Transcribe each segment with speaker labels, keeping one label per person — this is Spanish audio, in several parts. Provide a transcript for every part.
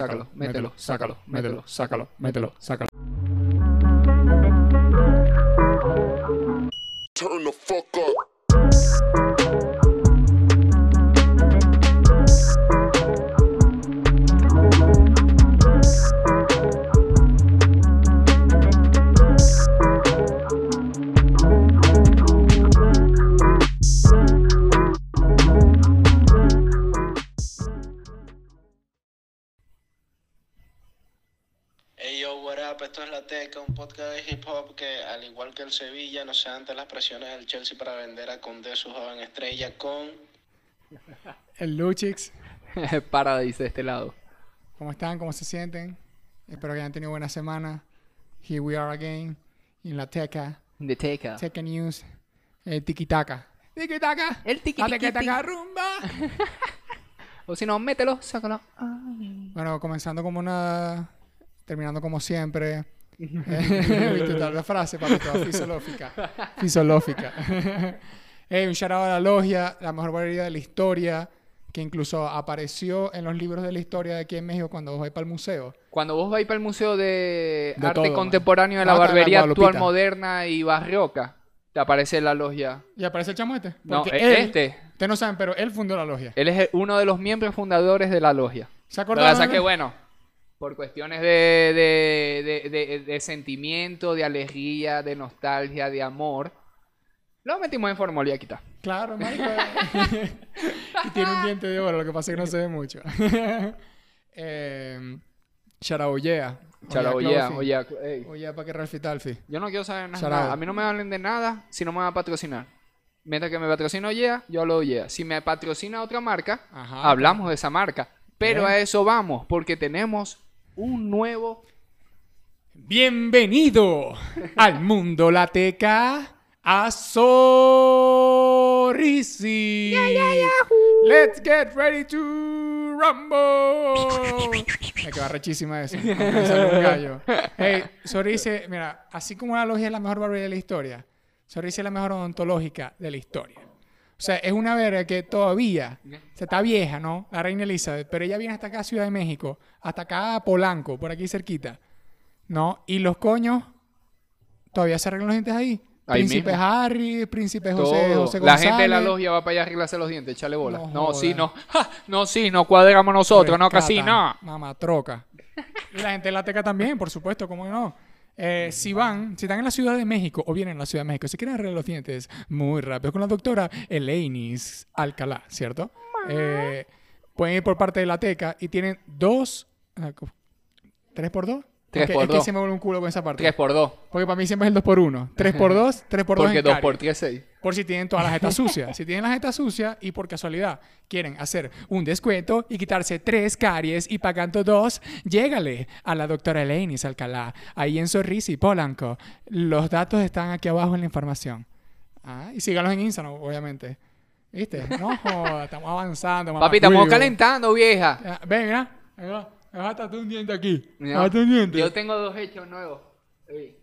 Speaker 1: sácalo, mételo, sácalo, mételo, sácalo, mételo, sácalo.
Speaker 2: Turn the fuck up.
Speaker 3: Hey yo, what up, esto es La Teca, un podcast de hip hop que, al igual que el Sevilla, no se da ante las presiones del Chelsea para vender a Conde, su joven estrella, con...
Speaker 1: El Luchix,
Speaker 4: Paradise de este lado.
Speaker 1: ¿cómo están? ¿Cómo se sienten? Espero que hayan tenido buena semana. Here we are again, in la Teca,
Speaker 4: The Teca.
Speaker 1: Teca News, eh, Tiki Taka. Tiki Taka,
Speaker 4: El tiki,
Speaker 1: la
Speaker 4: tiki,
Speaker 1: Teca
Speaker 4: tiki.
Speaker 1: Taka rumba.
Speaker 4: O si no, mételo, sácalo.
Speaker 1: Bueno, comenzando como nada, terminando como siempre. Eh, Viste tal la frase para toda fisológica. Fisológica. Eh, un shout out a la logia, la mejor barbería de la historia, que incluso apareció en los libros de la historia de aquí en México cuando voy para el museo.
Speaker 4: Cuando vos vais para el Museo de,
Speaker 1: De
Speaker 4: Arte
Speaker 1: todo, man.
Speaker 4: Contemporáneo de la
Speaker 1: Mata a la
Speaker 4: Barbería Actual
Speaker 1: Guadalupita.
Speaker 4: Moderna y Barrioca, te aparece la logia.
Speaker 1: Y aparece el chamo este.
Speaker 4: No,
Speaker 1: porque él-
Speaker 4: e- este.
Speaker 1: Ustedes no saben, pero él fundó la logia.
Speaker 4: Él es el- uno de los miembros fundadores de la logia.
Speaker 1: ¿Se
Speaker 4: Lo que
Speaker 1: acuerdan?
Speaker 4: pasa es que, bueno, por cuestiones de, de- de- de- de sentimiento, de alegría, de nostalgia, de amor, lo metimos en formoliaquita.
Speaker 1: Claro, marico. y tiene un diente de oro, lo que pasa es que no se ve mucho. eh, Charaoyea.
Speaker 4: Chara, oye, oye, eh, ey.
Speaker 1: Oye, para que Ralphie Talfi.
Speaker 4: Yo no quiero saber nada.
Speaker 1: Shout out.
Speaker 4: A mí no me hablen de nada si no me van a patrocinar. Mientras que me patrocina Oyea, yo hablo de Oyea. Si me patrocina otra marca,
Speaker 1: Ajá.
Speaker 4: hablamos de esa marca. Pero
Speaker 1: Ah, Bien.
Speaker 4: a eso vamos, porque tenemos un nuevo...
Speaker 1: Bienvenido al mundo lateca a Sorrisi. Let's get ready to rumble. Me quedó rechísima eso. como pensando en un gallo. Hey, Sorrisi, mira, así como la logia es la mejor barbería de la historia, Sorrisi es la mejor odontológica de la historia. O sea, es una verga que todavía, o sea, está vieja, ¿no? La reina Elizabeth, pero ella viene hasta acá a Ciudad de México, hasta acá a Polanco, por aquí cerquita. ¿No? Y los coños todavía se arreglan los dientes ahí.
Speaker 4: Ahí
Speaker 1: Príncipe
Speaker 4: mismo.
Speaker 1: Harry, Príncipe José,
Speaker 4: todo.
Speaker 1: José
Speaker 4: la
Speaker 1: González.
Speaker 4: gente de la logia va para allá a arreglarse los dientes, echale bola.
Speaker 1: No
Speaker 4: No, sí,
Speaker 1: jodas.
Speaker 4: no. Ja, no, sí, no cuadramos nosotros, no, casi no.
Speaker 1: Pues Mamá troca. Y la gente de la teca también, por supuesto, ¿cómo no? Eh, si van, si están en la Ciudad de México o vienen a la Ciudad de México, si quieren arreglar los dientes muy rápido con la doctora Elainis Alcalá, ¿cierto? Eh, pueden ir por parte de la teca y tienen dos... ah, ¿cómo? ¿Tres por dos?
Speaker 4: Tres
Speaker 1: Es que-
Speaker 4: por
Speaker 1: es que
Speaker 4: dos.
Speaker 1: se me vuelve un culo con esa parte.
Speaker 4: 3 por 2
Speaker 1: Porque para mí siempre es el 2 por 1 3 por 2 3 por 2
Speaker 4: Porque 2 por 3 es 6.
Speaker 1: Por si tienen todas las jetas sucias. Si tienen las jetas sucias y por casualidad quieren hacer un descuento y quitarse tres caries y pagando dos, llégale a la doctora Elainis Alcalá, ahí en Sorrisi, Polanco. Los datos están aquí abajo en la información. Ah, y síganos en Instagram, obviamente. ¿Viste? No joda, estamos avanzando. mamá
Speaker 4: Papi, estamos
Speaker 1: cuivo.
Speaker 4: calentando, vieja.
Speaker 1: Ah, Ven, mira. Ahí va. Me vas a tatuar un diente aquí. Me
Speaker 4: Mira,
Speaker 1: vas a tatuar un diente.
Speaker 4: yo tengo dos hechos nuevos. Ey,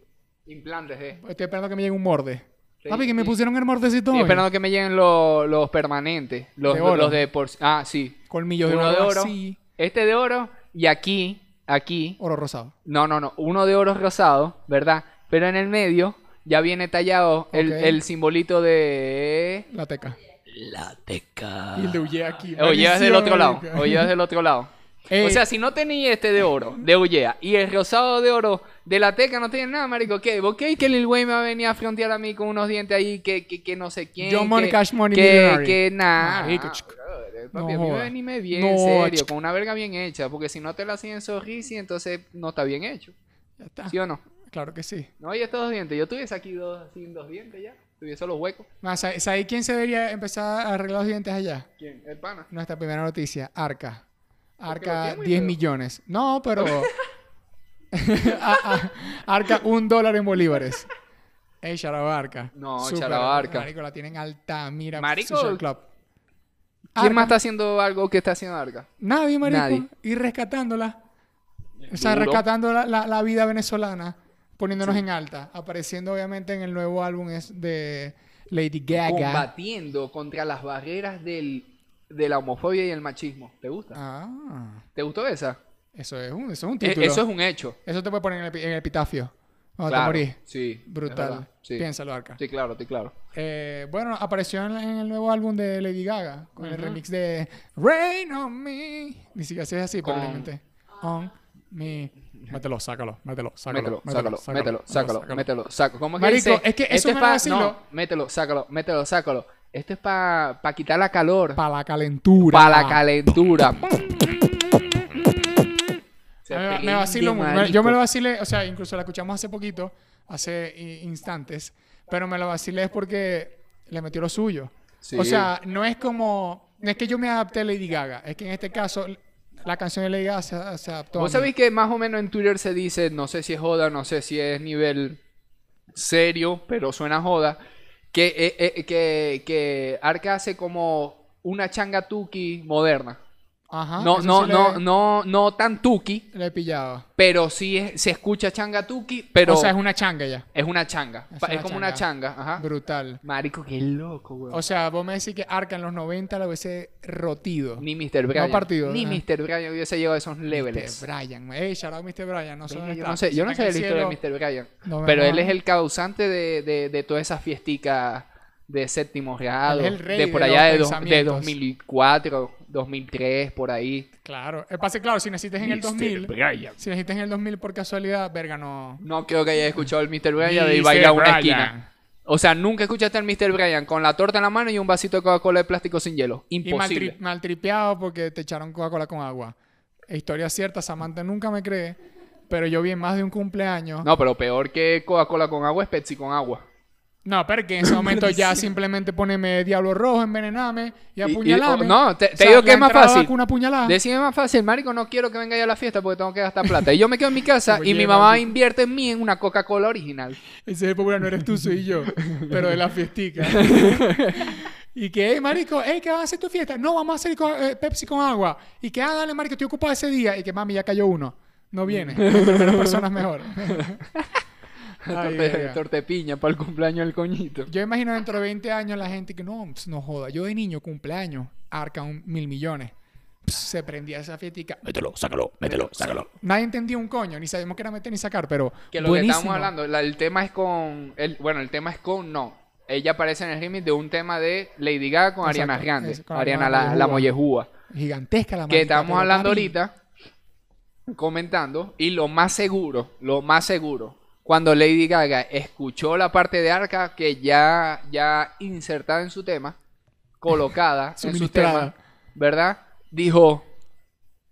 Speaker 4: Implantes, eh.
Speaker 1: Estoy esperando que me llegue un morde.
Speaker 4: Sí,
Speaker 1: Papi, que me
Speaker 4: sí.
Speaker 1: pusieron el mordecito
Speaker 4: Estoy
Speaker 1: hoy.
Speaker 4: esperando que me lleguen lo- los permanentes. Los
Speaker 1: De
Speaker 4: de,
Speaker 1: oro.
Speaker 4: los de por... Ah, sí.
Speaker 1: Colmillos de
Speaker 4: Uno
Speaker 1: oro.
Speaker 4: de oro.
Speaker 1: así.
Speaker 4: Este de oro y aquí, aquí.
Speaker 1: Oro rosado.
Speaker 4: No, no, no. Uno de oro rosado, ¿verdad? Pero en el medio ya viene tallado el,
Speaker 1: Ok.
Speaker 4: el simbolito de...
Speaker 1: La teca.
Speaker 4: La teca.
Speaker 1: Y el de Uye aquí.
Speaker 4: Oye, es Ah. del
Speaker 1: Maldición,
Speaker 4: otro lado.
Speaker 1: marica.
Speaker 4: Oye, es del otro lado.
Speaker 1: Eh,
Speaker 4: o sea, si no tenéis este de oro, de Ullea, y el rosado de oro de la teca, no tiene nada, marico. ¿Qué? ¿Vos creéis que Lil Wayne me va a venir a frontear a mí con unos dientes ahí que, que, que no sé quién?
Speaker 1: John Money
Speaker 4: que-
Speaker 1: Cash Money
Speaker 4: Que,
Speaker 1: Millionaire.
Speaker 4: que nada.
Speaker 1: Marico, chico.
Speaker 4: Ah, brother, Papi,
Speaker 1: No
Speaker 4: a mí
Speaker 1: joda.
Speaker 4: me venime bien,
Speaker 1: No,
Speaker 4: serio,
Speaker 1: chico.
Speaker 4: con una verga bien hecha. Porque si no te la hacían sorrisi, entonces no está bien hecho.
Speaker 1: ya está.
Speaker 4: ¿Sí o no?
Speaker 1: Claro que sí.
Speaker 4: No, y estos dos dientes. Yo tuviese aquí dos, sin dos dientes ya. Tuviese los huecos.
Speaker 1: Más, ¿sabes sabes quién se debería empezar a arreglar los dientes allá?
Speaker 4: ¿Quién? El pana.
Speaker 1: Nuestra primera noticia, Arca.
Speaker 4: lo
Speaker 1: Arca
Speaker 4: tiene muy
Speaker 1: 10
Speaker 4: feo.
Speaker 1: millones. No, pero... Ah, ah, Arca un dólar en bolívares. Ey, Charabo Arca.
Speaker 4: No,
Speaker 1: Súper.
Speaker 4: Charabo Arca.
Speaker 1: Marico, la tienen alta. Mira,
Speaker 4: Marico,
Speaker 1: Social Club.
Speaker 4: ¿Quién
Speaker 1: Arca.
Speaker 4: más está haciendo algo que está haciendo Arca?
Speaker 1: Nadie, marico.
Speaker 4: Nadie.
Speaker 1: Y rescatándola. O sea,
Speaker 4: Duro.
Speaker 1: rescatando la, la- la vida venezolana, poniéndonos en alta. Apareciendo, obviamente, en el nuevo álbum es de Lady Gaga.
Speaker 4: combatiendo contra las barreras del, de la homofobia y el machismo. ¿Te gusta?
Speaker 1: Ah.
Speaker 4: ¿Te gustó esa?
Speaker 1: Eso es un, eso es un
Speaker 4: E-
Speaker 1: título.
Speaker 4: Eso es un hecho.
Speaker 1: Eso te puede poner en el, epi- en el epitafio. Cuando
Speaker 4: Claro,
Speaker 1: te morís.
Speaker 4: Sí. es
Speaker 1: Brutal.
Speaker 4: verdad, Sí.
Speaker 1: Piénsalo, Arca.
Speaker 4: Sí, claro, sí, claro.
Speaker 1: Eh, bueno, apareció en, en el nuevo álbum de Lady Gaga con el
Speaker 4: Ujú.
Speaker 1: remix de Rain on Me. Ni siquiera si es así, pero
Speaker 4: Con-
Speaker 1: realmente. On Me. Mételo, sácalo, mételo,
Speaker 4: Mételo,
Speaker 1: sácalo.
Speaker 4: sácalo, mételo, sácalo, mételo, sácalo. ¿Cómo es
Speaker 1: Marico,
Speaker 4: que dice?
Speaker 1: es que eso
Speaker 4: Esto
Speaker 1: me
Speaker 4: pa-
Speaker 1: van a decirlo.
Speaker 4: No, mételo, sácalo, mételo, sácalo. Esto es para pa quitar la calor, para
Speaker 1: Para la calentura.
Speaker 4: la calentura. Se
Speaker 1: A mí me-
Speaker 4: prende,
Speaker 1: me vacilo mucho. Me- Yo
Speaker 4: marico.
Speaker 1: me lo vacilé, o sea, incluso la escuchamos hace poquito, hace i- instantes, pero me lo vacilé es porque le metió lo suyo.
Speaker 4: Sí.
Speaker 1: O sea, no es como, no es que yo me adapté a Lady Gaga, es que en este caso la canción de Lady Gaga se, se adaptó. a
Speaker 4: Vos
Speaker 1: mí.
Speaker 4: sabéis que más o menos en Twitter se dice, no sé si es joda, no sé si es nivel serio, pero suena joda, que, eh, eh, que, que Arca hace como una changa tuki moderna.
Speaker 1: Ajá, Ah,
Speaker 4: no,
Speaker 1: eso
Speaker 4: no,
Speaker 1: sí le-
Speaker 4: no, no, no tan tuki,
Speaker 1: Le he pillado.
Speaker 4: pero sí es- se escucha changa tuki, pero
Speaker 1: o sea, es una changa ya.
Speaker 4: es una changa.
Speaker 1: Es
Speaker 4: Pa- Es,
Speaker 1: una
Speaker 4: como
Speaker 1: changa.
Speaker 4: una changa, ajá.
Speaker 1: Brutal.
Speaker 4: Marico, qué loco, weón.
Speaker 1: O sea, vos me decís que Arca en los 90 lo hubiese rotido.
Speaker 4: ni Mr. Brian.
Speaker 1: partido,
Speaker 4: ni
Speaker 1: ajá.
Speaker 4: Mr. Brian hubiese llegado a esos
Speaker 1: Mr.
Speaker 4: levels.
Speaker 1: Brian. Ey, shout out Mr. Brian. No sé
Speaker 4: Verga,
Speaker 1: dónde
Speaker 4: yo
Speaker 1: está.
Speaker 4: no sé, yo no
Speaker 1: Está
Speaker 4: sé la
Speaker 1: en el
Speaker 4: historia de
Speaker 1: cielo.
Speaker 4: Mr. Brian.
Speaker 1: No me
Speaker 4: pero él
Speaker 1: jodas.
Speaker 4: es el causante de, de, de todas esas fiesticas de séptimo grado.
Speaker 1: Él es el rey
Speaker 4: de por
Speaker 1: de
Speaker 4: allá
Speaker 1: los
Speaker 4: de, dos- de
Speaker 1: pensamientos.
Speaker 4: 2004, 2003, por ahí.
Speaker 1: Claro. El pase, claro, si naciste en el 2000.
Speaker 4: Brian.
Speaker 1: Si naciste en el 2000 por casualidad, verga, no.
Speaker 4: No creo que haya escuchado el Mr. Brian y
Speaker 1: Mr.
Speaker 4: baila a una
Speaker 1: Brian.
Speaker 4: esquina. O sea, nunca escuchaste al Mr. Brian con la torta en la mano y un vasito de Coca-Cola de plástico sin hielo.
Speaker 1: Y maltri-
Speaker 4: Imposible.
Speaker 1: maltripeado porque te echaron Coca-Cola con agua. Eh, Historia cierta, Samantha nunca me cree, pero yo vi en más de un cumpleaños. No,
Speaker 4: No, pero peor que Coca-Cola con agua es Pepsi con agua.
Speaker 1: pero que en ese momento ya simplemente poneme Diablo Rojo, envenename y
Speaker 4: Y- y-
Speaker 1: apuñalame.
Speaker 4: oh, no, te- te
Speaker 1: O sea,
Speaker 4: digo que
Speaker 1: la
Speaker 4: es más
Speaker 1: entrada va
Speaker 4: fácil.
Speaker 1: con una puñalada.
Speaker 4: Decime más fácil, marico, no quiero que venga yo a la fiesta porque tengo que gastar plata. Y yo me quedo en mi casa
Speaker 1: Oye,
Speaker 4: y mi mamá
Speaker 1: maldito.
Speaker 4: invierte en mí en una Coca-Cola original.
Speaker 1: Ese es popular, no eres tú, soy yo. Pero de la fiestica. y que, hey, marico, hey, ¿qué vas a hacer tu fiesta? No, vamos a hacer co- eh, Pepsi con agua. Y que, ah, dale, marico, estoy ocupado ese día. Y que, mami, ya cayó uno. No viene. Entre menos personas mejor. Ay,
Speaker 4: Torte,
Speaker 1: verga.
Speaker 4: torte de piña para el cumpleaños del coñito.
Speaker 1: yo imagino dentro de 20 años la gente que, no, ps, no joda. Yo de niño, cumpleaños, arca un mil millones. Ps, se prendía esa fiestica.
Speaker 2: Mételo, sácalo, mételo, sácalo.
Speaker 1: Nadie entendía un coño. Ni sabíamos qué era meter ni sacar, pero
Speaker 4: Que lo que
Speaker 1: buenísimo.
Speaker 4: estábamos hablando, la- el tema es con. El, bueno, el tema es con no. Ella aparece en el remix de un tema de Lady Gaga con
Speaker 1: Exacto,
Speaker 4: Ariana Grande.
Speaker 1: es- con
Speaker 4: Ariana
Speaker 1: Ariana
Speaker 4: la, la
Speaker 1: Mollejúa.
Speaker 4: mollejúa.
Speaker 1: Gigantesca la
Speaker 4: que
Speaker 1: marica,
Speaker 4: estábamos
Speaker 1: pero
Speaker 4: hablando
Speaker 1: papi,
Speaker 4: ahorita, comentando, y lo más seguro, lo más seguro, cuando Lady Gaga escuchó la parte de Arca que ya, ya insertada en su tema, colocada en su
Speaker 1: Suministrada.
Speaker 4: tema, ¿verdad? Dijo,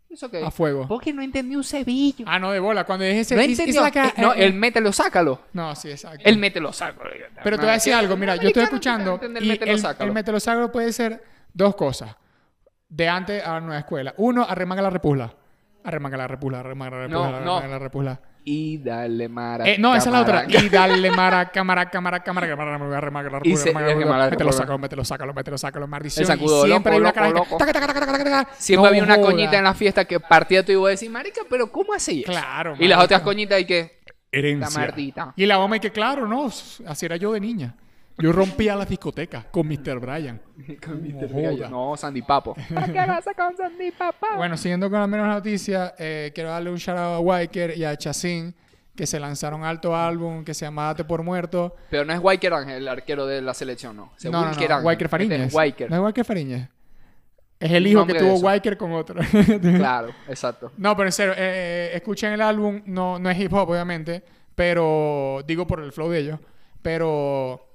Speaker 4: ¿eso qué?
Speaker 1: A fuego.
Speaker 4: Porque no entendí un cebillo.
Speaker 1: Ah, no, de bola. Cuando dije ese
Speaker 4: no
Speaker 1: is- is
Speaker 4: entendió.
Speaker 1: like a-
Speaker 4: Eh, no,
Speaker 1: eh,
Speaker 4: el mételo, sácalo.
Speaker 1: no, sí, exacto.
Speaker 4: El Ah, mételo, sácalo.
Speaker 1: Pero te voy a decir algo. Mira, yo estoy
Speaker 4: Americano,
Speaker 1: escuchando
Speaker 4: entender,
Speaker 1: y
Speaker 4: mételo,
Speaker 1: el,
Speaker 4: sácalo.
Speaker 1: el metelosagro puede ser dos cosas. De antes a la nueva escuela. Uno, arremanga la repusla. Arremanga la repusla, arremanga la repusla,
Speaker 4: No, no.
Speaker 1: arremanga la repusla.
Speaker 4: Y dale, Mara.
Speaker 1: Eh, no, esa es la otra.
Speaker 4: camaraca.
Speaker 1: Y dale, maraca, maraca, maraca, maraca, maraca, arremanga la
Speaker 4: Y
Speaker 1: repusla,
Speaker 4: se-
Speaker 1: arremanga la
Speaker 4: es que
Speaker 1: repusla.
Speaker 4: mala
Speaker 1: Mételo,
Speaker 4: repusla.
Speaker 1: sácalo, mételo, sácalo, mételo, sácalo. Maldición.
Speaker 4: El sacudo,
Speaker 1: Y siempre hay
Speaker 4: loco,
Speaker 1: una
Speaker 4: loco,
Speaker 1: caraja que-
Speaker 4: loco.
Speaker 1: taca, taca, taca, taca, taca.
Speaker 4: Siempre
Speaker 1: No
Speaker 4: había una
Speaker 1: joda.
Speaker 4: coñita en la fiesta que partía tú y vos decís, marica, pero ¿cómo así?
Speaker 1: Claro,
Speaker 4: Y las
Speaker 1: marica.
Speaker 4: otras coñitas y que, esta
Speaker 2: Herencia.
Speaker 4: mardita.
Speaker 1: Y la mamá y que claro, no, s- así era yo de niña. Yo rompía las discotecas con Mr. Brian. joda.
Speaker 4: No, Sandy Papo. ¿Para qué vas a con Sandy Papo?
Speaker 1: Bueno, siguiendo con las menos noticias, eh, quiero darle un shout out a Wiker y a Chacín, que se lanzaron alto álbum que se llama Date por Muerto.
Speaker 4: Pero no es Wiker Ángel, el arquero de la selección, no. Es
Speaker 1: No, no,
Speaker 4: Wilker
Speaker 1: no,
Speaker 4: Ángel.
Speaker 1: Wiker
Speaker 4: Este
Speaker 1: Fariñez.
Speaker 4: Es Wiker.
Speaker 1: No es Wiker Fariñez. Es el hijo que
Speaker 4: Nombre de
Speaker 1: tuvo
Speaker 4: eso.
Speaker 1: Wiker con otro.
Speaker 4: Claro, exacto.
Speaker 1: No, pero en serio, eh, escuchen el álbum, no, no es hip hop, obviamente, pero digo por el flow de ellos, pero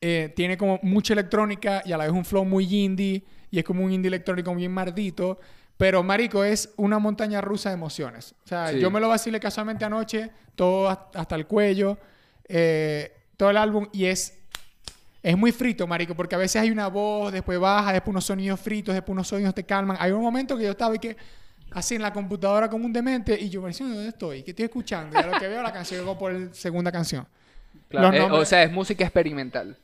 Speaker 1: eh, tiene como mucha electrónica y a la vez un flow muy indie, y es como un indie electrónico bien mardito, pero Marico es una montaña rusa de emociones. O sea,
Speaker 4: Sí.
Speaker 1: yo me lo vacilé casualmente anoche, todo hasta hasta el cuello, eh, todo el álbum, y es es muy frito, marico, porque a veces hay una voz, después baja, después unos sonidos fritos, después unos sonidos te calman. Hay un momento que yo estaba y que así en la computadora como un demente y yo me decía, ¿dónde estoy? ¿Qué estoy escuchando? Y a lo que veo la canción, llegó por la segunda canción.
Speaker 4: Claro,
Speaker 1: Los
Speaker 4: eh, o
Speaker 1: nombres-
Speaker 4: sea, es música experimental.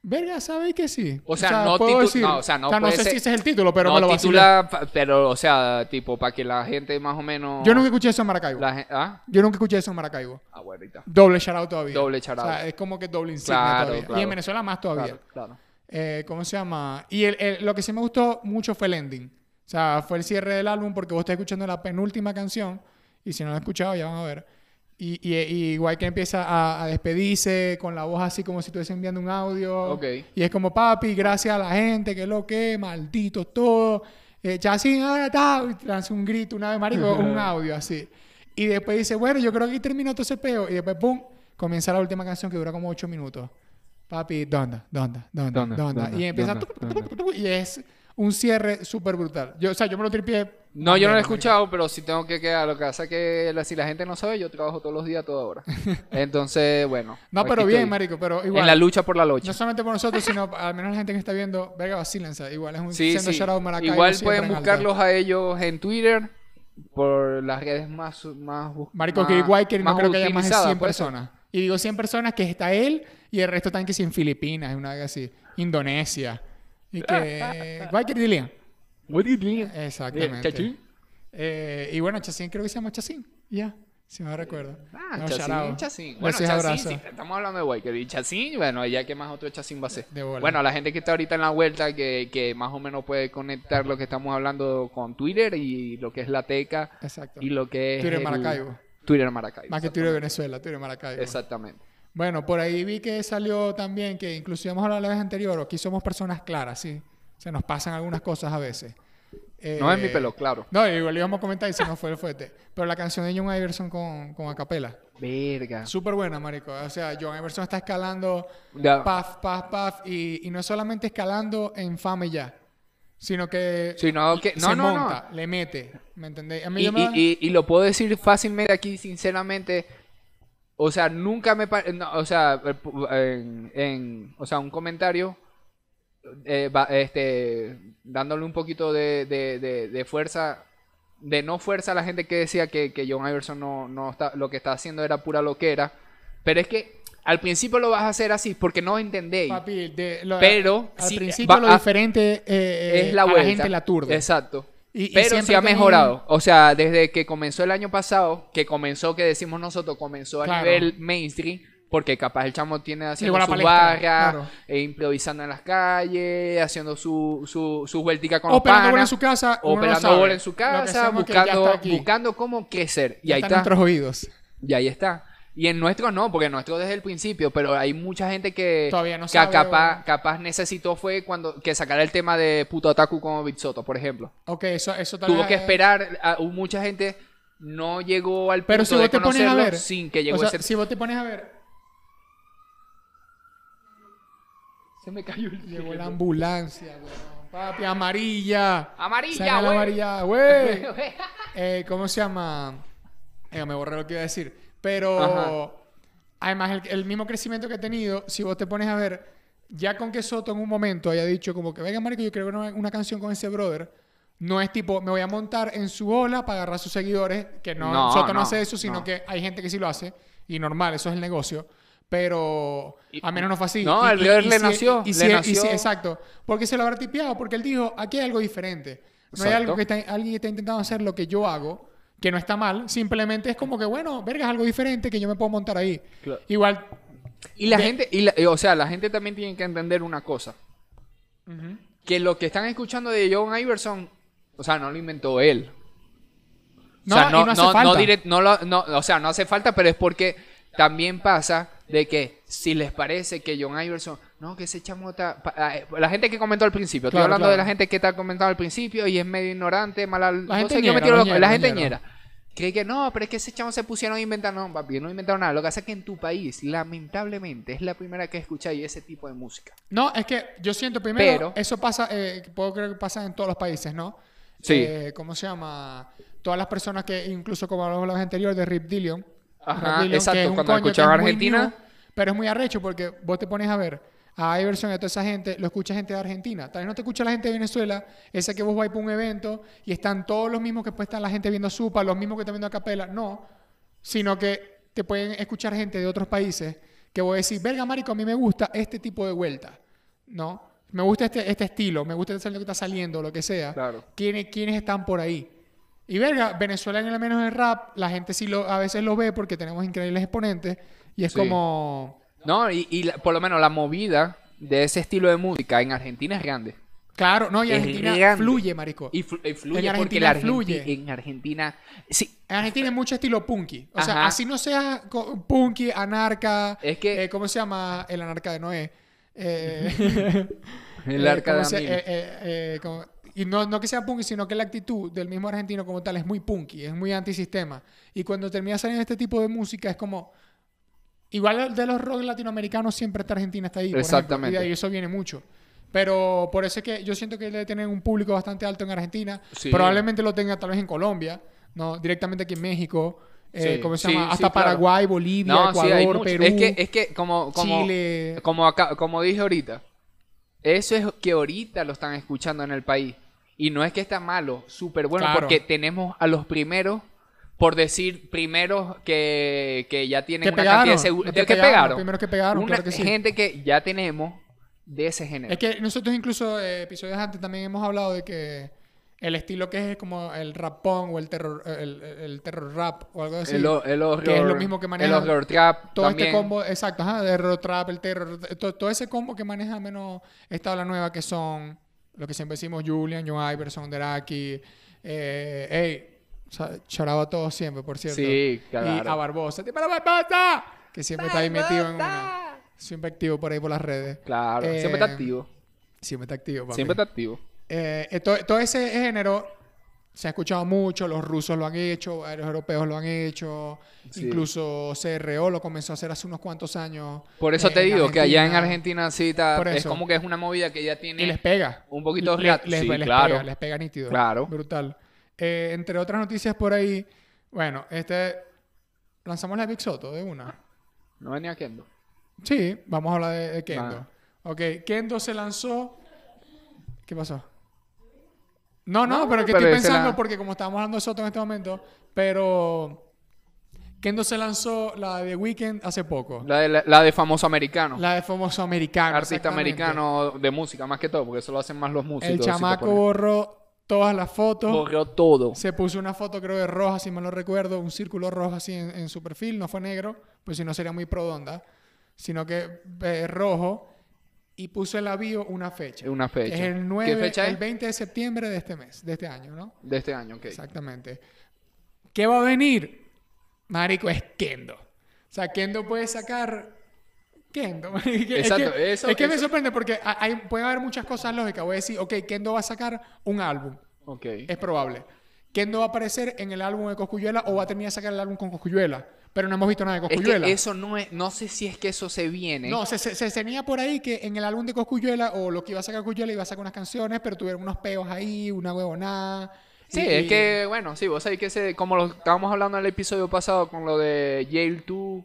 Speaker 1: Verga, ¿sabéis que sí?
Speaker 4: O sea, no
Speaker 1: puedo
Speaker 4: titu-
Speaker 1: decir-
Speaker 4: no, o sea, no puede
Speaker 1: sé
Speaker 4: ser-
Speaker 1: si ese es el título, pero
Speaker 4: no
Speaker 1: me lo vacilé.
Speaker 4: titula, fa- pero, o sea, tipo, para que la gente más o menos...
Speaker 1: Yo nunca escuché eso en Maracaibo.
Speaker 4: La gen- ¿Ah?
Speaker 1: Yo nunca escuché eso en Maracaibo.
Speaker 4: Ah, bueno, ahorita.
Speaker 1: Doble shoutout todavía.
Speaker 4: Doble shout out.
Speaker 1: O sea, es como que doble insignia
Speaker 4: Claro,
Speaker 1: todavía. Y
Speaker 4: claro.
Speaker 1: en Venezuela más todavía.
Speaker 4: Claro, claro.
Speaker 1: Eh, ¿Cómo se llama? Y el- el- lo que sí me gustó mucho fue el ending. O O sea, fue el cierre del álbum porque vos estás escuchando la penúltima canción y si no la has escuchado ya van a ver. Y, y, y Wyclef empieza a, a despedirse con la voz así como si estuviese enviando un audio.
Speaker 4: Ok.
Speaker 1: Y es como, papi, gracias a la gente, que lo que, maldito todo. Eh, ya sí, ah, ta", y lanza un grito, una vez, marico, un audio así. Y después dice, bueno, yo creo que aquí terminó todo ese peo. Y después, pum, comienza la última canción que dura como ocho minutos. Papi, ¿dónde? ¿Dónde? ¿Dónde?
Speaker 4: Donda,
Speaker 1: ¿Dónde?
Speaker 4: donda,
Speaker 1: Y empieza...
Speaker 4: donda,
Speaker 1: tuc, tuc, tuc, tuc, Y es un cierre súper brutal. Yo, o sea, yo me lo tripié.
Speaker 4: No, yo no lo he
Speaker 1: Marico.
Speaker 4: escuchado, pero sí tengo que quedar. Lo que pasa es que la- si la gente no sabe, yo trabajo todos los días, a toda hora. Entonces, bueno.
Speaker 1: No,
Speaker 4: Pues aquí
Speaker 1: pero bien,
Speaker 4: estoy.
Speaker 1: marico, pero igual.
Speaker 4: En la lucha por la locha.
Speaker 1: No solamente por nosotros, sino al menos la gente que está viendo, verga, vacílense. Igual es un
Speaker 4: sí,
Speaker 1: sendo
Speaker 4: sí.
Speaker 1: shout out Maracaibo
Speaker 4: Igual
Speaker 1: siempre
Speaker 4: pueden
Speaker 1: en alta.
Speaker 4: buscarlos a ellos en Twitter, por las redes más, más bus-
Speaker 1: Marico,
Speaker 4: más-
Speaker 1: que igual que no
Speaker 4: más
Speaker 1: creo que haya más de
Speaker 4: utilizadas, pues.
Speaker 1: 100
Speaker 4: puede ser.
Speaker 1: personas. Y digo 100 personas que está él y el resto están que si en Filipinas, una vez así, Indonesia. Y que. Guayker Dilian. Exactamente.
Speaker 4: Chachín.
Speaker 1: Eh, y bueno, Chacín creo que se llama Chacín. Ya, si me recuerdo.
Speaker 4: Ah,
Speaker 1: No, shout
Speaker 4: Chacín,
Speaker 1: out. Pues
Speaker 4: Chacín. Bueno,
Speaker 1: Besos y
Speaker 4: Chacín,
Speaker 1: abrazos.
Speaker 4: sí, estamos hablando de Walker. Y Chacín, bueno, ya que más otro Chacín va a ser.
Speaker 1: De bola.
Speaker 4: Bueno, la gente que está ahorita en la vuelta, que, que más o menos puede conectar lo que estamos hablando con Twitter y lo que es la teca
Speaker 1: Exacto.
Speaker 4: y lo que es.
Speaker 1: Twitter
Speaker 4: el-
Speaker 1: Maracaibo.
Speaker 4: Twitter Maracaibo.
Speaker 1: Más que Twitter de Venezuela, Twitter de Maracaibo.
Speaker 4: Exactamente.
Speaker 1: Bueno, por ahí vi que salió también que incluso íbamos a hablar la vez anterior, aquí somos personas claras, sí. Se nos pasan algunas cosas a veces.
Speaker 4: No
Speaker 1: Eh,
Speaker 4: es mi pelo, claro.
Speaker 1: No, igual lo íbamos a comentar y se nos fue el fuerte. Pero la canción de John Iverson con, con Acapela.
Speaker 4: Verga.
Speaker 1: Súper buena, marico. O sea, John Iverson está escalando
Speaker 4: Ya.
Speaker 1: paf, paf, paf. Y, y no solamente escalando en fama y ya, sino que
Speaker 4: Sí, no, que- no,
Speaker 1: se
Speaker 4: no, no.
Speaker 1: monta, le mete. ¿Me entendéis? A mí
Speaker 4: Y,
Speaker 1: yo me-
Speaker 4: y- y- y lo puedo decir fácilmente aquí, sinceramente. O sea, nunca me. pa- no, o sea, eh, pu- en, en- o sea, un comentario. eh, va- este, dándole un poquito de, de- de- de fuerza. De no fuerza a la gente que decía que, que John Iverson no, no está, lo que está haciendo era pura loquera. Pero es que al principio lo vas a hacer así porque no entendéis.
Speaker 1: Papi, de- lo-
Speaker 4: Pero
Speaker 1: al
Speaker 4: sí,
Speaker 1: principio
Speaker 4: va-
Speaker 1: lo
Speaker 4: ah,
Speaker 1: diferente eh, eh,
Speaker 4: es la
Speaker 1: a
Speaker 4: vuelta.
Speaker 1: gente la turda.
Speaker 4: Exacto.
Speaker 1: Y- y
Speaker 4: pero
Speaker 1: siempre
Speaker 4: se ha
Speaker 1: ha tenido-
Speaker 4: mejorado. O sea, desde que comenzó el año pasado, que comenzó, que decimos nosotros, comenzó a
Speaker 1: Claro.
Speaker 4: nivel mainstream, porque capaz el chamo tiene haciendo
Speaker 1: Llegó a la
Speaker 4: su
Speaker 1: palestra,
Speaker 4: barra,
Speaker 1: claro.
Speaker 4: e improvisando en las calles, haciendo su, su, su vueltica con
Speaker 1: o
Speaker 4: los
Speaker 1: pelando bola en
Speaker 4: panas,
Speaker 1: su casa.
Speaker 4: o
Speaker 1: uno no
Speaker 4: pelando
Speaker 1: sabe.
Speaker 4: bola en su
Speaker 1: Lo que
Speaker 4: casa,
Speaker 1: hacemos es que ya
Speaker 4: buscando,
Speaker 1: está aquí.
Speaker 4: buscando cómo crecer. Y
Speaker 1: Ya
Speaker 4: ahí
Speaker 1: está en
Speaker 4: está.
Speaker 1: nuestros oídos.
Speaker 4: Y ahí está. Y en nuestro no, porque en nuestro desde el principio, pero hay mucha gente que,
Speaker 1: Todavía no
Speaker 4: Eh, que
Speaker 1: sabe,
Speaker 4: capaz,
Speaker 1: o-
Speaker 4: capaz necesitó fue cuando que sacara el tema de puto Otaku como Bitsoto, por ejemplo.
Speaker 1: Ok, eso, eso tal
Speaker 4: Tuvo
Speaker 1: vez-
Speaker 4: que esperar, a- hubo mucha gente no llegó al punto
Speaker 1: Pero si
Speaker 4: de
Speaker 1: vos te pones a
Speaker 4: conocerlo
Speaker 1: ver.
Speaker 4: sin que
Speaker 1: o
Speaker 4: llegó
Speaker 1: sea,
Speaker 4: a ser...
Speaker 1: Si vos te pones a ver.
Speaker 4: Se me cayó el
Speaker 1: Llegó la ambulancia, weón. Papi, amarilla.
Speaker 4: Amarilla,
Speaker 1: Saca la
Speaker 4: güey.
Speaker 1: amarilla, güey. Eh, ¿Cómo se llama? Eh, me borré lo que iba a decir. Pero
Speaker 4: Ajá.
Speaker 1: además, el, el mismo crecimiento que ha tenido, si vos te pones a ver, ya con que Soto en un momento haya dicho, como que venga, Marico, yo creo una, una canción con ese brother. No es tipo, me voy a montar en su ola para agarrar a sus seguidores, que no,
Speaker 4: No,
Speaker 1: Soto no,
Speaker 4: no,
Speaker 1: hace eso, sino
Speaker 4: no.
Speaker 1: que hay gente que sí lo hace, y normal, eso es el negocio, pero a menos no fue así.
Speaker 4: No,
Speaker 1: Y-
Speaker 4: el
Speaker 1: y-
Speaker 4: brother
Speaker 1: y
Speaker 4: le
Speaker 1: si-
Speaker 4: nació,
Speaker 1: y
Speaker 4: le
Speaker 1: si- y si-
Speaker 4: nació.
Speaker 1: exacto, porque se lo habrá tipeado, porque él dijo, aquí hay algo diferente. No hay
Speaker 4: Exacto.
Speaker 1: algo que está, alguien que está intentando hacer lo que yo hago, que no está mal, simplemente es como que, bueno, verga, es algo diferente que yo me puedo montar ahí.
Speaker 4: Claro.
Speaker 1: Igual,
Speaker 4: Y la gente, y la- y, o sea, la gente también tiene que entender una cosa. Que lo que están escuchando de John Iverson, o sea, no lo inventó él.
Speaker 1: no,
Speaker 4: o sea, no,
Speaker 1: y no hace
Speaker 4: no- no
Speaker 1: falta.
Speaker 4: direct- no lo- no, o sea, no hace falta, pero es porque también pasa de que si les parece que John Iverson, no, que ese chamo está... pa- ah, eh, La gente que comentó al principio, estoy
Speaker 1: Claro,
Speaker 4: hablando
Speaker 1: claro.
Speaker 4: de la gente que está comentando al principio y es medio ignorante, mala... no
Speaker 1: gente
Speaker 4: sé qué
Speaker 1: ñera,
Speaker 4: metido
Speaker 1: los
Speaker 4: loco, la
Speaker 1: ñeros,
Speaker 4: gente
Speaker 1: los ñeros.
Speaker 4: ñera. Cree que no, pero es que ese chamo se pusieron a inventar, no, papi, no inventaron nada. Lo que hace es que en tu país, lamentablemente, es la primera que escucháis ese tipo de música.
Speaker 1: No, es que yo siento primero,
Speaker 4: Pero-
Speaker 1: eso pasa, eh, puedo creer que pasa en todos los países, ¿no?
Speaker 4: Sí.
Speaker 1: Eh, ¿Cómo se llama? Todas las personas que, incluso como hablamos la vez anterior de Rip Dillion.
Speaker 4: Ajá,
Speaker 1: Rip Dillion,
Speaker 4: exacto,
Speaker 1: que es un
Speaker 4: cuando
Speaker 1: coño que
Speaker 4: escuchaba
Speaker 1: es muy
Speaker 4: Argentina.
Speaker 1: new, pero es muy arrecho porque vos te pones a ver a Iverson y a toda esa gente, lo escucha gente de Argentina. Tal vez no te escucha la gente de Venezuela, esa que vos vais para un evento y están todos los mismos que después están la gente viendo Supa, los mismos que están viendo a Capela. No, sino que te pueden escuchar gente de otros países que voy a decir, verga, marico, a mí me gusta este tipo de vuelta, ¿no? Me gusta este, este estilo, me gusta este lo que está saliendo, lo que sea.
Speaker 4: Claro.
Speaker 1: ¿Quiénes, quiénes están por ahí? Y verga, Venezuela en el menos el rap, la gente sí lo, a veces lo ve porque tenemos increíbles exponentes y es
Speaker 4: Sí.
Speaker 1: como...
Speaker 4: No, y, y la- por lo menos la movida de ese estilo de música en Argentina es grande.
Speaker 1: Claro, no, y
Speaker 4: Es
Speaker 1: Argentina
Speaker 4: grande.
Speaker 1: fluye, marico.
Speaker 4: Y, flu- y fluye
Speaker 1: En
Speaker 4: porque
Speaker 1: Argentina
Speaker 4: la Argenti-
Speaker 1: fluye.
Speaker 4: en Argentina. Sí,
Speaker 1: En Argentina hay mucho estilo punky. O sea,
Speaker 4: Ajá.
Speaker 1: así no sea co- punky, anarca.
Speaker 4: Es que-
Speaker 1: eh, ¿Cómo se llama el anarca de Noé? Eh,
Speaker 4: el
Speaker 1: eh,
Speaker 4: arca de
Speaker 1: ¿cómo se-
Speaker 4: Amil.
Speaker 1: eh, eh, eh, como- y no, no que sea punky, sino que la actitud del mismo argentino como tal es muy punky, es muy antisistema. Y cuando termina saliendo este tipo de música es como... Igual de los rock latinoamericanos siempre está Argentina está ahí. por ejemplo,
Speaker 4: Exactamente.
Speaker 1: y de ahí eso viene mucho. Pero por eso es que yo siento que debe tener un público bastante alto en Argentina.
Speaker 4: Sí.
Speaker 1: Probablemente lo tenga tal vez en Colombia, no directamente aquí en México. eh,
Speaker 4: Sí,
Speaker 1: ¿Cómo se
Speaker 4: sí,
Speaker 1: llama?
Speaker 4: sí,
Speaker 1: Hasta
Speaker 4: claro.
Speaker 1: Paraguay, Bolivia,
Speaker 4: No, sí, hay
Speaker 1: Ecuador,
Speaker 4: mucho.
Speaker 1: Perú,
Speaker 4: Es que, es que como, como,
Speaker 1: Chile.
Speaker 4: como, acá- como dije ahorita, eso es que ahorita lo están escuchando en el país. Y no es que está malo, súper bueno,
Speaker 1: Claro.
Speaker 4: porque tenemos a los primeros, por decir, primeros que, que ya tienen
Speaker 1: Que
Speaker 4: una
Speaker 1: pegaron,
Speaker 4: cantidad de seguro.
Speaker 1: los
Speaker 4: Que,
Speaker 1: que pegaron, los
Speaker 4: pegaron.
Speaker 1: primeros que pegaron,
Speaker 4: Una
Speaker 1: claro que sí.
Speaker 4: gente que ya tenemos de ese género.
Speaker 1: Es que nosotros incluso eh, episodios antes también hemos hablado de que el estilo que es como el rapón o el terror, el, el terror rap o algo así.
Speaker 4: el, o- el horror,
Speaker 1: que es lo mismo que
Speaker 4: El
Speaker 1: maneja
Speaker 4: horror trap
Speaker 1: todo
Speaker 4: también.
Speaker 1: este combo, exacto, ajá, de terror trap, el terror, to- todo ese combo que maneja menos esta ola nueva que son lo que siempre decimos Julian, John Iverson, Deraki, eh, ey, sa- choraba a todos siempre, por cierto.
Speaker 4: Sí,
Speaker 1: Y
Speaker 4: claro.
Speaker 1: a Barbosa, ¡Te para Barbosa! Que siempre está ahí metido en una. Siempre activo por ahí por las redes.
Speaker 4: Claro,
Speaker 1: Eh,
Speaker 4: siempre está activo.
Speaker 1: Siempre está activo, papi.
Speaker 4: Siempre está activo.
Speaker 1: Eh, eh, to- todo, ese género se ha escuchado mucho, los rusos lo han hecho, los europeos lo han hecho,
Speaker 4: Sí.
Speaker 1: incluso CRO lo comenzó a hacer hace unos cuantos años.
Speaker 4: Por eso
Speaker 1: eh,
Speaker 4: te
Speaker 1: en
Speaker 4: digo que allá en
Speaker 1: Argentina,
Speaker 4: Argentina sí está-
Speaker 1: Por
Speaker 4: es
Speaker 1: eso.
Speaker 4: como que es una movida que ya tiene
Speaker 1: Y les pega.
Speaker 4: un poquito de
Speaker 1: Le-
Speaker 4: rat-
Speaker 1: les,
Speaker 4: sí,
Speaker 1: les
Speaker 4: claro.
Speaker 1: pega, les pega nítido.
Speaker 4: Claro.
Speaker 1: Brutal. Eh, entre otras noticias por ahí, bueno, este lanzamos la de Big Soto de una.
Speaker 4: No venía Kendo.
Speaker 1: Sí, vamos a hablar de, de Kendo.
Speaker 4: Ah.
Speaker 1: Ok, Kendo se lanzó. ¿Qué pasó? No, no,
Speaker 4: No,
Speaker 1: pero que
Speaker 4: pero
Speaker 1: estoy
Speaker 4: se la-
Speaker 1: pensando porque como estamos hablando de Soto en este momento, pero Kendo se lanzó la de Weekend hace poco. La,
Speaker 4: La de, la, la de famoso americano.
Speaker 1: de famoso americano.
Speaker 4: artista
Speaker 1: exactamente.
Speaker 4: americano de música, más que todo, porque eso lo hacen más los músicos.
Speaker 1: El
Speaker 4: si te
Speaker 1: chamaco
Speaker 4: pones.
Speaker 1: borró todas las fotos.
Speaker 4: borró todo.
Speaker 1: Se puso una foto, creo, de roja, si mal no recuerdo, un círculo rojo así en, en su perfil, no fue negro, pues si no sería muy prodonda, sino que eh, rojo, y puso en la bio una fecha.
Speaker 4: Una
Speaker 1: que
Speaker 4: fecha.
Speaker 1: Es el
Speaker 4: ¿Qué
Speaker 1: 9,
Speaker 4: fecha es?
Speaker 1: el 20 de septiembre de este mes, de este año, ¿no?
Speaker 4: De este año, ok.
Speaker 1: Exactamente. ¿Qué va a venir? Marico, es Kendo. O sea, Kendo puede sacar. Kendo. marico. Es que-
Speaker 4: Exacto,
Speaker 1: Es que,
Speaker 4: eso-
Speaker 1: es que me
Speaker 4: eso-
Speaker 1: sorprende porque ha- hay, puede haber muchas cosas lógicas. Voy a decir, ok, Kendo va a sacar un álbum.
Speaker 4: Ok.
Speaker 1: Es probable. Kendo va a aparecer en el álbum de Coscuyuela o va a terminar de sacar el álbum con Coscuyuela. Pero no hemos visto nada de
Speaker 4: Es
Speaker 1: Coscuyuela.
Speaker 4: que eso no es. No sé si es que eso se viene.
Speaker 1: No, se, se, se tenía por ahí que en el álbum de Coscuyuela o lo que iba a sacar Coscuyuela iba a sacar unas canciones, pero tuvieron unos peos ahí, una huevonada.
Speaker 4: Sí,
Speaker 1: Y-
Speaker 4: es
Speaker 1: y-
Speaker 4: que, bueno, sí, vos sabés que ese- como lo estábamos hablando en el episodio pasado con lo de Yale 2,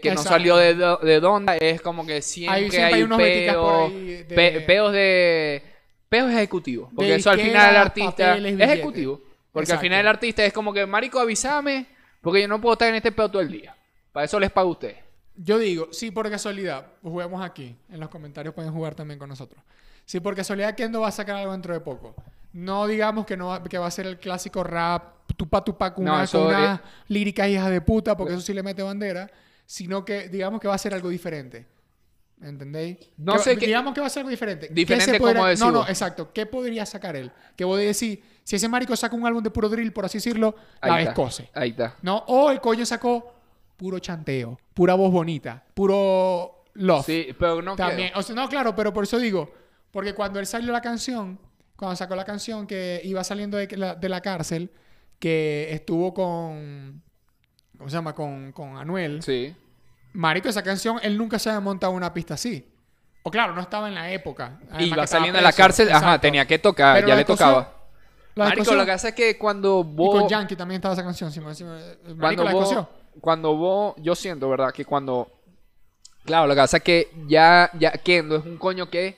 Speaker 4: que no
Speaker 1: Exacto.
Speaker 4: salió de, do- de Donda, es como que siempre,
Speaker 1: Ahí siempre
Speaker 4: hay,
Speaker 1: hay unos beticas por
Speaker 4: peos,
Speaker 1: ahí de-
Speaker 4: pe- peos de... peos ejecutivos, porque
Speaker 1: De
Speaker 4: eso al
Speaker 1: disquera,
Speaker 4: final el artista
Speaker 1: papeles,
Speaker 4: es
Speaker 1: billetes.
Speaker 4: ejecutivo, porque al
Speaker 1: Exacto.
Speaker 4: final el artista es como que, marico, avísame, porque yo no puedo estar en este peo todo el día, para eso les pago a ustedes.
Speaker 1: Yo digo, si por casualidad, jugamos aquí, en los comentarios pueden jugar también con nosotros. Si por casualidad Kendo va a sacar algo dentro de poco, no digamos que no va, que va a ser el clásico rap tupa tupa con
Speaker 4: No,
Speaker 1: una,
Speaker 4: eso Pues-
Speaker 1: con unas líricas hijas de puta, porque eso sí le mete bandera, sino que digamos que va a ser algo diferente. ¿Entendéis?
Speaker 4: No
Speaker 1: Que-
Speaker 4: sé qué-
Speaker 1: Digamos que va a ser algo diferente. ¿Qué
Speaker 4: Diferente
Speaker 1: se podrá-
Speaker 4: como decís
Speaker 1: No, no,
Speaker 4: vos.
Speaker 1: exacto. ¿Qué podría sacar él? Que voy a decir, si ese marico saca un álbum de puro drill, por así decirlo, la
Speaker 4: Ahí está,
Speaker 1: descoce.
Speaker 4: Ahí está.
Speaker 1: ¿no? O el coño sacó puro chanteo, pura voz bonita, puro love.
Speaker 4: Sí, pero no
Speaker 1: También,
Speaker 4: quedó.
Speaker 1: o sea, no, claro, pero por eso digo, porque cuando él salió la canción, cuando sacó la canción que iba saliendo de la, de la cárcel, que estuvo con, ¿cómo se llama? Con, con Anuel.
Speaker 4: Sí.
Speaker 1: Marico, esa canción, él nunca se había montado una pista así. O claro, no estaba en la época. además
Speaker 4: y
Speaker 1: que
Speaker 4: va
Speaker 1: estaba
Speaker 4: saliendo de la
Speaker 1: preso.
Speaker 4: cárcel, ajá,
Speaker 1: Exacto.
Speaker 4: tenía que tocar,
Speaker 1: Pero
Speaker 4: ya
Speaker 1: la
Speaker 4: le
Speaker 1: descoció,
Speaker 4: tocaba.
Speaker 1: La
Speaker 4: Marico,
Speaker 1: descoció.
Speaker 4: lo que pasa es que cuando
Speaker 1: Y
Speaker 4: vos...
Speaker 1: con Yankee también estaba esa canción. si me- si me- Marico,
Speaker 4: cuando
Speaker 1: la
Speaker 4: vos,
Speaker 1: descoció.
Speaker 4: cuando vos, yo siento, ¿verdad? Que cuando, claro, lo que pasa es que ya, ya Kendo es un coño que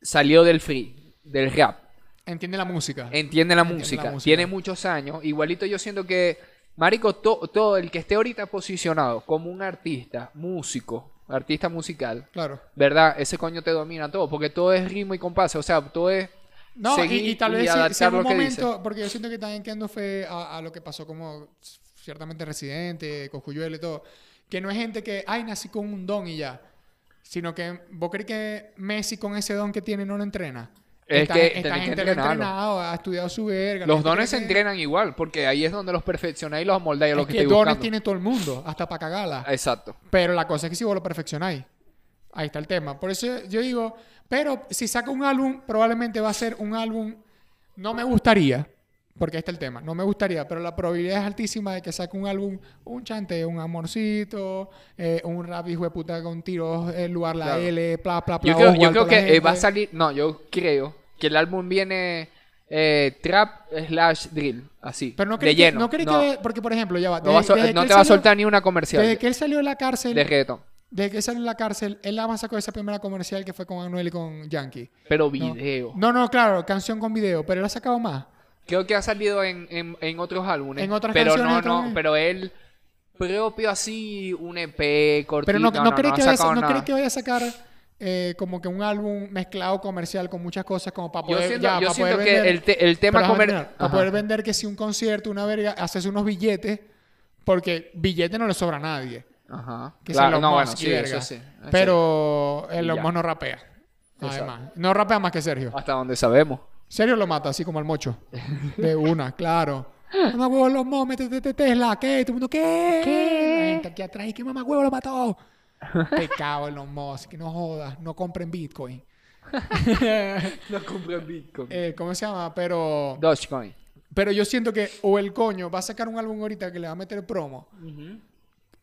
Speaker 4: salió del free, del rap,
Speaker 1: Entiende la música.
Speaker 4: entiende
Speaker 1: Entiende
Speaker 4: la,
Speaker 1: la
Speaker 4: música,
Speaker 1: música.
Speaker 4: tiene muchos años, igualito yo siento que, marico, to- todo el que esté ahorita posicionado como un artista, músico, artista musical,
Speaker 1: Claro.
Speaker 4: ¿verdad? Ese coño te domina todo, porque todo es ritmo y compás, o sea, todo es
Speaker 1: No, y-
Speaker 4: seguir
Speaker 1: y, tal vez si- si,
Speaker 4: adaptar
Speaker 1: en un
Speaker 4: lo que dice.
Speaker 1: momento, porque yo siento que también Kendo fue a, a lo que pasó como ciertamente Residente, Coscuyuela y todo, que no es gente que, ay, nací con un don y ya, sino que vos crees que Messi con ese don que tiene no lo entrena.
Speaker 4: Es
Speaker 1: Esta-
Speaker 4: que
Speaker 1: esta
Speaker 4: tenés que
Speaker 1: gente lo ha
Speaker 4: entrenarlo.
Speaker 1: entrenado, ha estudiado su verga. la
Speaker 4: Los
Speaker 1: gente
Speaker 4: dones se
Speaker 1: cree que-
Speaker 4: entrenan igual, porque ahí es donde los perfeccionáis y los amoldáis a lo
Speaker 1: Es
Speaker 4: que,
Speaker 1: que
Speaker 4: estáis
Speaker 1: dones
Speaker 4: buscando.
Speaker 1: tiene todo el mundo, hasta para cagarla.
Speaker 4: Exacto.
Speaker 1: Pero la cosa es que si vos lo perfeccionáis. Ahí está el tema. Por eso yo digo, pero si saca un álbum, probablemente va a ser un álbum. No me gustaría, porque ahí está el tema. No me gustaría, pero la probabilidad es altísima de que saque un álbum, un chanteo, un amorcito, eh, un rap hijo de puta con tiros, el lugar la
Speaker 4: Claro.
Speaker 1: L, bla, bla, bla.
Speaker 4: Yo creo,
Speaker 1: ojo,
Speaker 4: yo
Speaker 1: alto
Speaker 4: creo
Speaker 1: la
Speaker 4: que eh, va a
Speaker 1: gente.
Speaker 4: salir. No, yo creo que el álbum viene eh, trap slash drill, así.
Speaker 1: Pero no
Speaker 4: de
Speaker 1: crees que,
Speaker 4: lleno.
Speaker 1: no crees
Speaker 4: no,
Speaker 1: que. Porque, por ejemplo, ya va.
Speaker 4: no va a sol-
Speaker 1: desde
Speaker 4: no
Speaker 1: que él
Speaker 4: te va a
Speaker 1: salió-
Speaker 4: soltar ni una comercial
Speaker 1: Desde que él salió de la cárcel,
Speaker 4: de reggaetón.
Speaker 1: desde que él salió de la cárcel, él nada más sacó esa primera comercial que fue con Anuel y con Yankee.
Speaker 4: Pero
Speaker 1: No.
Speaker 4: video.
Speaker 1: No, no, claro, canción con video, pero él ha sacado más.
Speaker 4: Creo que ha salido en, en- en otros álbumes.
Speaker 1: En otras
Speaker 4: pero
Speaker 1: canciones,
Speaker 4: no,
Speaker 1: otras
Speaker 4: no,
Speaker 1: veces.
Speaker 4: pero él propio así, un EP cortito.
Speaker 1: Pero no, no, crees
Speaker 4: ha
Speaker 1: que vaya, a sa-
Speaker 4: sacado
Speaker 1: no
Speaker 4: nada.
Speaker 1: crees que vaya a sacar eh, como que un álbum mezclado comercial con muchas cosas como para
Speaker 4: Yo
Speaker 1: poder,
Speaker 4: siento,
Speaker 1: ya,
Speaker 4: yo
Speaker 1: para
Speaker 4: siento
Speaker 1: poder
Speaker 4: que
Speaker 1: vender,
Speaker 4: el, te- el tema
Speaker 1: Pero déjame
Speaker 4: comercial.
Speaker 1: terminar, para poder vender que si un concierto, una verga, haces unos billetes, porque billete no le sobra a nadie.
Speaker 4: Ajá.
Speaker 1: Que
Speaker 4: Claro,
Speaker 1: sea
Speaker 4: no, bueno,
Speaker 1: Musk y
Speaker 4: sí,
Speaker 1: verga.
Speaker 4: eso sí. Eso
Speaker 1: Pero eh,
Speaker 4: Y
Speaker 1: el Elon
Speaker 4: ya.
Speaker 1: Musk no rapea.
Speaker 4: Exacto.
Speaker 1: Además, no rapea más que Sergio.
Speaker 4: sí. Hasta donde sabemos.
Speaker 1: Sergio lo mata, así como al mocho. De una, claro. Mamá huevo los mos, métete te- Tesla, ¿qué? Todo el mundo, ¿qué? La gente aquí atrás, ¿y que mamá huevo lo mató? Pecado en los mos, que no jodas, no compren Bitcoin.
Speaker 4: No compren Bitcoin.
Speaker 1: Eh, ¿Cómo se llama? Pero,
Speaker 4: Dogecoin.
Speaker 1: pero yo siento que, o el coño, va a sacar un álbum ahorita que le va a meter promo.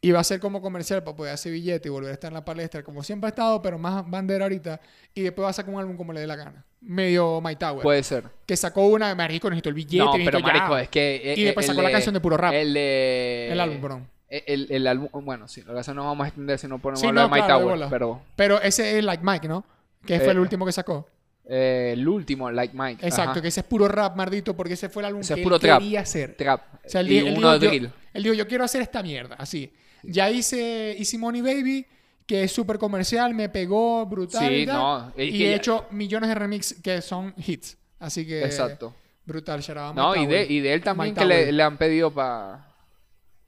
Speaker 1: Y va a ser como comercial para poder hacer billete y volver a estar en la palestra, como siempre ha estado, pero más bandera ahorita. Y después va a sacar un álbum como le dé la gana. Medio My Tower.
Speaker 4: Puede ser.
Speaker 1: que sacó una de Marico, necesito el billete.
Speaker 4: Pues no,
Speaker 1: necesito
Speaker 4: pero
Speaker 1: ya.
Speaker 4: marico, es que... eh,
Speaker 1: Y después
Speaker 4: el
Speaker 1: sacó la
Speaker 4: de-
Speaker 1: canción de puro rap.
Speaker 4: El de...
Speaker 1: El álbum, perdón.
Speaker 4: El, el, álbum... Bueno, sí. Ahora eso no vamos a extender si no ponemos
Speaker 1: Sí,
Speaker 4: a hablar
Speaker 1: no,
Speaker 4: de My
Speaker 1: claro, de
Speaker 4: Tower.
Speaker 1: bola.
Speaker 4: Pero
Speaker 1: Pero ese es Like Mike, ¿no? Que fue
Speaker 4: Eh,
Speaker 1: el último que sacó.
Speaker 4: eh, el último, Like Mike.
Speaker 1: Exacto,
Speaker 4: ajá,
Speaker 1: que ese es puro rap, mardito, porque ese fue el álbum
Speaker 4: Ese es
Speaker 1: que
Speaker 4: puro
Speaker 1: él
Speaker 4: trap.
Speaker 1: quería hacer.
Speaker 4: Trap.
Speaker 1: O sea, él,
Speaker 4: y
Speaker 1: di- él
Speaker 4: uno
Speaker 1: dijo,
Speaker 4: drill.
Speaker 1: yo, él dijo, yo quiero hacer esta mierda, así. Ya hice Easy Money Baby, que es súper comercial, me pegó brutal.
Speaker 4: Sí,
Speaker 1: y tal.
Speaker 4: no, es
Speaker 1: y
Speaker 4: que
Speaker 1: he
Speaker 4: ya-
Speaker 1: hecho millones de remix que son hits. Así que...
Speaker 4: Exacto.
Speaker 1: Brutal, shout out a
Speaker 4: No,
Speaker 1: Mike
Speaker 4: y de,
Speaker 1: Tower.
Speaker 4: y de él también
Speaker 1: Mike
Speaker 4: que le,
Speaker 1: Tower.
Speaker 4: le han pedido para...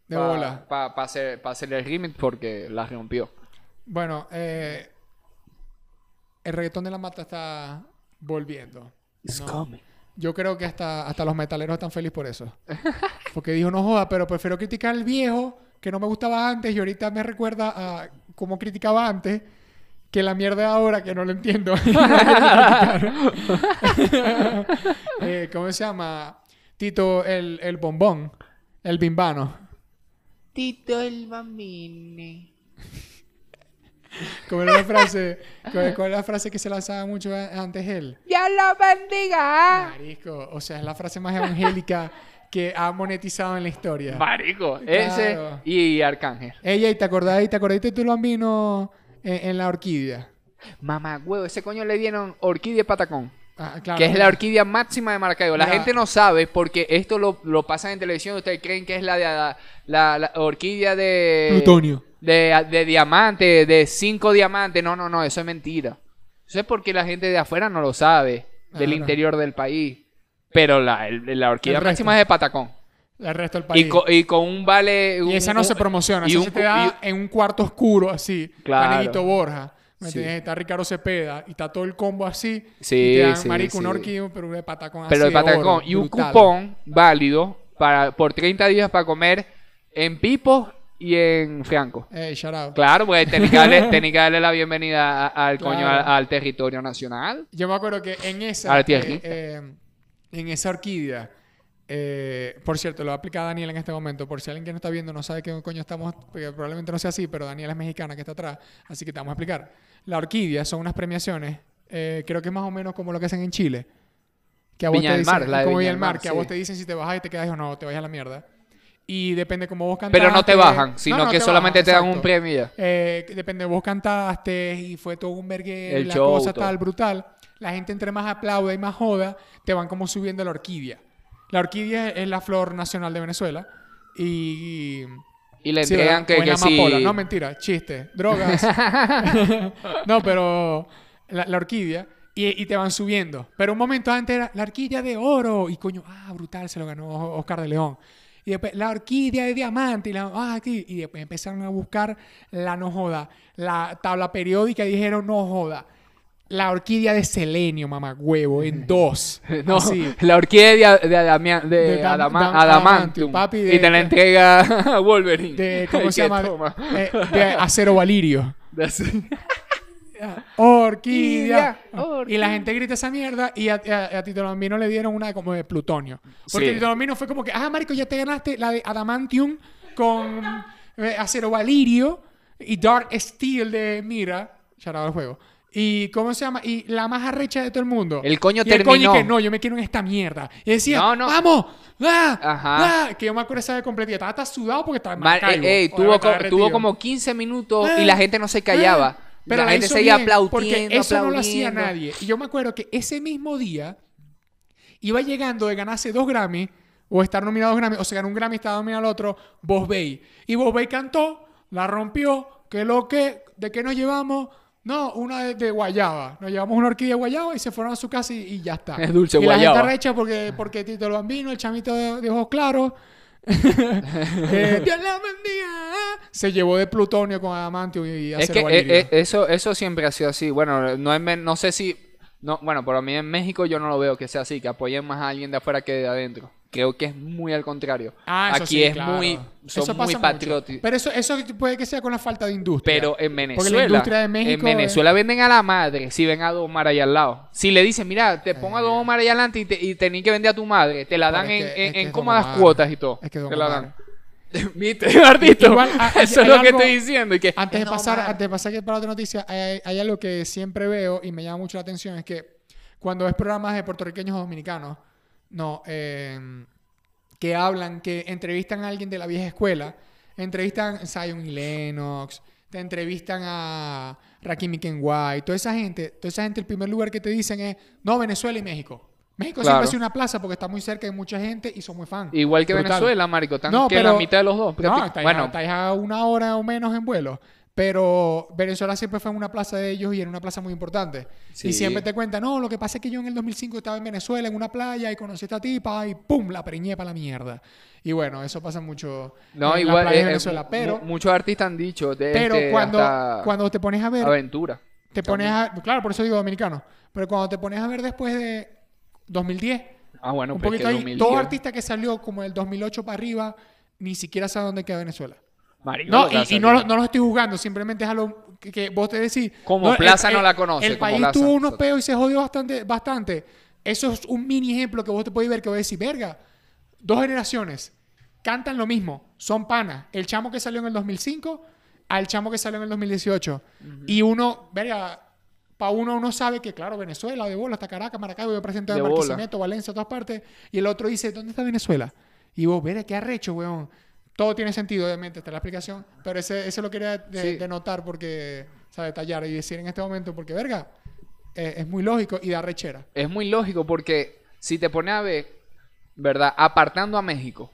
Speaker 1: De bola.
Speaker 4: Para hacer, pa hacer el remix porque la rompió.
Speaker 1: Bueno, eh, el reggaetón de la mata está volviendo. ¿no? Yo creo que hasta, hasta los metaleros están felices por eso. Porque dijo, no joda, pero prefiero criticar al viejo que no me gustaba antes y ahorita me recuerda a cómo criticaba antes que la mierda de ahora que no lo entiendo. Eh, ¿Cómo se llama? Tito, el, el bombón, el bimbano.
Speaker 5: Tito el bambini.
Speaker 1: ¿Cómo era la frase? ¿Cuál cuál era la frase que se lanzaba mucho a- antes él?
Speaker 5: Dios lo bendiga.
Speaker 1: Marisco, o sea, es la frase más evangélica que ha monetizado en la historia.
Speaker 4: Marico,
Speaker 1: Claro.
Speaker 4: ese y Arcángel.
Speaker 1: Ella, ¿y te acordás? ¿Y te acordaste tú lo bambino en, en la orquídea?
Speaker 4: Mamá, huevo, ese coño le dieron orquídea y patacón.
Speaker 1: Ah, claro.
Speaker 4: que es la orquídea máxima de Maracaibo. La
Speaker 1: Mira.
Speaker 4: gente no sabe porque esto lo, lo pasan en televisión. Ustedes creen que es la de la, la orquídea de.
Speaker 1: Plutonio.
Speaker 4: De, de diamante, de cinco diamantes. No, no, no, eso es mentira. Eso es porque la gente de afuera no lo sabe, del
Speaker 1: Claro.
Speaker 4: interior del país. Pero la, el- la orquídea
Speaker 1: El resto.
Speaker 4: máxima es de patacón.
Speaker 1: El resto del país.
Speaker 4: Y, co- y con un vale.
Speaker 1: Y
Speaker 4: un-
Speaker 1: esa no
Speaker 4: un-
Speaker 1: se promociona,
Speaker 4: y
Speaker 1: esa
Speaker 4: un
Speaker 1: se te
Speaker 4: cu-
Speaker 1: da en un cuarto oscuro así.
Speaker 4: Claro.
Speaker 1: Está Neguito Borja, ¿me
Speaker 4: Sí.
Speaker 1: entiendes? Está Ricardo Cepeda y está todo el combo así.
Speaker 4: Sí,
Speaker 1: y te dan,
Speaker 4: sí,
Speaker 1: marico, un
Speaker 4: sí.
Speaker 1: orquídeo, pero de patacón así
Speaker 4: Pero el
Speaker 1: de oro,
Speaker 4: patacón y un
Speaker 1: brutal.
Speaker 4: cupón válido para por 30 días para comer en Pipo y en Franco.
Speaker 1: Ey, Eh, shout out.
Speaker 4: Claro, pues tenés que darle, tenés que darle la bienvenida a- al coño
Speaker 1: Claro.
Speaker 4: al, al territorio nacional.
Speaker 1: Yo me acuerdo que en esa.
Speaker 4: Ahora tienes
Speaker 1: eh, eh, en esa orquídea. eh, por cierto, lo aplica Daniel en este momento. Por si alguien que no está viendo no sabe qué coño estamos. Porque probablemente no sea así, pero Daniel es mexicana que está atrás. Así que te vamos a explicar. La orquídea son unas premiaciones. eh, creo que es más o menos como lo que hacen en Chile. Que a vos
Speaker 4: Viña
Speaker 1: te
Speaker 4: del
Speaker 1: dicen,
Speaker 4: Mar, la de
Speaker 1: como Viña
Speaker 4: Viña del
Speaker 1: del Mar,
Speaker 4: Mar,
Speaker 1: que a
Speaker 4: sí.
Speaker 1: vos te dicen si te bajas y te quedas o no, te vayas a la mierda. Y depende cómo vos cantaste.
Speaker 4: Pero no te bajan, sino
Speaker 1: No, no
Speaker 4: que solamente
Speaker 1: bajan,
Speaker 4: te dan un
Speaker 1: exacto.
Speaker 4: premio y ya.
Speaker 1: Eh, que depende, vos cantaste y fue todo un verguero, y
Speaker 4: El
Speaker 1: la
Speaker 4: show,
Speaker 1: cosa
Speaker 4: todo.
Speaker 1: tal brutal. La gente entre más aplauda y más joda, te van como subiendo la orquídea. La orquídea es la flor nacional de Venezuela y...
Speaker 4: Y le
Speaker 1: Sí,
Speaker 4: entregan
Speaker 1: ¿verdad?
Speaker 4: que,
Speaker 1: O en
Speaker 4: que sí.
Speaker 1: amapola. No, mentira, chiste, drogas. no, pero la, la orquídea y, y te van subiendo. Pero un momento antes era la orquídea de oro y coño, ah, brutal, se lo ganó Oscar de León. Y después la orquídea de diamante y la, ah, aquí. Y después empezaron a buscar la no joda, la tabla periódica y dijeron no joda. la orquídea de selenio, mamá, huevo, en dos.
Speaker 4: No,
Speaker 1: Así.
Speaker 4: la orquídea de, Adamia- de
Speaker 1: De Dam-
Speaker 4: Adama-
Speaker 1: Dam-
Speaker 4: Adamantium.
Speaker 1: Adamantium, papi, de-
Speaker 4: y te la entrega a Wolverine.
Speaker 1: De, ¿Cómo se
Speaker 4: Que
Speaker 1: llama?
Speaker 4: toma.
Speaker 1: Eh, de acero valirio.
Speaker 4: De así.
Speaker 1: Orquídea.
Speaker 5: Orquídea,
Speaker 1: Ah. Y la
Speaker 5: orquídea.
Speaker 1: gente grita esa mierda y a, a, a Tito Bambino le dieron una como de plutonio. Porque
Speaker 4: Sí.
Speaker 1: Tito Bambino fue como que, ah, Marico, ya te ganaste la de Adamantium con eh, acero valirio y Dark Steel de Mira. Charado el juego. ¿Y cómo se llama? Y la más arrecha de todo el mundo.
Speaker 4: El coño
Speaker 1: y el coño
Speaker 4: terminó.
Speaker 1: que no, yo me quiero en esta mierda. Y decía,
Speaker 4: No, no.
Speaker 1: vamos, ¡Ah!
Speaker 4: Ajá.
Speaker 1: ¡Ah! Que yo me acuerdo esa de completita. Estaba hasta sudado porque estaba en
Speaker 4: Mal- eh,
Speaker 1: Maracaibo.
Speaker 4: ey, ey, tuvo,
Speaker 1: Obviamente,
Speaker 4: co-
Speaker 1: estaba
Speaker 4: tuvo
Speaker 1: retiro.
Speaker 4: como 15 minutos y
Speaker 1: Ah,
Speaker 4: la gente no se callaba.
Speaker 1: Ah, pero
Speaker 4: la, gente
Speaker 1: hizo
Speaker 4: seguía
Speaker 1: bien,
Speaker 4: aplaudiendo,
Speaker 1: Porque eso no lo hacía
Speaker 4: aplaudiendo.
Speaker 1: nadie. Y yo me acuerdo que ese mismo día iba llegando de ganarse dos Grammy o estar nominado a dos Grammy, o se ganó un Grammy y estaba nominado al otro, Vos Bay. Y Vos Bay cantó, la rompió, que lo que, ¿de qué nos llevamos? No, una de, de guayaba. Nos llevamos una orquídea de guayaba y se fueron a su casa y, y ya está.
Speaker 4: Es dulce
Speaker 1: y la
Speaker 4: guayaba.
Speaker 1: gente arrecha porque, porque Tito el Bambino, el chamito de, de ojos claros, eh, Dios la bendiga. Se llevó de plutonio con adamantium y
Speaker 4: Es
Speaker 1: acero
Speaker 4: que
Speaker 1: valirio.
Speaker 4: eh, eh, eso, eso siempre ha sido así. Bueno, no, en Me- no sé si. No, bueno, para mí en México yo no lo veo que sea así, que apoyen más a alguien de afuera que de adentro. Creo que es muy al contrario.
Speaker 1: Ah, eso
Speaker 4: Aquí
Speaker 1: sí,
Speaker 4: es
Speaker 1: claro.
Speaker 4: muy. Son
Speaker 1: Eso
Speaker 4: muy
Speaker 1: pasa mucho.
Speaker 4: patrióticos.
Speaker 1: Pero eso, eso puede que sea con la falta de industria.
Speaker 4: Pero en
Speaker 1: Porque
Speaker 4: Venezuela.
Speaker 1: la industria de México
Speaker 4: en Venezuela venden a la madre si ven a Don Omar ahí al lado. Si le dicen, mira, te pongo a Don Omar ahí adelante y, te, y tenés que vender a tu madre, te la
Speaker 1: Pero
Speaker 4: dan
Speaker 1: es
Speaker 4: en,
Speaker 1: que-
Speaker 4: en-
Speaker 1: es que
Speaker 4: en
Speaker 1: Don
Speaker 4: cómodas
Speaker 1: Omar-
Speaker 4: cuotas y todo.
Speaker 1: es que Don
Speaker 4: te la
Speaker 1: Omar-
Speaker 4: dan. ¿Viste, Martito?
Speaker 1: Igual, ah, hay-
Speaker 4: Eso es
Speaker 1: hay
Speaker 4: lo que
Speaker 1: algo-
Speaker 4: estoy diciendo. Y que,
Speaker 1: Antes de,
Speaker 4: "No,
Speaker 1: pasar,
Speaker 4: Omar".
Speaker 1: antes de pasar que para otra noticia, hay, hay algo que siempre veo y me llama mucho la atención, es que cuando ves programas de puertorriqueños o dominicanos, no, eh, que hablan, que entrevistan a alguien de la vieja escuela, entrevistan a Zion y Lennox, te entrevistan a Rakim y Ken White, toda esa gente, toda esa gente, el primer lugar que te dicen es, no, Venezuela y México. México
Speaker 4: Claro.
Speaker 1: siempre ha sido una plaza porque está muy cerca de mucha gente y son muy fan.
Speaker 4: Igual que
Speaker 1: Brutal.
Speaker 4: Venezuela, Marico, están
Speaker 1: No,
Speaker 4: que en la
Speaker 1: pero-
Speaker 4: mitad de los dos.
Speaker 1: No,
Speaker 4: prácticamente.
Speaker 1: estáis a-
Speaker 4: bueno,
Speaker 1: estáis a una hora o menos en vuelo. Pero Venezuela siempre fue una plaza de ellos y era una plaza muy importante.
Speaker 4: Sí.
Speaker 1: Y siempre te cuentan, no, lo que pasa es que yo en el 2005 estaba en Venezuela, en una playa, y conocí a esta tipa, y pum, la preñé para la mierda. Y bueno, eso pasa mucho
Speaker 4: no,
Speaker 1: en la
Speaker 4: igual.
Speaker 1: playa de
Speaker 4: eh, eh,
Speaker 1: Venezuela. Pero,
Speaker 4: mu- muchos artistas han dicho. De
Speaker 1: pero
Speaker 4: este,
Speaker 1: cuando,
Speaker 4: hasta
Speaker 1: cuando te pones a ver,
Speaker 4: Aventura.
Speaker 1: te pones a... Claro, por eso digo dominicano. Pero cuando te pones a ver después de 2010,
Speaker 4: Ah, bueno,
Speaker 1: un
Speaker 4: pues que
Speaker 1: poquito ahí,
Speaker 4: 2010.
Speaker 1: todo artista que salió como del 2008 para arriba, ni siquiera sabe dónde queda Venezuela.
Speaker 4: Marico,
Speaker 1: No,
Speaker 4: lo que
Speaker 1: y,
Speaker 4: hace
Speaker 1: y no,
Speaker 4: aquí.
Speaker 1: lo- no los estoy juzgando, simplemente es algo que, que vos te decís.
Speaker 4: Como
Speaker 1: el-
Speaker 4: Plaza
Speaker 1: el-
Speaker 4: no la conoce,
Speaker 1: El
Speaker 4: como
Speaker 1: país
Speaker 4: Plaza.
Speaker 1: tuvo unos peos y se jodió bastante, bastante. Eso es un mini ejemplo que vos te podés ver que vos decís, verga, dos generaciones cantan lo mismo, son panas. El chamo que salió en el 2005 al chamo que salió en el 2018. Y uno, verga, para uno uno sabe que, claro, Venezuela, de bola, hasta Caracas, Maracaibo, yo presento
Speaker 4: De
Speaker 1: en
Speaker 4: bola.
Speaker 1: Barquisimeto, Valencia, todas partes. Y el otro dice, ¿dónde está Venezuela? Y vos, verga, qué arrecho, weón. Todo tiene sentido, obviamente, está la explicación. Pero ese, ese lo quería de-
Speaker 4: Sí.
Speaker 1: denotar porque, o sea, detallar y decir en este momento, porque, verga, eh, es muy lógico y da rechera.
Speaker 4: Es muy lógico porque si te pones a ver, ¿verdad? Apartando a México,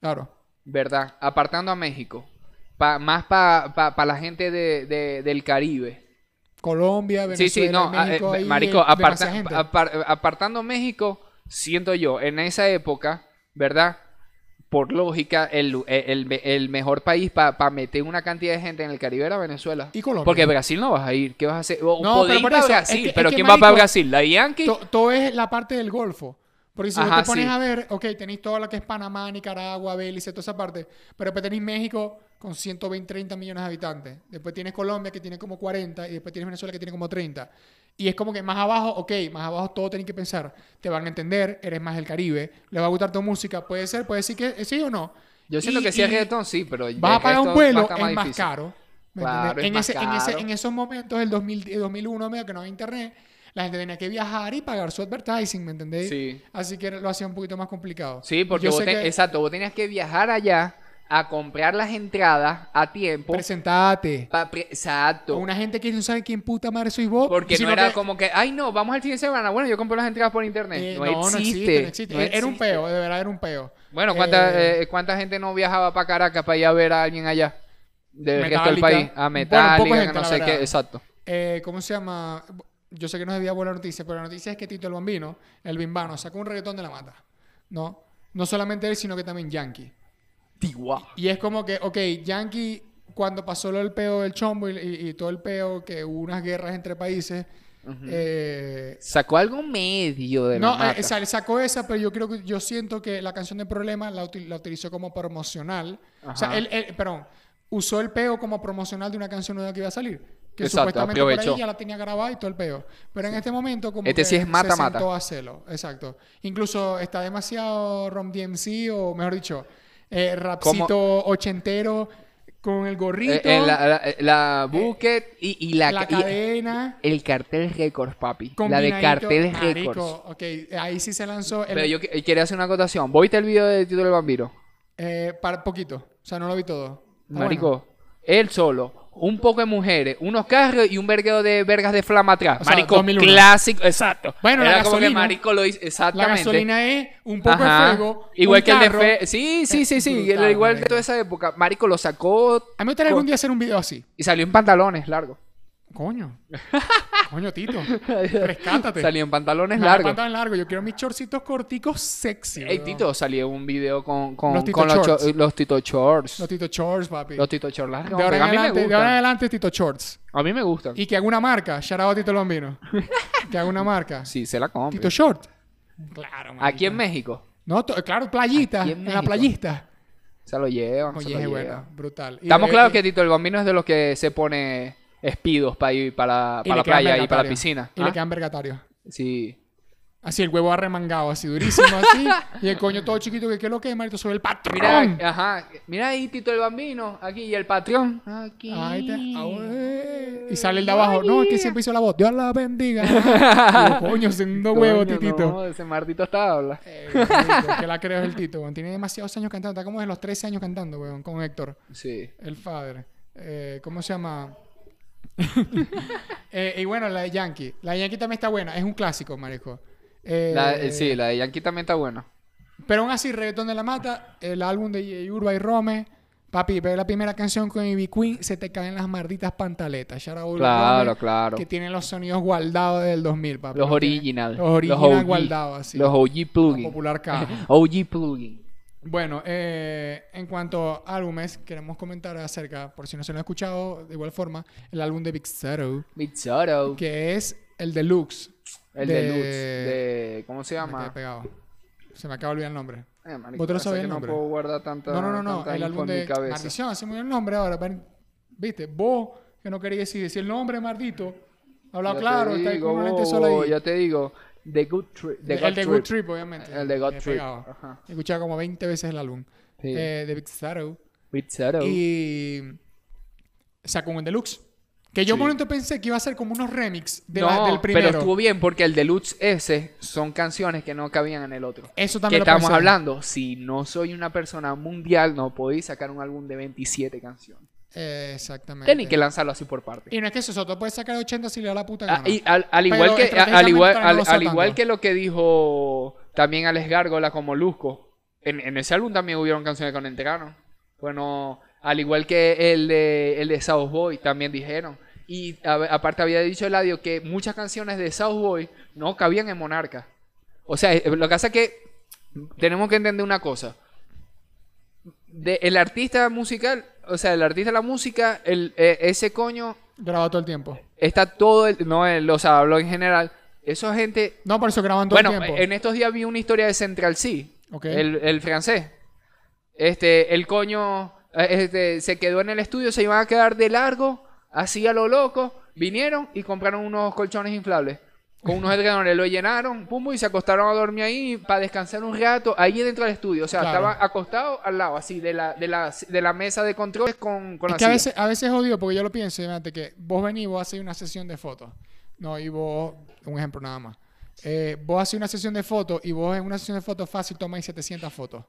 Speaker 1: Claro.
Speaker 4: ¿verdad? Apartando a México. pa- más para pa, pa la gente de, de- del Caribe.
Speaker 1: Colombia, Venezuela,
Speaker 4: sí, sí, no. ah,
Speaker 1: México,
Speaker 4: eh,
Speaker 1: ahí
Speaker 4: marico,
Speaker 1: hay
Speaker 4: aparta-
Speaker 1: demasiada gente.
Speaker 4: apar- apartando México, siento yo, en esa época, ¿verdad? Por lógica, el, lu- el- el- el mejor país para meter una cantidad de gente en el Caribe era Venezuela.
Speaker 1: Y Colombia.
Speaker 4: Porque Brasil no vas a ir. ¿Qué vas a hacer? O,
Speaker 1: No,
Speaker 4: podés
Speaker 1: pero
Speaker 4: ir
Speaker 1: por
Speaker 4: pa'
Speaker 1: eso, es
Speaker 4: Brasil,
Speaker 1: que- es
Speaker 4: pero
Speaker 1: que,
Speaker 4: ¿quién va para
Speaker 1: marico,
Speaker 4: Brasil? ¿La Yankee?
Speaker 1: To- todo es la parte del Golfo. Porque si
Speaker 4: Ajá,
Speaker 1: vos te pones
Speaker 4: sí.
Speaker 1: a ver, ok, tenéis toda la que es Panamá, Nicaragua, Belice, toda esa parte. Pero después tenéis México con 120, 30 millones de habitantes. Después tienes Colombia que tiene como 40 y después tienes Venezuela que tiene como 30. Y es como que más abajo, ok, más abajo todo tenéis que pensar. Te van a entender, eres más del Caribe, les va a gustar tu música. Puede ser, puede decir que eh, sí o no.
Speaker 4: Yo siento
Speaker 1: Y-
Speaker 4: que si es
Speaker 1: y-
Speaker 4: reggaetón, sí, pero.
Speaker 1: vas
Speaker 4: el
Speaker 1: a pagar
Speaker 4: resto
Speaker 1: un vuelo,
Speaker 4: va a estar
Speaker 1: es más
Speaker 4: difícil.
Speaker 1: caro. ¿me
Speaker 4: Claro,
Speaker 1: entiendes?
Speaker 4: es
Speaker 1: en, ese-
Speaker 4: más
Speaker 1: en ese-
Speaker 4: caro.
Speaker 1: en esos momentos, el 2000, el 2001, medio que no había internet, la gente tenía que viajar y pagar su advertising, ¿me entendéis?
Speaker 4: Sí.
Speaker 1: Así que lo hacía un poquito más complicado.
Speaker 4: Sí, porque
Speaker 1: Yo
Speaker 4: vos
Speaker 1: sé
Speaker 4: te-
Speaker 1: que-
Speaker 4: exacto, vos tenías que viajar allá a comprar las entradas a tiempo.
Speaker 1: Presentate.
Speaker 4: pa- pre- exacto.
Speaker 1: Con Una gente que no sabe quién puta madre sois vos.
Speaker 4: Porque no
Speaker 1: Oh, sino
Speaker 4: era
Speaker 1: que-
Speaker 4: como que, ay, no, vamos al fin de semana. Bueno, yo compro las entradas por internet.
Speaker 1: eh,
Speaker 4: no,
Speaker 1: no, no
Speaker 4: existe,
Speaker 1: no existe. Eh,
Speaker 4: no
Speaker 1: Era era un
Speaker 4: existe.
Speaker 1: peo, de verdad era un peo.
Speaker 4: Bueno, ¿cuánta,
Speaker 1: Eh,
Speaker 4: eh, cuánta gente no viajaba para Caracas para ir a ver a alguien allá? Del resto del
Speaker 1: Metallica.
Speaker 4: país. A
Speaker 1: Bueno,
Speaker 4: Metallica,
Speaker 1: poca
Speaker 4: que
Speaker 1: gente,
Speaker 4: no
Speaker 1: la
Speaker 4: sé qué.
Speaker 1: verdad.
Speaker 4: Exacto.
Speaker 1: Eh, ¿Cómo se llama? Yo sé que no debía buena noticia, pero la noticia es que Tito el Bambino, el bimbano, sacó un reggaetón de la mata. ¿No? No solamente él, sino que también Yankee. Y es como que, ok, Yankee, cuando pasó lo del peo del chombo y, y- y todo el peo, que hubo unas guerras entre países,
Speaker 4: Ujú.
Speaker 1: Eh,
Speaker 4: Sacó algo medio de la
Speaker 1: no,
Speaker 4: mata.
Speaker 1: eh, sal- sacó esa, pero yo creo que yo siento que la canción de Problema la, util- la utilizó como promocional. O sea,
Speaker 4: Ajá.
Speaker 1: él, él- perdón, usó el peo como promocional de una canción nueva que iba a salir. Que
Speaker 4: Exacto,
Speaker 1: supuestamente por ahí
Speaker 4: aprovechó.
Speaker 1: ya la tenía grabada y todo el peo. Pero en este momento, como
Speaker 4: Este
Speaker 1: que
Speaker 4: sí es mata,
Speaker 1: se
Speaker 4: mata.
Speaker 1: sentó a hacerlo. Exacto. Incluso está demasiado Rom DMC, o mejor dicho, eh, rapcito ochentero con el gorrito,
Speaker 4: Eh, en la, la, la bucket y, y la,
Speaker 1: Eh, la,
Speaker 4: y-
Speaker 1: cadena.
Speaker 4: el cartel récords, papi. La de
Speaker 1: combinadito.
Speaker 4: carteles
Speaker 1: Marico,
Speaker 4: récords.
Speaker 1: Ok, ahí sí se lanzó. El,
Speaker 4: Pero yo que- eh, quería hacer una acotación. ¿Viste el video de Tito el Bambino?
Speaker 1: Eh, para poquito. O sea, no lo vi todo. Está
Speaker 4: Marico,
Speaker 1: bueno.
Speaker 4: él solo, un poco de mujeres, unos carros y un verguero de vergas de flama atrás.
Speaker 1: O sea,
Speaker 4: marico,
Speaker 1: 2001.
Speaker 4: clásico, exacto.
Speaker 1: Bueno, la
Speaker 4: Era como que
Speaker 1: gasolina.
Speaker 4: marico lo hizo,
Speaker 1: La
Speaker 4: exactamente.
Speaker 1: gasolina es un poco
Speaker 4: Ajá.
Speaker 1: de fuego.
Speaker 4: Igual
Speaker 1: un
Speaker 4: que el
Speaker 1: carro.
Speaker 4: de Fe. Sí, sí, sí, sí.
Speaker 1: brutal,
Speaker 4: igual que
Speaker 1: marico.
Speaker 4: toda esa época. Marico lo sacó
Speaker 1: A mí me gustaría algún día hacer un video así.
Speaker 4: y salió en pantalones largos.
Speaker 1: Coño. Coño, Tito. Rescátate.
Speaker 4: Salió en pantalones
Speaker 1: No,
Speaker 4: largos.
Speaker 1: pantalón largo. Yo quiero mis chorcitos corticos sexy.
Speaker 4: Ey,
Speaker 1: weón.
Speaker 4: Tito, salió un video con, con,
Speaker 1: Los
Speaker 4: los,
Speaker 1: Tito
Speaker 4: con los, cho-
Speaker 1: Shorts.
Speaker 4: los Tito Shorts.
Speaker 1: Los
Speaker 4: Los,
Speaker 1: Tito Shorts, papi.
Speaker 4: Tito Shorts largos.
Speaker 1: de, ahora en
Speaker 4: a mí me
Speaker 1: adelante, de ahora en
Speaker 4: gustan.
Speaker 1: adelante, Tito Shorts.
Speaker 4: A mí me gustan.
Speaker 1: Y que haga una marca. Shout out a Tito Lombino. que haga una marca.
Speaker 4: Sí, se la compro.
Speaker 1: Tito Short. Claro, marico.
Speaker 4: Aquí en México.
Speaker 1: No, to- claro, playita.
Speaker 4: Aquí en
Speaker 1: en la
Speaker 4: México.
Speaker 1: playista.
Speaker 4: Se lo llevan. se
Speaker 1: Oye,
Speaker 4: lo
Speaker 1: es
Speaker 4: llevan.
Speaker 1: buena, brutal. Y
Speaker 4: Estamos
Speaker 1: de-
Speaker 4: claros
Speaker 1: y-
Speaker 4: que Tito el Bambino es de los que se pone espidos para ir para,
Speaker 1: y le
Speaker 4: para
Speaker 1: quedan
Speaker 4: la playa y para la
Speaker 1: vergatarios.
Speaker 4: piscina.
Speaker 1: Y
Speaker 4: ¿Ah?
Speaker 1: le quedan vergatarios.
Speaker 4: Sí.
Speaker 1: Así, el huevo arremangado, así durísimo, así. y el coño todo chiquito, que qué es lo que es, Marito, sobre el
Speaker 4: Mira,
Speaker 1: patrón.
Speaker 4: ajá, mira ahí Tito el Bambino, aquí y el patrón. Aquí.
Speaker 1: Ahí te- ah, ué. Y sale el de abajo. No, es que siempre hizo la voz. Dios la bendiga. Y yo, coño, siendo huevo,
Speaker 4: Coño,
Speaker 1: titito.
Speaker 4: no, ese martito está habla.
Speaker 1: Eh, marico, que la creo es el Tito, weón. Tiene demasiados años cantando. Está como de los 13 años cantando, weón, con Héctor.
Speaker 4: Sí.
Speaker 1: El father. Eh, ¿Cómo se llama? Eh, y bueno, la de Yankee. La de Yankee también está buena. Es un clásico, marico. Eh,
Speaker 4: La- eh, sí, la de Yankee también está buena.
Speaker 1: Pero aún así, Reggaetón de la Mata, el álbum de Urba y Rome. Papi, pero la primera canción con Ivy Queen, se te caen las malditas pantaletas. Shout out a Urba y
Speaker 4: Claro,
Speaker 1: Rome,
Speaker 4: claro.
Speaker 1: Que tiene los sonidos guardados del 2000, papi.
Speaker 4: Los
Speaker 1: Los tiene-
Speaker 4: original.
Speaker 1: Los original
Speaker 4: OG,
Speaker 1: guardados, así.
Speaker 4: Los OG
Speaker 1: la
Speaker 4: plugin.
Speaker 1: popular caja.
Speaker 4: OG plugin.
Speaker 1: Bueno, eh, en cuanto a álbumes, queremos comentar acerca, por si no se lo han escuchado, de igual forma, el álbum de Big Zero,
Speaker 4: Mitsoro.
Speaker 1: que es el deluxe.
Speaker 4: El
Speaker 1: de-
Speaker 4: de Lutz. De... ¿Cómo se
Speaker 1: Me quedé
Speaker 4: llama?
Speaker 1: pegado. Se me acaba de olvidar el nombre.
Speaker 4: Eh, marico,
Speaker 1: ¿Vosotros
Speaker 4: pasa
Speaker 1: sabéis
Speaker 4: que
Speaker 1: el
Speaker 4: no
Speaker 1: nombre?
Speaker 4: puedo guardar tanta,
Speaker 1: No, no, no, no.
Speaker 4: tanta
Speaker 1: El
Speaker 4: info
Speaker 1: álbum
Speaker 4: en
Speaker 1: de
Speaker 4: mi cabeza.
Speaker 1: Maldición, así me dio el nombre ahora. ven, Viste, vos, que no quería decir, decir el nombre, maldito. Habla
Speaker 4: Ya te
Speaker 1: claro, está ahí
Speaker 4: digo,
Speaker 1: con una lente
Speaker 4: bobo,
Speaker 1: sola ahí.
Speaker 4: Ya te digo, The Good Trip. The
Speaker 1: el de
Speaker 4: Good
Speaker 1: Good Trip, obviamente.
Speaker 4: El de Good
Speaker 1: Me he
Speaker 4: Trip.
Speaker 1: pegado.
Speaker 4: Ajá.
Speaker 1: He escuchado como 20 veces el álbum
Speaker 4: Sí.
Speaker 1: eh, de Big Shadow.
Speaker 4: With Shadow.
Speaker 1: Y sacó un deluxe. Que yo por un momento pensé que iba a ser como unos remix de la-
Speaker 4: No,
Speaker 1: del primero.
Speaker 4: pero estuvo bien porque el Deluxe ese son canciones que no cabían en el otro.
Speaker 1: Eso
Speaker 4: Que
Speaker 1: también lo
Speaker 4: estamos
Speaker 1: pensé.
Speaker 4: hablando, si no soy una persona mundial, no podéis sacar un álbum de 27 canciones.
Speaker 1: Eh, exactamente.
Speaker 4: Tenéis que lanzarlo así por parte.
Speaker 1: Y no es que eso, Soto puede sacar 80 si le da la puta
Speaker 4: Ah,
Speaker 1: gana.
Speaker 4: y al, al
Speaker 1: Pero
Speaker 4: igual que a- al
Speaker 1: estratégicamente
Speaker 4: igual,
Speaker 1: todavía no
Speaker 4: al,
Speaker 1: lo
Speaker 4: al
Speaker 1: sacan,
Speaker 4: igual
Speaker 1: ¿no?
Speaker 4: que lo que dijo también Alex Gárgola como Lusco, en, en ese álbum también hubieron canciones que no entraron. Bueno, al igual que el de, el de South Boy también dijeron. Y a- aparte había dicho Eladio que muchas canciones de South Boy no cabían en Monarca. O sea, eh, lo que pasa es que tenemos que entender una cosa. De- el artista musical, o sea, el artista de la música, el, eh, ese coño
Speaker 1: Grabado todo el tiempo.
Speaker 4: está todo el, no el, o sea, hablo en general. Esa gente,
Speaker 1: No, por eso graban todo
Speaker 4: bueno,
Speaker 1: el tiempo.
Speaker 4: en estos días vi una historia de Central C,
Speaker 1: Ok.
Speaker 4: el, el francés. Este, el coño, eh, este, se quedó en el estudio, se iban a quedar de largo, así a lo loco, vinieron y compraron unos colchones inflables. Con unos edredones lo llenaron, pum, y se acostaron a dormir ahí para descansar un rato, ahí dentro del estudio. O sea,
Speaker 1: Claro.
Speaker 4: estaba acostado al lado, así, de la, de la, de la mesa de controles con, con
Speaker 1: Es
Speaker 4: la
Speaker 1: que a
Speaker 4: silla.
Speaker 1: veces, a veces es jodido porque yo lo pienso, imagínate que vos venís, vos hacéis una sesión de fotos. No, y vos, un ejemplo nada más. Eh, vos hacéis una sesión de fotos y vos en una sesión de fotos fácil tomáis 700 fotos.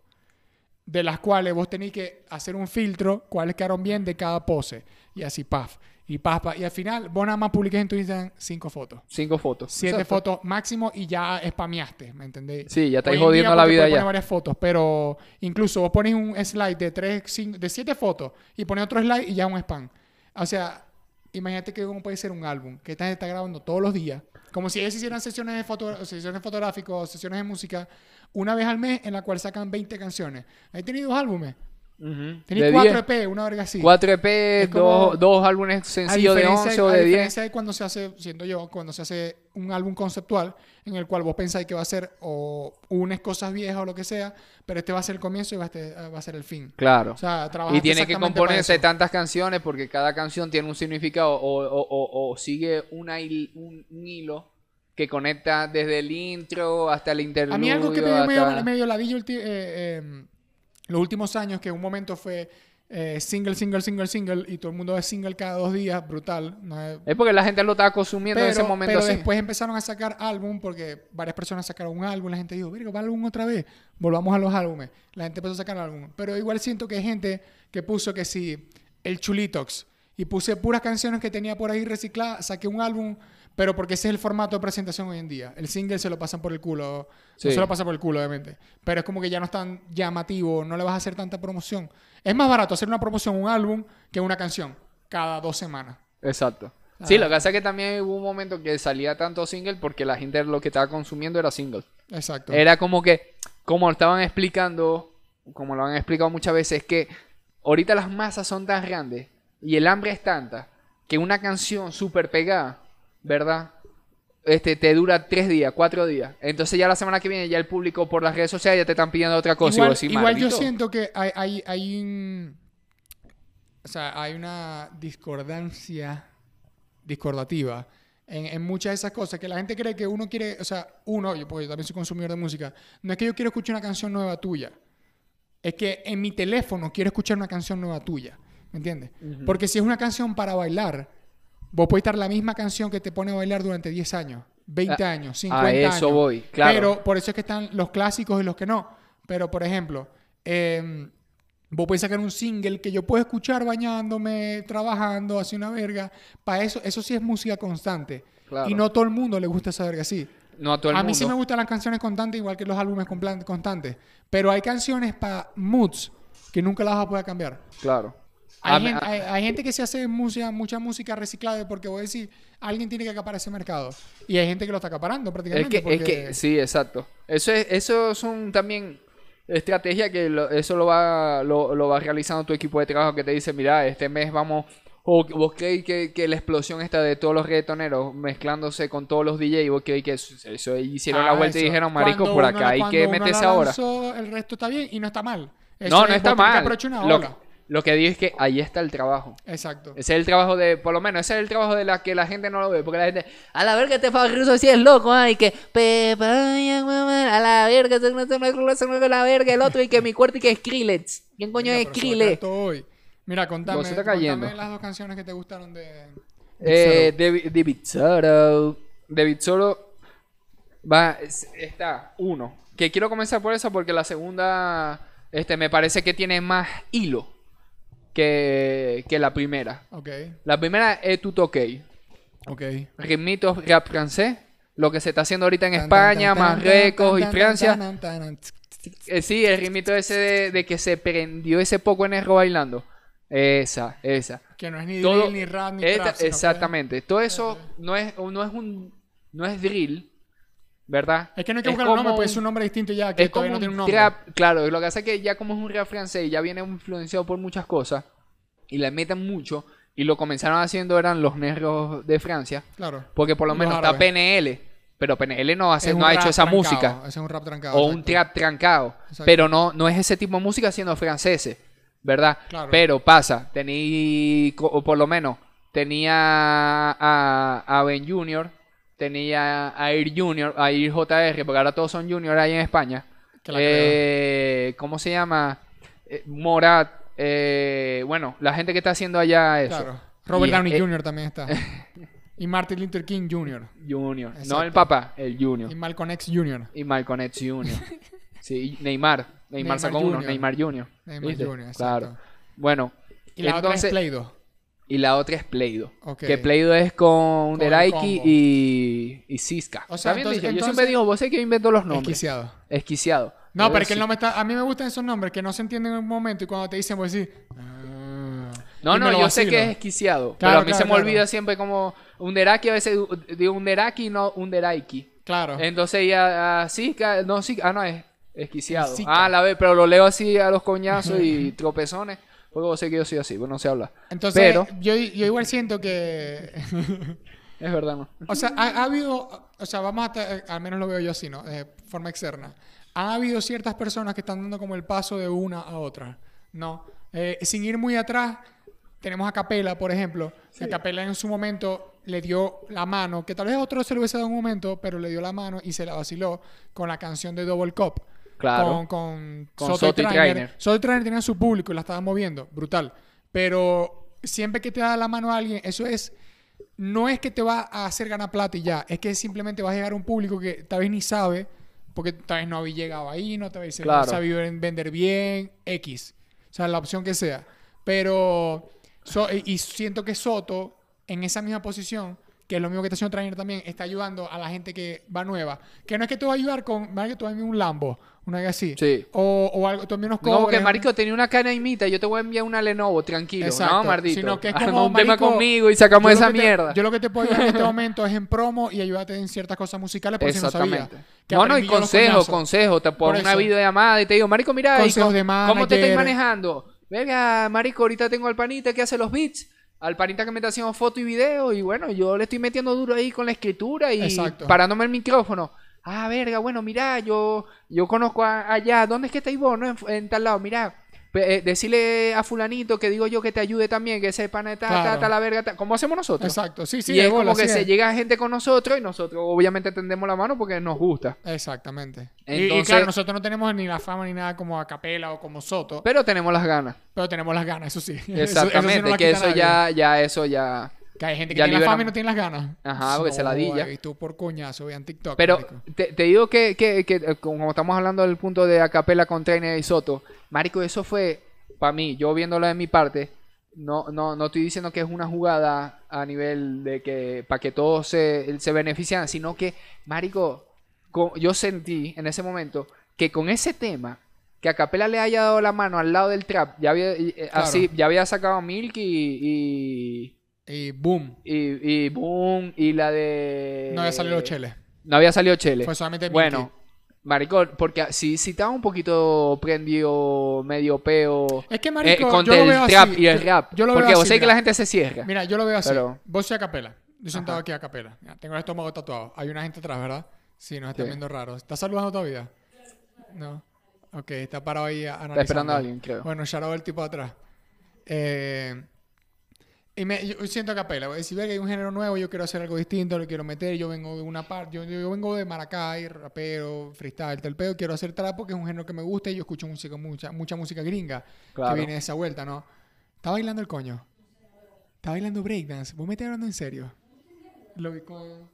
Speaker 1: De las cuales vos tenéis que hacer un filtro, cuáles quedaron bien de cada pose. Y así, paf. Y paf, paf. Y al final, vos nada más publiqués en tu Instagram 5 fotos.
Speaker 4: Cinco fotos.
Speaker 1: Siete
Speaker 4: Exacto.
Speaker 1: fotos máximo y ya spameaste, ¿me entendéis?
Speaker 4: Sí, ya estáis
Speaker 1: Hoy en día,
Speaker 4: jodiendo la
Speaker 1: porque
Speaker 4: vida
Speaker 1: puedes
Speaker 4: ya.
Speaker 1: poner varias fotos, pero incluso vos pones un slide de tres, cin- de siete fotos y pones otro slide y ya un spam. O sea, imagínate que cómo puede ser un álbum que esta gente está grabando todos los días, como si ellos hicieran sesiones de foto, sesiones fotográficas, sesiones de música, una vez al mes en la cual sacan 20 canciones. Ahí tenéis dos álbumes. Tenía
Speaker 4: De
Speaker 1: 4
Speaker 4: 10.
Speaker 1: EP, una verga así.
Speaker 4: 4 EP,
Speaker 1: Es como-
Speaker 4: E dos, dos álbumes
Speaker 1: A
Speaker 4: sencillos de
Speaker 1: diferencia
Speaker 4: 11 o
Speaker 1: a
Speaker 4: de 10.
Speaker 1: diferencia de cuando se hace, siendo yo, cuando se hace un álbum conceptual en el cual vos pensáis que va a ser o unes cosas viejas o lo que sea, pero este va a ser el comienzo y va a ser, va a ser el fin.
Speaker 4: Claro.
Speaker 1: O sea, trabajaste
Speaker 4: Y tiene que
Speaker 1: exactamente para
Speaker 4: componerse
Speaker 1: eso.
Speaker 4: tantas canciones porque cada canción tiene un significado o, o- o- o sigue una hil- un, un hilo que conecta desde el intro hasta el interludio.
Speaker 1: A mí algo que me dio medio,
Speaker 4: hasta-
Speaker 1: medio ladillo ulti- eh, eh, los últimos años, que un momento fue eh, single, single, single, single, y todo el mundo es single cada dos días, brutal. No es-
Speaker 4: Es porque la gente lo estaba consumiendo
Speaker 1: pero
Speaker 4: en ese momento
Speaker 1: pero
Speaker 4: así.
Speaker 1: después empezaron a sacar álbum, porque varias personas sacaron un álbum, la gente dijo, verga, va álbum otra vez, volvamos a los álbumes. La gente empezó a sacar álbum. Pero igual siento que hay gente que puso que sí, el Chulitox, y puse puras canciones que tenía por ahí recicladas, saqué un álbum. Pero porque ese es el formato de presentación hoy en día. El single se lo pasan por el culo.
Speaker 4: Sí.
Speaker 1: No se lo pasa por el culo, obviamente. Pero es como que ya no es tan llamativo, no le vas a hacer tanta promoción. Es más barato hacer una promoción, un álbum, que una canción cada dos semanas.
Speaker 4: Exacto.
Speaker 1: Ah.
Speaker 4: Sí, lo que pasa es que también hubo un momento que salía tanto single porque la gente lo que estaba consumiendo era single.
Speaker 1: Exacto.
Speaker 4: Era como que, como estaban explicando, como lo han explicado muchas veces, que ahorita las masas son tan grandes y el hambre es tanta que una canción súper pegada, ¿verdad? Este, te dura tres días, cuatro días. Entonces ya la semana que viene ya el público por las redes sociales ya te están pidiendo otra cosa. y
Speaker 1: igual
Speaker 4: vos decís,
Speaker 1: igual yo
Speaker 4: "Maldito".
Speaker 1: siento que hay, hay, hay un- O sea, hay una discordancia discordativa en, en muchas de esas cosas que la gente cree que uno quiere, o sea, uno, yo, pues, yo también soy consumidor de música, no es que yo quiero escuchar una canción nueva tuya, es que en mi teléfono quiero escuchar una canción nueva tuya, ¿me entiendes? Porque si es una canción para bailar, vos podés estar la misma canción que te pone a bailar durante 10 años, 20
Speaker 4: A-
Speaker 1: años, 50
Speaker 4: eso
Speaker 1: años.
Speaker 4: voy, claro.
Speaker 1: Pero por eso es que están los clásicos y los que no. Pero, por ejemplo, eh, Vos podés sacar un single que yo puedo escuchar bañándome, trabajando, así una verga. Para eso, eso sí es música constante.
Speaker 4: Claro.
Speaker 1: Y no todo el mundo le gusta esa verga así.
Speaker 4: No a todo el
Speaker 1: a mí
Speaker 4: mundo.
Speaker 1: sí me gustan las canciones constantes, igual que los álbumes con plan- constantes. Pero hay canciones para moods que nunca las vas a poder cambiar.
Speaker 4: Claro. A
Speaker 1: Hay,
Speaker 4: mí-
Speaker 1: gen-
Speaker 4: a-
Speaker 1: hay- hay gente que se hace música, mucha música reciclada porque voy a decir, alguien tiene que acaparar ese mercado. Y hay gente que lo está acaparando
Speaker 4: Es
Speaker 1: prácticamente.
Speaker 4: que, es que,
Speaker 1: porque-
Speaker 4: sí, exacto. Eso es, eso son también estrategias que lo- eso lo va, lo, lo va realizando tu equipo de trabajo que te dice, mira, este mes vamos, o vos creéis que, que la explosión está de todos los reggaetoneros mezclándose con todos los DJs, vos creéis que eso, eso hicieron la
Speaker 1: Ah,
Speaker 4: vuelta y
Speaker 1: eso.
Speaker 4: dijeron, marico,
Speaker 1: Cuando
Speaker 4: por
Speaker 1: uno la-
Speaker 4: acá hay
Speaker 1: cuando
Speaker 4: que
Speaker 1: uno la
Speaker 4: meterse ahora.
Speaker 1: lanzó, El resto está bien y no está mal. Eso
Speaker 4: No, no
Speaker 1: es
Speaker 4: está
Speaker 1: botica,
Speaker 4: mal.
Speaker 1: pero hecho una
Speaker 4: Lo,
Speaker 1: ola.
Speaker 4: lo que digo es que ahí está el trabajo.
Speaker 1: Exacto.
Speaker 4: Ese es el trabajo de, por lo menos, ese es el trabajo de la que la gente no lo ve. Porque la gente, a la verga este Fabruso sí es loco, ay, que, pepa, ay, mamá, a la verga, se- no- se- no- no- se- no- la verga, el otro, y que mi cuarto y que Skrillex. ¿Quién coño
Speaker 1: Mira,
Speaker 4: es
Speaker 1: pero se va a caer
Speaker 4: Skrillex?
Speaker 1: todo hoy. Mira, contame,
Speaker 4: No, se está cayendo.
Speaker 1: contame las dos canciones que te gustaron de...
Speaker 4: Eh, David, David Soro. David Soro va, es- está uno. Que quiero comenzar por esa porque la segunda, este, me parece que tiene más hilo que, que la primera.
Speaker 1: Ok,
Speaker 4: La primera es Tutokei.
Speaker 1: ok.
Speaker 4: ritmitos rap francés, lo que se está haciendo ahorita en
Speaker 1: Tan,
Speaker 4: España,
Speaker 1: tan, tan,
Speaker 4: Marruecos
Speaker 1: tan,
Speaker 4: y
Speaker 1: tan,
Speaker 4: Francia.
Speaker 1: tan, tan, tan, tan, tsk,
Speaker 4: Eh, sí, el ritmito ese de, de que se prendió ese poco en erro bailando. Esa, esa.
Speaker 1: Que no es ni
Speaker 4: Todo-
Speaker 1: drill, ni rap, ni
Speaker 4: Esta-
Speaker 1: trap, sino que-
Speaker 4: exactamente. Todo eso no es, no es un no es drill, ¿verdad?
Speaker 1: Es que no hay que buscar un nombre,
Speaker 4: como
Speaker 1: porque es un nombre distinto ya, que
Speaker 4: es como
Speaker 1: todavía no tiene un
Speaker 4: un
Speaker 1: nombre.
Speaker 4: rap, claro, lo que hace es que ya como es un rap francés y ya viene influenciado por muchas cosas y le meten mucho y lo comenzaron haciendo eran los negros de Francia.
Speaker 1: Claro.
Speaker 4: Porque por lo
Speaker 1: Los
Speaker 4: menos está
Speaker 1: árabes.
Speaker 4: PNL. Pero PNL no, hace,
Speaker 1: Es un
Speaker 4: no ha
Speaker 1: rap
Speaker 4: hecho esa
Speaker 1: trancado,
Speaker 4: música.
Speaker 1: ese Es un rap trancado.
Speaker 4: O un
Speaker 1: exacto.
Speaker 4: trap trancado.
Speaker 1: Exacto.
Speaker 4: Pero no, no es ese tipo de música siendo franceses. ¿Verdad?
Speaker 1: Claro.
Speaker 4: Pero pasa. Tení, co- o por lo menos, tenía a, a Ben Junior. Tenía a Ir Junior, a Ir JR, porque ahora todos son Junior ahí en España.
Speaker 1: Que la
Speaker 4: Eh, ¿Cómo se llama? Eh, Morat. eh, bueno, la gente que está haciendo allá eso.
Speaker 1: Claro. Robert
Speaker 4: Y,
Speaker 1: Downey
Speaker 4: eh,
Speaker 1: Jr. también está. y Martin Luther King Jr.
Speaker 4: Junior. No
Speaker 1: Exacto.
Speaker 4: el papá, el Junior.
Speaker 1: Y Malcolm X Jr.
Speaker 4: Y Malcolm X Jr. Sí, y Neymar. Neymar,
Speaker 1: Neymar
Speaker 4: sacó uno,
Speaker 1: Jr..
Speaker 4: Neymar Jr.
Speaker 1: Neymar
Speaker 4: ¿viste?
Speaker 1: Jr., exacto.
Speaker 4: Claro. Bueno,
Speaker 1: Y la otra es
Speaker 4: entonces-
Speaker 1: Play Doh.
Speaker 4: y la otra es Pleido.
Speaker 1: Ok.
Speaker 4: Que Pleido es con,
Speaker 1: Con
Speaker 4: de
Speaker 1: el
Speaker 4: Deraiki
Speaker 1: combo.
Speaker 4: y, y Siska.
Speaker 1: O sea,
Speaker 4: Está bien
Speaker 1: entonces-
Speaker 4: dicho. Yo
Speaker 1: entonces-
Speaker 4: siempre digo, vos sé que yo invento los nombres. Esquiciado.
Speaker 1: Esquiciado. No, pero es que el nombre está. A mí me gustan esos nombres que no se entienden en un momento y cuando te dicen, "Ah, pues sí.
Speaker 4: No, no, yo sé que es esquiciado. pero
Speaker 1: Claro,
Speaker 4: a mí
Speaker 1: claro,
Speaker 4: se me
Speaker 1: claro.
Speaker 4: olvida siempre como un Deraki, a veces digo un Deraki y no un Deraiki.
Speaker 1: Claro.
Speaker 4: Entonces ya, ah, Siska, no, Siska, ah, no, es Esquiciado.
Speaker 1: Exquisita.
Speaker 4: Ah, la vez, pero lo leo así a los coñazos y tropezones. Porque vos sé que yo soy así, vos no sé hablar.
Speaker 1: Entonces, eh,
Speaker 4: Pero-
Speaker 1: yo, yo igual siento que.
Speaker 4: Es verdad, ¿no?
Speaker 1: o sea, ha, ha habido. O sea, vamos a. te- Al menos lo veo yo así, ¿no? De forma externa. Ha habido ciertas personas que están dando como el paso de una a otra, ¿no? Eh, sin ir muy atrás, tenemos a Capela, por ejemplo. que A Capela en su momento le dio la mano, que tal vez a otro se lo hubiese dado en un momento, pero le dio la mano y se la vaciló con la canción de Double Cup.
Speaker 4: Claro.
Speaker 1: Con, con,
Speaker 4: Con
Speaker 1: Soto,
Speaker 4: Soto
Speaker 1: y
Speaker 4: y
Speaker 1: Trainer.
Speaker 4: Trainer.
Speaker 1: Soto y Trainer tenía su público y la estaba moviendo. Brutal. Pero siempre que te da la mano a alguien, eso es. No es que te va a hacer ganar plata y ya. Es que simplemente vas a llegar a un público que tal vez ni sabe, porque tal vez no había llegado ahí, no te había
Speaker 4: Claro.
Speaker 1: sabido en- vender bien, X. O sea, la opción que sea. Pero. so- y, y siento que Soto, en esa misma posición, que es lo mismo que está haciendo Trainer también, está ayudando a la gente que va nueva. Que no es que te va a ayudar con. Más que tú envíes un Lambo, una vez así.
Speaker 4: Sí.
Speaker 1: O, o algo, también unos
Speaker 4: Como
Speaker 1: cobres,
Speaker 4: que,
Speaker 1: un-
Speaker 4: marico, tenía una canaimita, yo te voy a enviar una Lenovo, tranquilo.
Speaker 1: Exacto.
Speaker 4: No, mardito.
Speaker 1: Sino que es
Speaker 4: Arma
Speaker 1: como,
Speaker 4: un tema
Speaker 1: marico,
Speaker 4: conmigo y
Speaker 1: Yo
Speaker 4: sacamos
Speaker 1: lo
Speaker 4: esa
Speaker 1: que te-
Speaker 4: mierda.
Speaker 1: yo lo que te puedo ayudar en este momento es en promo y ayudarte en ciertas cosas musicales por si no sabía.
Speaker 4: Exactamente.
Speaker 1: Que
Speaker 4: no, no, y
Speaker 1: aprendí yo los
Speaker 4: consejo,
Speaker 1: coñazos.
Speaker 4: consejo. Te pongo
Speaker 1: Por
Speaker 4: una
Speaker 1: eso.
Speaker 4: videollamada y te digo, marico, mira, y
Speaker 1: Consejos
Speaker 4: co-
Speaker 1: de
Speaker 4: ¿cómo te
Speaker 1: manager.
Speaker 4: estás manejando? Venga, marico, ahorita tengo al panita que hace los beats. Al panita que me está haciendo foto y video. Y bueno, yo le estoy metiendo duro ahí con la escritura y
Speaker 1: Exacto.
Speaker 4: parándome el micrófono. Ah, verga, bueno, mira, yo, yo conozco a- allá. ¿Dónde es que estáis vos? No? En, en tal lado, mira. pe- eh, decirle a fulanito que digo yo que te ayude también, que sepa, ta, ta,
Speaker 1: Claro.
Speaker 4: ta, la verga, ta, como hacemos nosotros
Speaker 1: Exacto, sí, sí.
Speaker 4: y
Speaker 1: de
Speaker 4: es
Speaker 1: bola,
Speaker 4: como que
Speaker 1: sí
Speaker 4: se
Speaker 1: es.
Speaker 4: llega gente con nosotros y nosotros obviamente tendemos la mano porque nos gusta.
Speaker 1: Exactamente. Y- y,
Speaker 4: Entonces-
Speaker 1: claro, nosotros no tenemos ni la fama ni nada como a Capela o como Soto, pero,
Speaker 4: Pero tenemos las ganas.
Speaker 1: tenemos las ganas, eso sí. Eso- eso sí
Speaker 4: Exactamente.
Speaker 1: no la
Speaker 4: que
Speaker 1: quita
Speaker 4: eso
Speaker 1: nadie.
Speaker 4: ya, ya, eso ya.
Speaker 1: Que hay gente que
Speaker 4: ya
Speaker 1: tiene la fama y
Speaker 4: liberamos.
Speaker 1: no tiene las ganas.
Speaker 4: Ajá, porque se la di ya.
Speaker 1: Y tú por coñazo, vean TikTok.
Speaker 4: Pero
Speaker 1: marico.
Speaker 4: te, te digo que, que- que, eh, como estamos hablando del punto de Acapela con Trainer y Soto, Marico, eso fue, para mí, yo viéndolo de mi parte, no, no, no estoy diciendo que es una jugada a nivel de que para que todos se, se benefician, sino que, Marico, co- yo sentí en ese momento que con ese tema, que Acapela le haya dado la mano al lado del trap, ya había, y- eh,
Speaker 1: Claro.
Speaker 4: así, ya había sacado a Milk y,
Speaker 1: Y boom.
Speaker 4: y, y, y Boom y la de...
Speaker 1: No había salido los cheles.
Speaker 4: No había salido Chele.
Speaker 1: Fue solamente Milky.
Speaker 4: Eh, Bueno, maricón, porque si, si estaba un poquito prendido, medio peo
Speaker 1: Es que, marico,
Speaker 4: eh, con
Speaker 1: yo lo
Speaker 4: el
Speaker 1: veo así.
Speaker 4: trap y el
Speaker 1: Yo-
Speaker 4: rap.
Speaker 1: yo lo
Speaker 4: porque
Speaker 1: veo
Speaker 4: vos
Speaker 1: así,
Speaker 4: sabés que
Speaker 1: mira.
Speaker 4: la gente se cierra.
Speaker 1: Mira, yo lo veo así.
Speaker 4: Pero-
Speaker 1: Vos soy a capela. Yo sentado
Speaker 4: Ajá.
Speaker 1: aquí a capela. Mira, tengo el estómago tatuado. Hay una gente atrás, ¿verdad? Sí, nos está
Speaker 4: Sí.
Speaker 1: viendo raro. ¿Estás saludando todavía? No. Ok, está parado ahí analizando.
Speaker 4: Está esperando a alguien, creo.
Speaker 1: Bueno, ya lo veo el tipo atrás. Eh, y me, yo siento a capela. güey. Si ve que hay un género nuevo, yo quiero hacer algo distinto, lo quiero meter. Yo vengo de una parte, yo, yo vengo de Maracay, rapero, freestyle, tal pedo. Quiero hacer trap porque es un género que me gusta y yo escucho música, mucha, mucha música gringa
Speaker 4: Claro.
Speaker 1: que viene de esa vuelta, ¿no? Está bailando el coño. Está bailando breakdance. ¿Vos me estás hablando en serio? Lo vi con.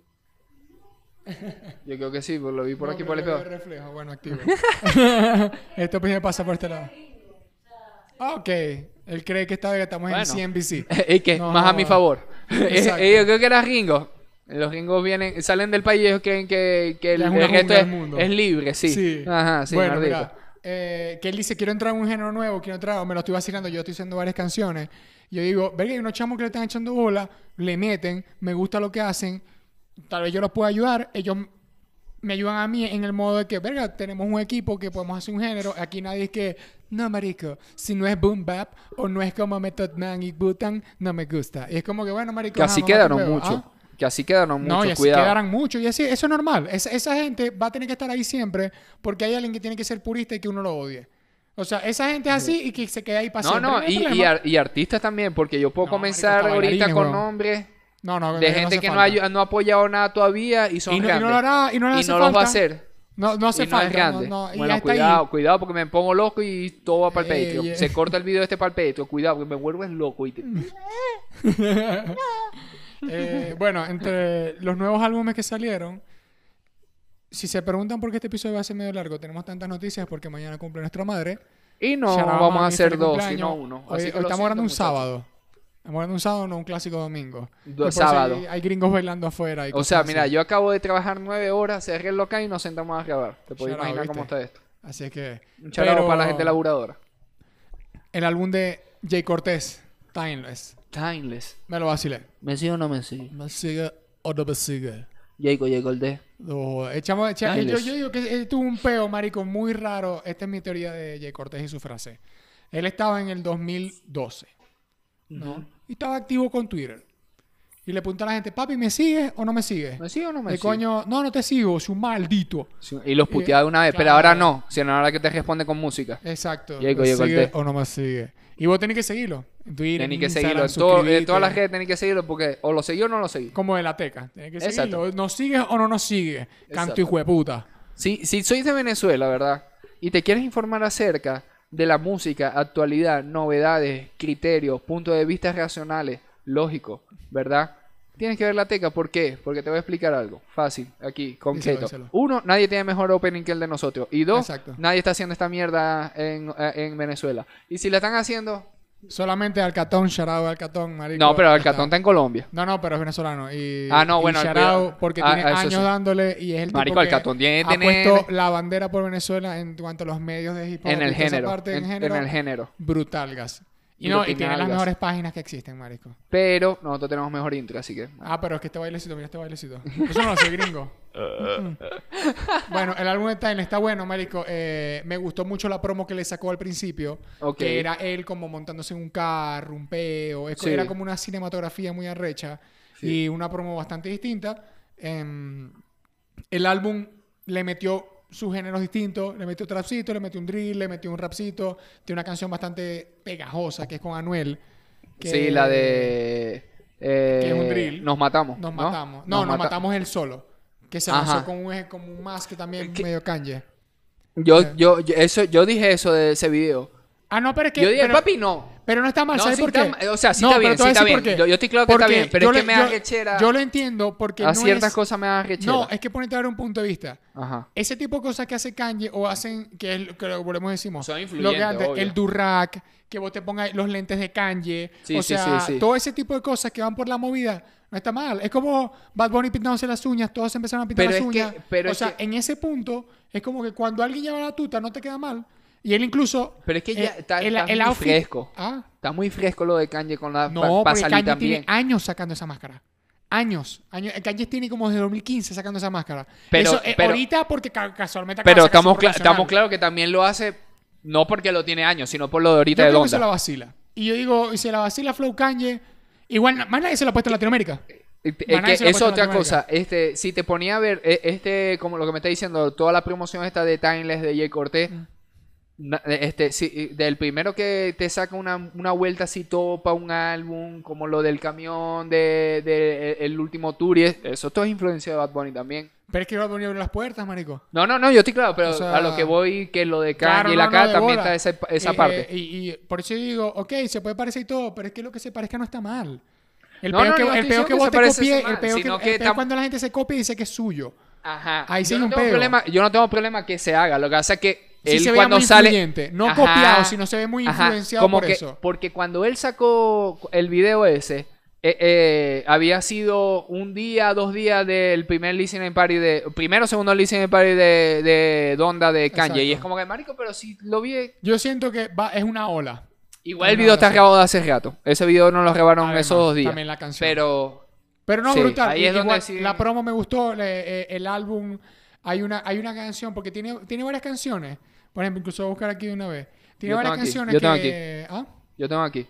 Speaker 4: Yo creo que sí, pues, lo vi por
Speaker 1: No,
Speaker 4: aquí
Speaker 1: pero
Speaker 4: por el
Speaker 1: lo veo
Speaker 4: espejo.
Speaker 1: de reflejo, bueno, activo. Esto pues me pasa por este lado. Ah, Ok. Él cree que esta vez estamos
Speaker 4: Bueno.
Speaker 1: en CNBC.
Speaker 4: Y que
Speaker 1: No,
Speaker 4: más a mi favor.
Speaker 1: Exacto.
Speaker 4: Eh, yo creo que eran gringos. Los gringos vienen, salen del país y ellos creen que, que el,
Speaker 1: Ya es una
Speaker 4: el resto
Speaker 1: jungla
Speaker 4: es,
Speaker 1: del mundo.
Speaker 4: es libre, sí. Ajá, sí,
Speaker 1: bueno,
Speaker 4: maldito.
Speaker 1: mira, eh, que él dice, quiero entrar en un género nuevo, quiero entrar, o me lo estoy vacilando, yo estoy haciendo varias canciones. Yo digo, verga, hay unos chamos que le están echando bola, le meten, me gusta lo que hacen, tal vez yo los pueda ayudar, ellos m- me ayudan a mí en el modo de que, verga, tenemos un equipo que podemos hacer un género, aquí nadie es que, no, marico, si no es boom bap o no es como Method Man y Butan, no me gusta. Y es como que, bueno, marico,
Speaker 4: Que
Speaker 1: ajá,
Speaker 4: así
Speaker 1: mamá, te
Speaker 4: quedaron
Speaker 1: huevo,
Speaker 4: mucho.
Speaker 1: ¿ah?
Speaker 4: Que así quedaron mucho,
Speaker 1: No, y así
Speaker 4: cuidado.
Speaker 1: quedarán muchos. Y así, eso es normal. Es- esa gente va a tener que estar ahí siempre porque hay alguien que tiene que ser purista y que uno lo odie. O sea, esa gente es así y que se queda ahí para
Speaker 4: No,
Speaker 1: siempre.
Speaker 4: no,
Speaker 1: hay
Speaker 4: y, y,
Speaker 1: problema.
Speaker 4: ar- y artistas también, porque yo puedo
Speaker 1: No,
Speaker 4: comenzar
Speaker 1: marico, hasta
Speaker 4: ahorita
Speaker 1: bailarines,
Speaker 4: con
Speaker 1: weón.
Speaker 4: nombres
Speaker 1: no, no,
Speaker 4: de
Speaker 1: no
Speaker 4: gente
Speaker 1: hace
Speaker 4: que no
Speaker 1: falta.
Speaker 4: ha, ayu- no ha apoyado nada todavía y son
Speaker 1: Y no- y no
Speaker 4: grandes.
Speaker 1: lo hará- y no le hace
Speaker 4: los va a
Speaker 1: falta.
Speaker 4: hacer.
Speaker 1: No, no hace
Speaker 4: y no
Speaker 1: falta.
Speaker 4: es grande.
Speaker 1: no, no, y ya
Speaker 4: bueno,
Speaker 1: está ahí.
Speaker 4: cuidado, cuidado, porque me pongo loco y todo va para el
Speaker 1: Ey,
Speaker 4: Patreon.
Speaker 1: ey.
Speaker 4: Se corta el video este para el Patreon. Cuidado, porque me vuelves loco. Y te-
Speaker 1: Eh, bueno, entre los nuevos álbumes que salieron, si se preguntan por qué este episodio va a ser medio largo, tenemos tantas noticias porque mañana cumple nuestra madre.
Speaker 4: Y no
Speaker 1: Shout out a
Speaker 4: vamos
Speaker 1: mami,
Speaker 4: a hacer
Speaker 1: feliz
Speaker 4: dos,
Speaker 1: cumpleaños.
Speaker 4: sino uno.
Speaker 1: Hoy,
Speaker 4: Así
Speaker 1: hoy
Speaker 4: que
Speaker 1: estamos
Speaker 4: lo siento,
Speaker 1: hablando un
Speaker 4: muchachos.
Speaker 1: sábado. Estamos hablando un sábado, no un clásico domingo.
Speaker 4: Do-
Speaker 1: Y por eso
Speaker 4: sábado.
Speaker 1: Hay, hay gringos bailando afuera. y
Speaker 4: O
Speaker 1: cosas
Speaker 4: sea,
Speaker 1: así.
Speaker 4: mira, yo acabo de trabajar nueve horas, cerré el local y nos sentamos a grabar. Te puedes
Speaker 1: Shout out,
Speaker 4: imaginar cómo
Speaker 1: ¿viste?
Speaker 4: está esto.
Speaker 1: Así es que.
Speaker 4: Un shout out
Speaker 1: pero
Speaker 4: para la gente laburadora.
Speaker 1: El álbum de Jay Cortés, Timeless.
Speaker 4: Timeless.
Speaker 1: Me lo vacilé.
Speaker 4: ¿Me sigue o no me sigue?
Speaker 1: Me sigue o no me sigue.
Speaker 4: Jacob, Jacob D.
Speaker 1: No, echamos- echa-
Speaker 4: Dale.
Speaker 1: yo, yo digo que él tuvo un peo, marico, muy raro. Esta es mi teoría de Jay Cortés y su frase. Él estaba en el 2012. ¿no? Y estaba activo con Twitter. Y le preguntó a la gente, papi, ¿me sigues o no me sigues?
Speaker 4: ¿Me sigue o no me
Speaker 1: El
Speaker 4: sigue?
Speaker 1: coño, no, no te sigo, es un maldito.
Speaker 4: Sí, Y los puteaba de una vez, pero
Speaker 1: Eh, claro. Eh,
Speaker 4: ahora no, sino ahora que te responde con música.
Speaker 1: Exacto.
Speaker 4: Jay
Speaker 1: ¿Me
Speaker 4: Cortés.
Speaker 1: sigue o no me sigue? Y vos tenés que seguirlo. En Twitter,
Speaker 4: Tenés
Speaker 1: en
Speaker 4: que
Speaker 1: Instagram,
Speaker 4: seguirlo. En, todo- eh, en
Speaker 1: suscribirte.
Speaker 4: todas las redes tenés que seguirlo porque o lo seguí o no lo seguí.
Speaker 1: Como de la teca. Tenés que
Speaker 4: Exacto.
Speaker 1: seguirlo. ¿Nos sigues o no nos sigues? Canto
Speaker 4: Exacto.
Speaker 1: hijo de puta.
Speaker 4: Si, si sois de Venezuela, ¿verdad? Y te quieres informar acerca de la música, actualidad, novedades, criterios, puntos de vista racionales, lógico, ¿verdad? Tienes que ver la teca, ¿por qué? Porque te voy a explicar algo. Fácil, aquí, concreto.
Speaker 1: díselo.
Speaker 4: Uno, nadie tiene mejor opening que el de nosotros. Y dos,
Speaker 1: Exacto.
Speaker 4: nadie está haciendo esta mierda en, eh, en Venezuela. Y si la están haciendo...
Speaker 1: Solamente Alcatón, Sharado Alcatón, marico.
Speaker 4: No, pero
Speaker 1: ya
Speaker 4: el catón
Speaker 1: está.
Speaker 4: está en Colombia.
Speaker 1: No, no, pero es venezolano. Y,
Speaker 4: Ah, no,
Speaker 1: y
Speaker 4: bueno,
Speaker 1: shout
Speaker 4: cuidado.
Speaker 1: out porque
Speaker 4: Ah,
Speaker 1: tiene
Speaker 4: ah, eso
Speaker 1: años
Speaker 4: sí.
Speaker 1: dándole y es el
Speaker 4: Marico,
Speaker 1: tipo
Speaker 4: el
Speaker 1: que
Speaker 4: Catón tiene
Speaker 1: ha
Speaker 4: que tener-
Speaker 1: puesto la bandera por Venezuela en cuanto a los medios de hip hop.
Speaker 4: En
Speaker 1: y toda
Speaker 4: el
Speaker 1: esa
Speaker 4: género,
Speaker 1: parte en
Speaker 4: en-
Speaker 1: género,
Speaker 4: en el género.
Speaker 1: Brutal, gas. Y,
Speaker 4: Y
Speaker 1: no,
Speaker 4: lo
Speaker 1: y tiene las
Speaker 4: pinalgas.
Speaker 1: mejores páginas que existen, marico.
Speaker 4: Pero nosotros tenemos mejor intro, así que...
Speaker 1: Ah, pero es que este bailecito, mira este bailecito. Eso no lo sé, gringo. bueno, el álbum de Tyler está bueno, marico. Eh, me gustó mucho la promo que le sacó al principio.
Speaker 4: Ok.
Speaker 1: Que era él como montándose en un carro, un peo. Es co-
Speaker 4: Sí.
Speaker 1: Era como una cinematografía muy arrecha.
Speaker 4: Sí.
Speaker 1: Y una promo bastante distinta. Em, el álbum le metió sus géneros distintos. Le metió trapcito, le metió un drill, le metió un rapcito. Tiene una canción bastante pegajosa que es con Anuel. que-
Speaker 4: Sí, la de... eh,
Speaker 1: Que es un drill.
Speaker 4: Nos matamos.
Speaker 1: nos
Speaker 4: ¿no?
Speaker 1: matamos. No, nos,
Speaker 4: mata-
Speaker 1: matamos él solo. Que se
Speaker 4: Ajá.
Speaker 1: lanzó con un, como un más que también
Speaker 4: ¿Qué?
Speaker 1: medio canje.
Speaker 4: Yo, yo, yo- eso, yo dije eso de ese video.
Speaker 1: Ah, no, pero es que.
Speaker 4: yo dije,
Speaker 1: pero,
Speaker 4: papi, no.
Speaker 1: pero no está mal,
Speaker 4: No,
Speaker 1: ¿sabes
Speaker 4: sí
Speaker 1: por qué?
Speaker 4: está mal, o sea, sí
Speaker 1: No,
Speaker 4: está
Speaker 1: pero
Speaker 4: bien,
Speaker 1: te voy a
Speaker 4: sí está
Speaker 1: decir por
Speaker 4: bien.
Speaker 1: qué.
Speaker 4: Yo- yo estoy claro que está
Speaker 1: Porque
Speaker 4: bien, pero
Speaker 1: yo
Speaker 4: es que
Speaker 1: le-
Speaker 4: me da
Speaker 1: yo-
Speaker 4: rechera.
Speaker 1: Yo lo entiendo porque.
Speaker 4: a
Speaker 1: no
Speaker 4: ciertas
Speaker 1: es-
Speaker 4: cosas me dan rechera.
Speaker 1: No, es que ponete a dar un punto de vista.
Speaker 4: Ajá.
Speaker 1: Ese tipo de cosas que hace Kanye o hacen, que es lo que lo volvemos a decimos,
Speaker 4: Son
Speaker 1: lo que
Speaker 4: influyentes,
Speaker 1: antes,
Speaker 4: obvio.
Speaker 1: el Durac, que vos te pongas los lentes de Kanye,
Speaker 4: Sí,
Speaker 1: o
Speaker 4: sí,
Speaker 1: sea,
Speaker 4: sí, sí.
Speaker 1: todo ese tipo de cosas que van por la movida, no está mal. Es como Bad Bunny pintándose las uñas, todos empezaron a pintar
Speaker 4: Pero
Speaker 1: las
Speaker 4: es que-
Speaker 1: uñas.
Speaker 4: pero
Speaker 1: o
Speaker 4: es
Speaker 1: sea,
Speaker 4: que-
Speaker 1: en ese punto, es como que cuando alguien lleva la tuta no te queda mal. Y él incluso...
Speaker 4: Pero es que ya
Speaker 1: eh,
Speaker 4: está, está muy
Speaker 1: outfit-
Speaker 4: fresco.
Speaker 1: Ah,
Speaker 4: Está muy fresco lo de Kanye con la pa-
Speaker 1: no,
Speaker 4: pa
Speaker 1: porque
Speaker 4: salir
Speaker 1: Kanye
Speaker 4: también.
Speaker 1: tiene años sacando esa máscara. Años, años. Kanye tiene como desde 2015 sacando esa máscara.
Speaker 4: Pero-
Speaker 1: Eso, eh,
Speaker 4: pero-
Speaker 1: ahorita porque ca- casualmente acaba de
Speaker 4: Pero
Speaker 1: sacar
Speaker 4: estamos,
Speaker 1: su
Speaker 4: cla-
Speaker 1: relacional.
Speaker 4: estamos claros que también lo hace no porque lo tiene años, sino por lo de ahorita
Speaker 1: Yo
Speaker 4: de
Speaker 1: creo que se la
Speaker 4: Donda.
Speaker 1: vacila. Y yo digo, y se la vacila Flow Kanye. Igual, na- más nadie se la ha puesto en Latinoamérica.
Speaker 4: Es que
Speaker 1: Maná,
Speaker 4: eso
Speaker 1: se la
Speaker 4: es
Speaker 1: puesto en
Speaker 4: otra
Speaker 1: Latinoamérica.
Speaker 4: cosa. Este, si te ponía a ver, eh, este, como lo que me está diciendo, toda la promoción esta de Timeless de Jay Cortés,
Speaker 1: Mm.
Speaker 4: na- este, si- eh, del primero que te saca una, una vuelta así topa un álbum, como lo del camión, de, de- eh, el último tour, y es- eso todo es influencia de Bad Bunny también.
Speaker 1: Pero es que va a poner las puertas, marico.
Speaker 4: No, no, no, yo estoy claro, pero
Speaker 1: O sea,
Speaker 4: a lo que voy, que lo de Kanye
Speaker 1: Claro,
Speaker 4: y la
Speaker 1: no,
Speaker 4: cara
Speaker 1: no, de
Speaker 4: también
Speaker 1: bola.
Speaker 4: está esa, esa
Speaker 1: Eh,
Speaker 4: parte.
Speaker 1: eh, y, y por eso yo digo, ok, se puede parecer y todo, pero es que lo que se parezca no está mal. El
Speaker 4: No,
Speaker 1: peor
Speaker 4: no,
Speaker 1: que, el peor
Speaker 4: no estoy diciendo
Speaker 1: que
Speaker 4: que
Speaker 1: vos
Speaker 4: se
Speaker 1: te
Speaker 4: parece
Speaker 1: copies,
Speaker 4: mal,
Speaker 1: el peor
Speaker 4: sino
Speaker 1: que,
Speaker 4: que
Speaker 1: el peor
Speaker 4: tam-
Speaker 1: cuando la gente se copia y dice que es suyo.
Speaker 4: Ajá.
Speaker 1: Ahí sí
Speaker 4: yo
Speaker 1: hay
Speaker 4: no
Speaker 1: un
Speaker 4: tengo
Speaker 1: pedo.
Speaker 4: problema, yo no tengo problema que se haga. Lo que pasa es que
Speaker 1: Sí
Speaker 4: él
Speaker 1: se veía
Speaker 4: cuando
Speaker 1: muy
Speaker 4: sale
Speaker 1: influyente, no copiado, sino se ve muy
Speaker 4: ajá,
Speaker 1: influenciado
Speaker 4: como
Speaker 1: por
Speaker 4: que-
Speaker 1: eso.
Speaker 4: Porque cuando él sacó el video ese, eh, eh, había sido un día, dos días del primer listening party de primero, segundo listening party de, de Donda de Kanye y
Speaker 1: Exacto.
Speaker 4: es como que marico, pero si lo vi
Speaker 1: Yo siento que va, es una ola.
Speaker 4: igual
Speaker 1: No,
Speaker 4: el video
Speaker 1: no
Speaker 4: está
Speaker 1: sé.
Speaker 4: grabado hace rato. Ese video no lo grabaron
Speaker 1: Además,
Speaker 4: esos dos días.
Speaker 1: también la canción.
Speaker 4: Pero
Speaker 1: Pero no,
Speaker 4: Sí,
Speaker 1: brutal.
Speaker 4: ahí
Speaker 1: I-
Speaker 4: es donde
Speaker 1: igual,
Speaker 4: sí-
Speaker 1: La promo me gustó, le- eh, el álbum. Hay una, hay una canción, porque tiene, tiene varias canciones. Por ejemplo, incluso voy a buscar aquí de una vez. Tiene
Speaker 4: Yo
Speaker 1: varias
Speaker 4: tengo aquí,
Speaker 1: canciones
Speaker 4: yo tengo
Speaker 1: que. ¿Ah?
Speaker 4: yo tengo aquí.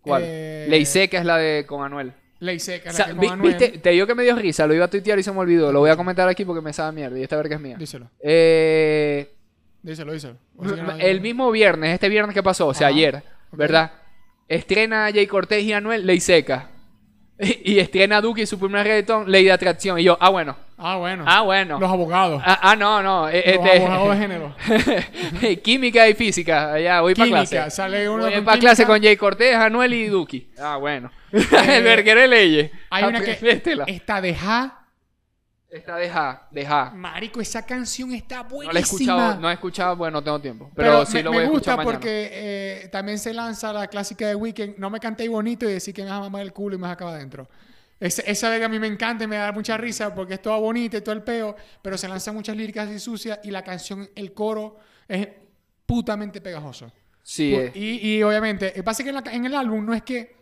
Speaker 4: ¿Cuál?
Speaker 1: Eh,
Speaker 4: Ley seca es la de con Anuel.
Speaker 1: Ley seca, la
Speaker 4: O sea,
Speaker 1: que con
Speaker 4: vi-
Speaker 1: Anuel.
Speaker 4: viste, te digo que me dio risa, lo iba a tuitear y se me olvidó. Lo voy a comentar aquí porque me sabe mierda y esta verga es mía.
Speaker 1: Díselo,
Speaker 4: Eh,
Speaker 1: díselo, díselo. O sea, que no-
Speaker 4: el mismo viernes, este viernes que pasó, o sea,
Speaker 1: Ajá.
Speaker 4: ayer, ¿verdad? Estrena Jay Cortés y Anuel Ley Seca. Y, y estrena Duki su primer reggaetón, Ley de Atracción. Y yo, ah, bueno.
Speaker 1: Ah, bueno.
Speaker 4: Ah, bueno.
Speaker 1: Los abogados.
Speaker 4: Ah, ah, no, no. eh,
Speaker 1: los
Speaker 4: este-
Speaker 1: abogados de género.
Speaker 4: Química y física. Ya, voy para
Speaker 1: Química,
Speaker 4: clase.
Speaker 1: sale uno
Speaker 4: Voy
Speaker 1: con
Speaker 4: para
Speaker 1: química.
Speaker 4: clase
Speaker 1: Eh,
Speaker 4: con Jay Cortés, Anuel y Duki. Ah, bueno. el verguero de leyes.
Speaker 1: Hay una que.
Speaker 4: Apréndetela.
Speaker 1: Esta deja.
Speaker 4: Esta deja, deja.
Speaker 1: Marico, esa canción está
Speaker 4: No la he
Speaker 1: buenísima.
Speaker 4: escuchado, no he escuchado, bueno, no tengo tiempo. Pero,
Speaker 1: Pero,
Speaker 4: sí
Speaker 1: me,
Speaker 4: lo
Speaker 1: me
Speaker 4: voy a
Speaker 1: gusta
Speaker 4: escuchar mañana.
Speaker 1: porque eh, también se lanza la clásica de Weekend, no me cantéis bonito y decir que me vas a mamar el culo y me vas a acabar adentro. Esa, esa verga a mí me encanta y me da mucha risa porque es toda bonita y todo el peo, pero se lanzan muchas líricas y sucias y la canción, el coro, es putamente pegajoso.
Speaker 4: Sí,
Speaker 1: Pu-
Speaker 4: eh.
Speaker 1: Y, eh, y obviamente, el pasa es que en, la ca- en el álbum no es que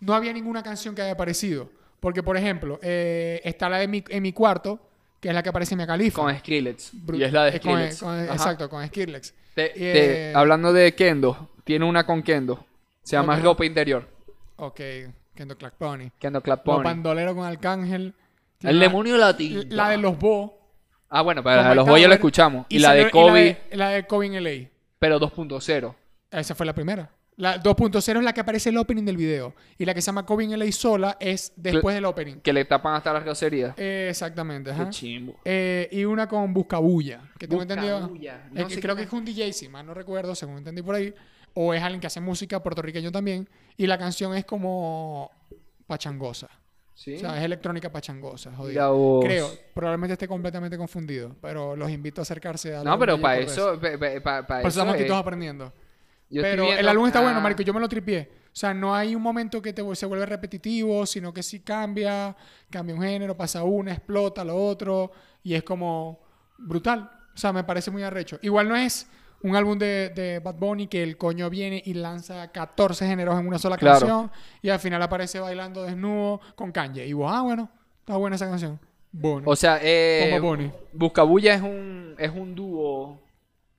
Speaker 1: no había ninguna canción que haya aparecido. Porque, por ejemplo, eh, está la de mi, en mi cuarto, que es la que aparece en mi califa.
Speaker 4: Con Skrillex.
Speaker 1: Bru-
Speaker 4: Y es la de
Speaker 1: eh, con-
Speaker 4: Skrillex.
Speaker 1: con-
Speaker 4: Ajá.
Speaker 1: exacto, con Skrillex.
Speaker 4: Te-
Speaker 1: Y,
Speaker 4: te-
Speaker 1: eh,
Speaker 4: hablando de Kendo, tiene una con Kendo. Se llama
Speaker 1: Ok.
Speaker 4: Ropa Interior.
Speaker 1: Ok, Kendo Clark Pony.
Speaker 4: Kendo Club
Speaker 1: Los
Speaker 4: Pony.
Speaker 1: Pandolero con Arcángel.
Speaker 4: El
Speaker 1: La-
Speaker 4: demonio latino.
Speaker 1: La de los Bo.
Speaker 4: Ah, bueno, pero
Speaker 1: con
Speaker 4: a los
Speaker 1: Mike
Speaker 4: boyos la
Speaker 1: Tower,
Speaker 4: escuchamos. Y, la
Speaker 1: salió-
Speaker 4: de Kobe,
Speaker 1: la de, la de Kobe en LA.
Speaker 4: pero 2.0.
Speaker 1: Esa fue la primera. La 2.0 es la que aparece el opening del video. Y la que se llama Kobe en LA sola es después del opening.
Speaker 4: Que le tapan hasta las groserías.
Speaker 1: Eh, exactamente, ajá.
Speaker 4: Qué chimbo.
Speaker 1: Eh, y una con Buscabulla, que tengo entendido.
Speaker 4: Buscabulla,
Speaker 1: es
Speaker 4: no
Speaker 1: que
Speaker 4: sé
Speaker 1: creo
Speaker 4: qué-
Speaker 1: que es un DJ, si mal no recuerdo, según entendí por ahí. O es alguien que hace música puertorriqueño también. Y la canción es como pachangosa.
Speaker 4: Sí.
Speaker 1: O sea, es electrónica pachangosa,
Speaker 4: Mira
Speaker 1: jodida.
Speaker 4: vos.
Speaker 1: Creo, probablemente esté completamente confundido, pero los invito a acercarse a
Speaker 4: No,
Speaker 1: los
Speaker 4: pero
Speaker 1: DJ
Speaker 4: para
Speaker 1: Cortés.
Speaker 4: eso. pa- pa- pa- pa
Speaker 1: Por eso estamos
Speaker 4: eso
Speaker 1: aquí
Speaker 4: es-
Speaker 1: todos aprendiendo.
Speaker 4: yo estoy
Speaker 1: pero el
Speaker 4: viendo
Speaker 1: álbum está
Speaker 4: acá-
Speaker 1: bueno, Marico, yo me lo tripié. O sea, no hay un momento que te, vu- se vuelve repetitivo, sino que sí cambia, cambia un género, pasa una, explota lo otro, y es como brutal. O sea, me parece muy arrecho. Igual no es un álbum de, de Bad Bunny que el coño viene y lanza 14 géneros en una sola
Speaker 4: Claro.
Speaker 1: canción, y al final aparece bailando desnudo con Kanye. Y vos, ah, bueno, está buena esa canción. Bueno,
Speaker 4: O sea, eh,
Speaker 1: Como Bunny.
Speaker 4: Buscabulla es un, es un dúo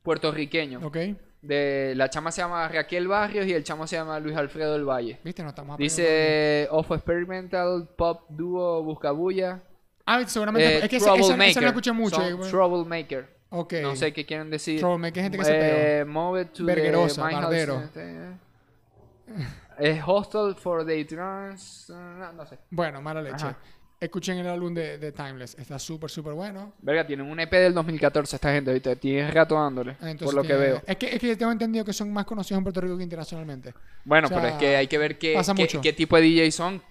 Speaker 4: puertorriqueño.
Speaker 1: ok.
Speaker 4: De, la chama se llama Raquel Barrios y el chamo se llama Luis Alfredo del Valle.
Speaker 1: Viste, no estamos aprendiendo.
Speaker 4: Dice Off Experimental Pop Duo Buscabulla.
Speaker 1: Ah, seguramente.
Speaker 4: eh,
Speaker 1: es que esa, esa- esa
Speaker 4: Troublemaker.
Speaker 1: la escuché mucho.
Speaker 4: Son
Speaker 1: eh, bueno.
Speaker 4: Troublemaker.
Speaker 1: Ok.
Speaker 4: No sé qué quieren decir.
Speaker 1: Troublemaker es gente que se
Speaker 4: Eh, Move it to the
Speaker 1: Verguerosa,
Speaker 4: Mindhouse,
Speaker 1: bardero.
Speaker 4: eh, eh, Hostel for the Trans. eh, No, no sé.
Speaker 1: Bueno, mala leche.
Speaker 4: Ajá.
Speaker 1: Escuchen el álbum de, de Timeless. Está súper, súper bueno.
Speaker 4: Verga, tienen un EP del 2014 esta gente ahorita. Tiene rato dándole.
Speaker 1: Ah, Entonces
Speaker 4: por lo que
Speaker 1: tiene-
Speaker 4: veo.
Speaker 1: Es que, es que tengo entendido que son más conocidos en Puerto Rico que internacionalmente.
Speaker 4: Bueno,
Speaker 1: o sea,
Speaker 4: pero es que hay que ver qué,
Speaker 1: pasa
Speaker 5: qué-
Speaker 1: mucho.
Speaker 4: qué tipo de DJ son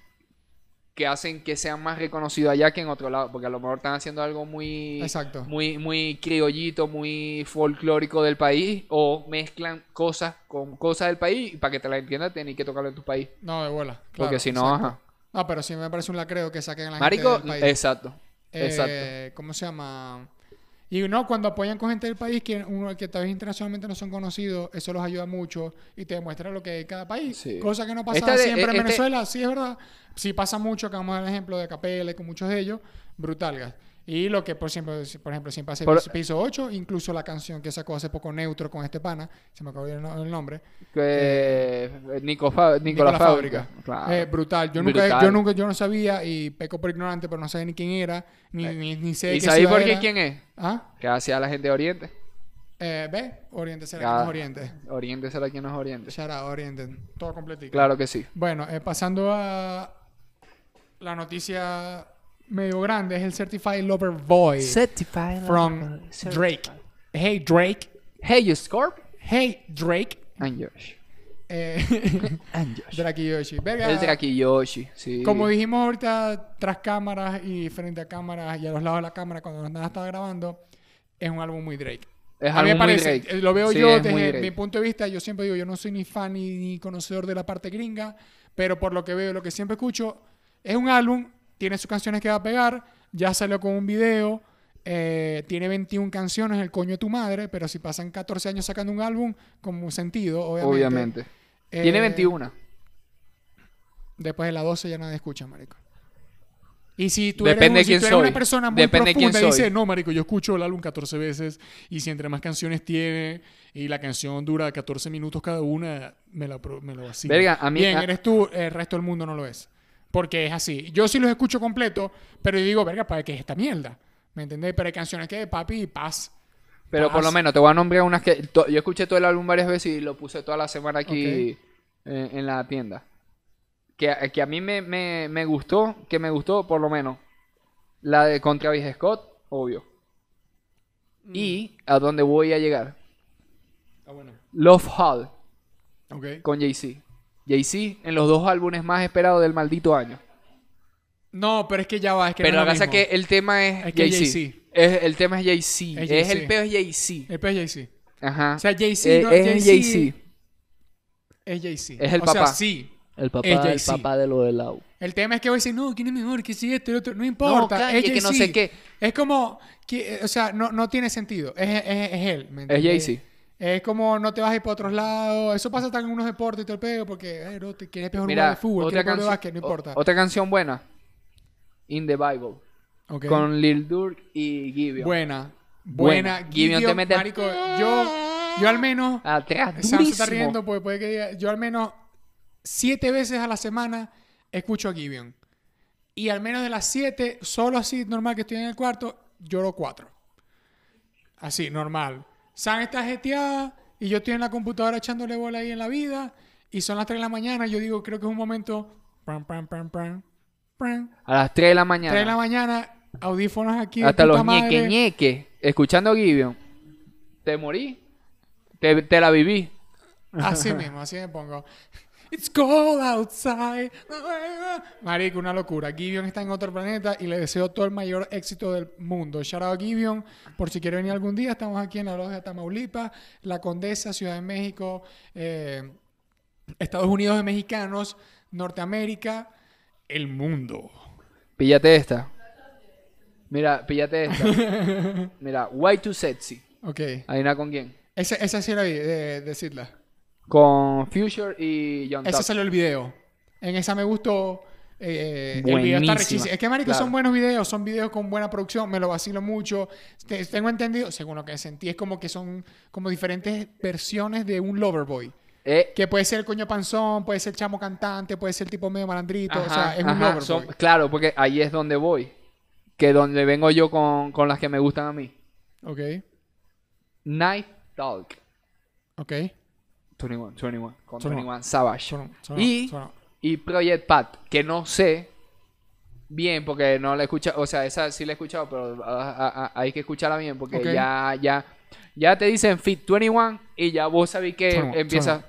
Speaker 4: que hacen que sean más reconocidos allá que en otro lado. Porque a lo mejor están haciendo algo muy.
Speaker 1: Exacto.
Speaker 4: muy, muy criollito, muy folclórico del país, o mezclan cosas con cosas del país y para que te la entiendas tenés que tocarlo en tu país.
Speaker 1: No, de bola. claro,
Speaker 4: porque si no,
Speaker 1: exacto.
Speaker 4: ajá.
Speaker 1: No, pero sí me parece un lacreo que saquen a la
Speaker 4: Marico,
Speaker 1: gente del país.
Speaker 4: exacto.
Speaker 1: Eh,
Speaker 4: Exacto.
Speaker 1: ¿Cómo se llama? Y no, cuando apoyan con gente del país que, uno, que tal vez internacionalmente no son conocidos, eso los ayuda mucho y te demuestra lo que hay en cada país.
Speaker 4: Sí.
Speaker 1: Cosa que no
Speaker 4: Esta
Speaker 1: pasa
Speaker 4: de-
Speaker 1: siempre
Speaker 4: eh,
Speaker 1: en
Speaker 4: este-
Speaker 1: Venezuela, sí es verdad. Sí pasa mucho, acabamos el ejemplo de Capela y con muchos de ellos, brutal. gas. Y lo que, por ejemplo, por ejemplo siempre hace
Speaker 4: Por-
Speaker 1: Piso 8, incluso la canción que sacó hace poco Neutro con este pana, se me acabó el, no- el nombre.
Speaker 4: Que-
Speaker 1: Eh,
Speaker 4: Nico Fa- Nicolás
Speaker 1: Nicolás
Speaker 4: Fábrica. Claro.
Speaker 1: Eh, brutal. Yo nunca,
Speaker 4: Brutal.
Speaker 1: yo nunca, yo no sabía y peco por ignorante, pero no sabía ni quién era, ni, ni, ni sé
Speaker 4: Eh, ¿Y
Speaker 1: qué
Speaker 4: sabéis
Speaker 1: ciudad
Speaker 4: por qué
Speaker 1: era.
Speaker 4: quién es?
Speaker 1: ¿Ah?
Speaker 4: Que hacía la gente de Oriente.
Speaker 1: Eh, ¿Ve? Oriente será
Speaker 4: Ah.
Speaker 1: que no es Oriente.
Speaker 4: Oriente será quien no es Oriente.
Speaker 1: Shout out, Oriente. Todo completito.
Speaker 4: Claro que sí.
Speaker 1: Bueno, eh, pasando a la noticia medio grande, es el Certified Lover Boy
Speaker 5: Certified.
Speaker 1: from Drake. Hey Drake.
Speaker 4: Hey, you Scorp.
Speaker 1: Hey Drake.
Speaker 4: And Josh.
Speaker 1: Eh,
Speaker 4: And Josh.
Speaker 1: Drake Yoshi. Verga.
Speaker 4: El Drake Yoshi, sí.
Speaker 1: Como dijimos ahorita, tras cámaras y frente a cámaras y a los lados de la cámara cuando nada estaba grabando, es un álbum muy Drake.
Speaker 4: Es
Speaker 1: a mí me
Speaker 4: algo muy
Speaker 1: parece,
Speaker 4: Drake.
Speaker 1: eh, lo veo
Speaker 4: Sí,
Speaker 1: yo
Speaker 4: es muy
Speaker 1: desde
Speaker 4: Drake.
Speaker 1: mi punto de vista, yo siempre digo, yo no soy ni fan ni, ni conocedor de la parte gringa, pero por lo que veo, lo que siempre escucho, es un álbum, tiene sus canciones que va a pegar, ya salió con un video, eh, tiene 21 canciones, el coño de tu madre, pero si pasan 14 años sacando un álbum, con un sentido, obviamente.
Speaker 4: Obviamente.
Speaker 1: Eh,
Speaker 4: Tiene 21.
Speaker 1: Después de las 12 ya nadie escucha, marico. Y si tú
Speaker 4: Depende
Speaker 1: eres, un- si
Speaker 4: quién
Speaker 1: tú eres
Speaker 4: soy.
Speaker 1: una persona muy
Speaker 4: Depende quién
Speaker 1: profunda y dices,
Speaker 4: soy.
Speaker 1: no, marico, yo escucho el álbum 14 veces y si entre más canciones tiene y la canción dura 14 minutos cada una, me la, pro- me la vacilo".
Speaker 4: Verga, a mí-
Speaker 1: Bien,
Speaker 4: a-
Speaker 1: eres tú, el resto del mundo no lo es. Porque es así. Yo sí los escucho completo, pero yo digo, verga, ¿para qué es esta mierda? ¿Me entendés? Pero hay canciones que, papi, paz.
Speaker 4: Pero por lo
Speaker 1: Paz.
Speaker 4: menos te voy a nombrar unas que. to- yo escuché todo el álbum varias veces y lo puse toda la semana aquí en, en la tienda. Que, a- que a mí me, me- me gustó, que me gustó por lo menos. La de con Travis Scott, obvio. Y a dónde voy a llegar.
Speaker 1: Está Mm. Ah, bueno.
Speaker 4: Love Hall
Speaker 1: Ok.
Speaker 4: con Jay-Z. Jay-Z en los dos álbumes más esperados del maldito año.
Speaker 1: No, pero es que ya va, es que
Speaker 4: Pero
Speaker 1: no
Speaker 4: la
Speaker 1: es lo
Speaker 4: cosa es
Speaker 1: mismo.
Speaker 4: que el tema es,
Speaker 1: Es que es
Speaker 4: Jay-Z.
Speaker 1: Jay-Z.
Speaker 4: Es- El tema es Jay-Z.
Speaker 1: Es
Speaker 4: Es el
Speaker 1: Jay-Z.
Speaker 4: peo es Jay-Z.
Speaker 1: El pez es Jay-Z.
Speaker 4: Ajá.
Speaker 1: O sea, Jay-Z
Speaker 4: Eh,
Speaker 1: no-
Speaker 4: es
Speaker 1: Jay-Z
Speaker 4: Jay-Z.
Speaker 1: es Jay-Z.
Speaker 4: Es el
Speaker 1: o Sea,
Speaker 4: papá.
Speaker 1: sí,
Speaker 4: El
Speaker 1: papá- el Jay-Z. papá
Speaker 4: de lo del lado.
Speaker 1: El tema es que hoy dicen, no, ¿quién es mejor? ¿Qué si esto? el otro? No importa.
Speaker 4: No, Kanye,
Speaker 1: es
Speaker 4: que no
Speaker 1: Jay-Z.
Speaker 4: sé qué.
Speaker 1: Es como, que, eh, o sea, no, no tiene sentido. Es, es- es él. ¿me
Speaker 4: Es
Speaker 1: entiendes?
Speaker 4: Jay-Z.
Speaker 1: Es como, no te vas a ir para otros lados. Eso pasa también en unos deportes y todo el pego, porque, eh, no, te quieres peor jugar
Speaker 4: Mira,
Speaker 1: de fútbol,
Speaker 4: otra,
Speaker 1: quieres peor de
Speaker 4: canción-
Speaker 1: básquet, no
Speaker 4: o-
Speaker 1: importa.
Speaker 4: otra canción buena. in the Bible.
Speaker 1: Ok.
Speaker 4: Con Lil Durk y Gibeon.
Speaker 1: Buena.
Speaker 4: Buena.
Speaker 1: Buena.
Speaker 4: Gideon te
Speaker 1: Gideon,
Speaker 4: mete-
Speaker 1: marico, yo, yo al menos...
Speaker 4: Atrás,
Speaker 1: Sam se está
Speaker 4: durísimo.
Speaker 1: riendo porque puede que diga- Yo al menos siete veces a la semana escucho a Gibeon. Y al menos de las siete, solo así, normal que estoy en el cuarto, lloro cuatro. Así, normal. Sam está jeteada y yo estoy en la computadora echándole bola ahí en la vida. Y son las tres de la mañana. Yo digo, creo que es un momento. Pran, pran, pran, pran, pran.
Speaker 4: A las 3 de la mañana.
Speaker 1: Tres de la mañana, audífonos aquí. de
Speaker 4: hasta
Speaker 1: puta
Speaker 4: los ñeque
Speaker 1: madre.
Speaker 4: ñeque. Escuchando a Gibeon. Te morí. Te, te la viví.
Speaker 1: Así mismo, así me pongo. It's cold outside. Marico, una locura. Gibeon está en otro planeta y le deseo todo el mayor éxito del mundo. Shout out a Gibeon. Por si quiere venir algún día, estamos aquí en la Loja de Tamaulipas, La Condesa, Ciudad de México, eh, Estados Unidos de Mexicanos, Norteamérica, el mundo.
Speaker 4: Píllate esta. Mira, píllate esta. Mira, Why Too Sexy.
Speaker 1: Ok.
Speaker 4: Adivina con quién.
Speaker 1: Esa, esa sí la vi, de, de Sidla.
Speaker 4: Con Future y John
Speaker 1: Ese
Speaker 4: Top.
Speaker 1: salió el video. En esa me gustó. eh, el video está
Speaker 4: Buenísima.
Speaker 1: rechísimo. Es que, marico,
Speaker 4: Claro.
Speaker 1: son buenos videos. Son videos con buena producción. Me lo vacilo mucho. Te- tengo entendido, según lo que sentí, es como que son como diferentes versiones de un Loverboy.
Speaker 4: Eh,
Speaker 1: Que puede ser el coño panzón, puede ser el chamo cantante, puede ser el tipo medio malandrito. o
Speaker 4: ajá,
Speaker 1: sea, es un pues.
Speaker 4: ajá,
Speaker 1: Loverboy.
Speaker 4: son- claro, porque ahí es donde voy. Que donde vengo yo con, con las que me gustan a mí.
Speaker 1: Ok,
Speaker 4: Night Talk.
Speaker 1: ok.
Speaker 4: 21, 21. Con
Speaker 1: 21.
Speaker 4: 21 Savage.
Speaker 1: Son- son-
Speaker 4: y,
Speaker 1: son-
Speaker 4: y Project Pat, que no sé bien porque no la he escuchado. O sea, esa sí la he escuchado, pero ah, ah, ah, hay que escucharla bien porque
Speaker 1: Ok.
Speaker 4: ya, ya, ya te dicen Fit 21 y ya vos sabés que
Speaker 1: 21,
Speaker 4: empieza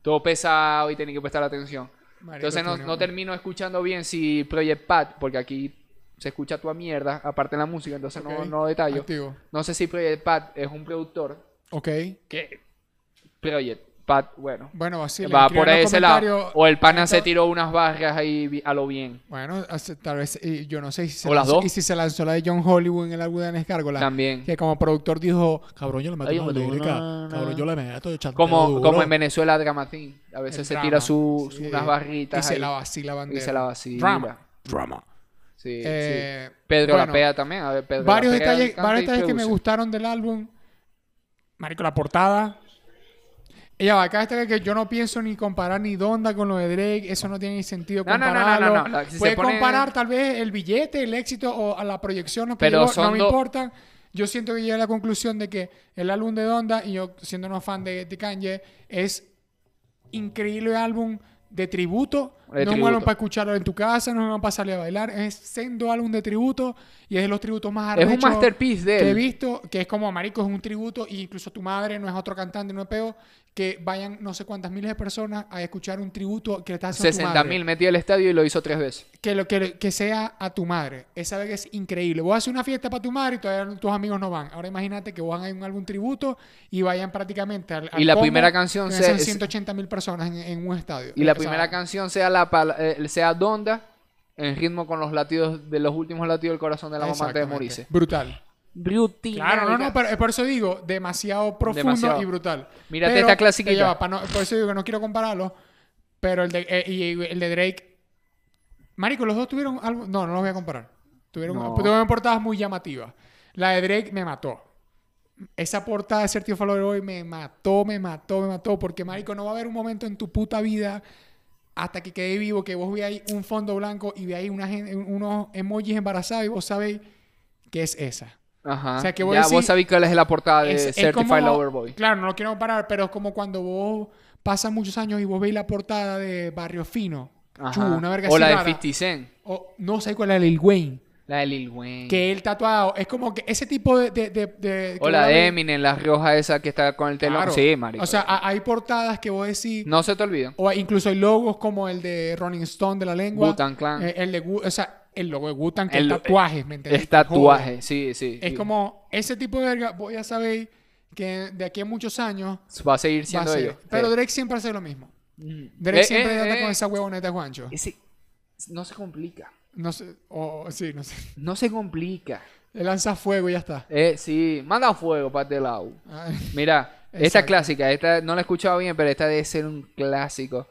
Speaker 4: todo pesado y tenés que prestar atención.
Speaker 1: marico,
Speaker 4: Entonces no,
Speaker 1: 21.
Speaker 4: no termino escuchando bien si Project Pat, porque aquí se escucha tu mierda, aparte de la música, entonces no,
Speaker 1: Ok,
Speaker 4: no detallo.
Speaker 1: activo.
Speaker 4: No sé si Project Pat es un productor
Speaker 1: Ok.
Speaker 4: que Project Pat, bueno,
Speaker 1: Bueno, vacila.
Speaker 4: va
Speaker 1: escribe
Speaker 4: por
Speaker 1: en los
Speaker 4: ese lado.
Speaker 1: comentarios.
Speaker 4: O el pana se
Speaker 1: Esto-
Speaker 4: tiró unas barras ahí vi- a lo bien.
Speaker 1: Bueno, hace- tal vez, y yo no sé si se
Speaker 4: O las
Speaker 1: lanzó-
Speaker 4: dos.
Speaker 1: y si se lanzó la de John Hollywood en el álbum de Escárgola.
Speaker 4: También.
Speaker 1: Que como productor dijo, cabrón, yo le meto
Speaker 4: Ay,
Speaker 1: una
Speaker 4: yo me doy
Speaker 1: lírica,
Speaker 4: una-
Speaker 1: cabrón, yo le meto de chanteo
Speaker 4: Como,
Speaker 1: duro".
Speaker 4: como en Venezuela, Dramatín. A veces
Speaker 1: El
Speaker 4: se
Speaker 1: drama,
Speaker 4: tira su,
Speaker 1: sí.
Speaker 4: su- unas
Speaker 1: Y
Speaker 4: barritas.
Speaker 1: se
Speaker 4: ahí,
Speaker 1: la vacila bandera.
Speaker 4: y se la vacila.
Speaker 1: Drama.
Speaker 2: Drama.
Speaker 4: Sí,
Speaker 1: Eh,
Speaker 4: sí. Pedro
Speaker 1: bueno,
Speaker 4: la pega también. A ver, Pedro
Speaker 1: Varios
Speaker 4: la Pea
Speaker 1: detalles,
Speaker 4: canta
Speaker 1: varios
Speaker 4: y
Speaker 1: detalles que me
Speaker 4: produce.
Speaker 1: gustaron del álbum. Marico, la portada. Ella va, acá está que yo no pienso ni comparar ni Donda con lo de Drake. Eso no tiene ni sentido
Speaker 4: No, no, no, no, no,
Speaker 1: compararlo.
Speaker 4: no, la- si se
Speaker 1: Puede
Speaker 4: pone-
Speaker 1: comparar tal vez el billete, el éxito o a la proyección. lo que
Speaker 4: Pero
Speaker 1: llegó,
Speaker 4: son
Speaker 1: no me
Speaker 4: dos-
Speaker 1: importa. Yo siento que llegué a la conclusión de que el álbum de Donda, y yo siendo no fan de, de Kanye, es increíble álbum de tributo.
Speaker 4: De
Speaker 1: no es un
Speaker 4: tributo.
Speaker 1: álbum para escucharlo en tu casa, no es un álbum para salir a bailar. Es sendo álbum de tributo y es de los tributos más
Speaker 4: Es un
Speaker 1: arrechos
Speaker 4: masterpiece de
Speaker 1: que he
Speaker 4: él.
Speaker 1: visto, que es como Marico, es un tributo, y incluso tu madre no es otro cantante, no es peo, que vayan no sé cuántas miles de personas a escuchar un tributo que le estás haciendo.
Speaker 4: 60 mil metió al estadio y lo hizo tres veces.
Speaker 1: Que, lo, que, que sea a tu madre. Esa vez es increíble. Vos haces una fiesta para tu madre y todavía tus amigos no van. Ahora imagínate que vos hagas un álbum tributo y vayan prácticamente al. al
Speaker 4: Y la
Speaker 1: combo,
Speaker 4: primera canción
Speaker 1: que
Speaker 4: se-
Speaker 1: sean
Speaker 4: es-
Speaker 1: 180 mil personas en, en un estadio.
Speaker 4: Y la
Speaker 1: O sea,
Speaker 4: primera canción sea la pala- eh, sea Donda en ritmo con los latidos de los últimos latidos del corazón de la mamá antes de
Speaker 1: exactamente.
Speaker 4: morirse.
Speaker 1: Brutal.
Speaker 4: Brutal.
Speaker 1: Claro, no, no, pero eh, por eso digo, demasiado profundo
Speaker 4: Demasiado.
Speaker 1: y brutal.
Speaker 4: Mírate
Speaker 1: Pero,
Speaker 4: esta clasiquita.
Speaker 1: que ya va, pa' no- por eso digo que no quiero compararlo, pero el de, eh, y el de Drake... Marico, los dos tuvieron algo... No, no los voy a comparar. Tuvieron,
Speaker 4: No.
Speaker 1: tuvieron portadas muy llamativas. La de Drake me mató. Esa portada de Certified Flower Boy me mató, me mató, me mató. Porque, marico, no va a haber un momento en tu puta vida hasta que quede vivo que vos veáis un fondo blanco y veáis una gen- unos emojis embarazados y vos sabéis que es esa.
Speaker 4: Ajá.
Speaker 1: O sea, que voy a
Speaker 4: ya
Speaker 1: decir-
Speaker 4: vos sabés cuál es la portada de
Speaker 1: Es- es
Speaker 4: Certified
Speaker 1: como-
Speaker 4: Lover Boy.
Speaker 1: Claro, no lo quiero comparar, pero es como cuando vos pasas muchos años y vos veis la portada de Barrio Fino.
Speaker 4: Ajá.
Speaker 1: Chu, una verga
Speaker 4: o
Speaker 1: así
Speaker 4: la de
Speaker 1: rara.
Speaker 4: 50 Cent.
Speaker 1: O no sé cuál es Lil Wayne.
Speaker 4: La de Lil Wayne.
Speaker 1: Que él tatuado. Es como que ese tipo de. de, de, de-
Speaker 4: O
Speaker 1: que
Speaker 4: la
Speaker 1: vos
Speaker 4: de
Speaker 1: veis-
Speaker 4: Eminem, la roja esa que está con el telón.
Speaker 1: Claro.
Speaker 4: Sí, marico.
Speaker 1: O sea, ha- hay portadas que vos decís.
Speaker 4: no se te olvida.
Speaker 1: O hay- incluso hay logos como el de Rolling Stone de la lengua.
Speaker 4: Wu-Tang Clan.
Speaker 1: Eh, el de Wu- O sea, el logo de Wu-Tang, que
Speaker 4: El-
Speaker 1: es tatuajes, ¿me entendés?
Speaker 4: Es tatuaje, sí, sí.
Speaker 1: Es
Speaker 4: sí.
Speaker 1: como ese tipo de verga. Vos ya sabéis que de aquí a muchos años
Speaker 4: Va a seguir
Speaker 1: Va a
Speaker 4: siendo
Speaker 1: ser.
Speaker 4: ellos.
Speaker 1: Pero
Speaker 4: Sí.
Speaker 1: Drake siempre hace lo mismo.
Speaker 4: Mm.
Speaker 1: Drake
Speaker 4: Eh,
Speaker 1: siempre
Speaker 4: eh,
Speaker 1: anda
Speaker 4: eh,
Speaker 1: con esa huevoneta, Juancho.
Speaker 4: ese- No se complica.
Speaker 1: No sé, o sí, no sé.
Speaker 4: No se complica.
Speaker 1: Le lanza fuego y ya está. Ah,
Speaker 4: Eh, sí, manda fuego para este lado.
Speaker 1: Ay,
Speaker 4: Mira, esta
Speaker 1: Exacto.
Speaker 4: clásica, esta no la he escuchado bien, pero esta debe ser un clásico.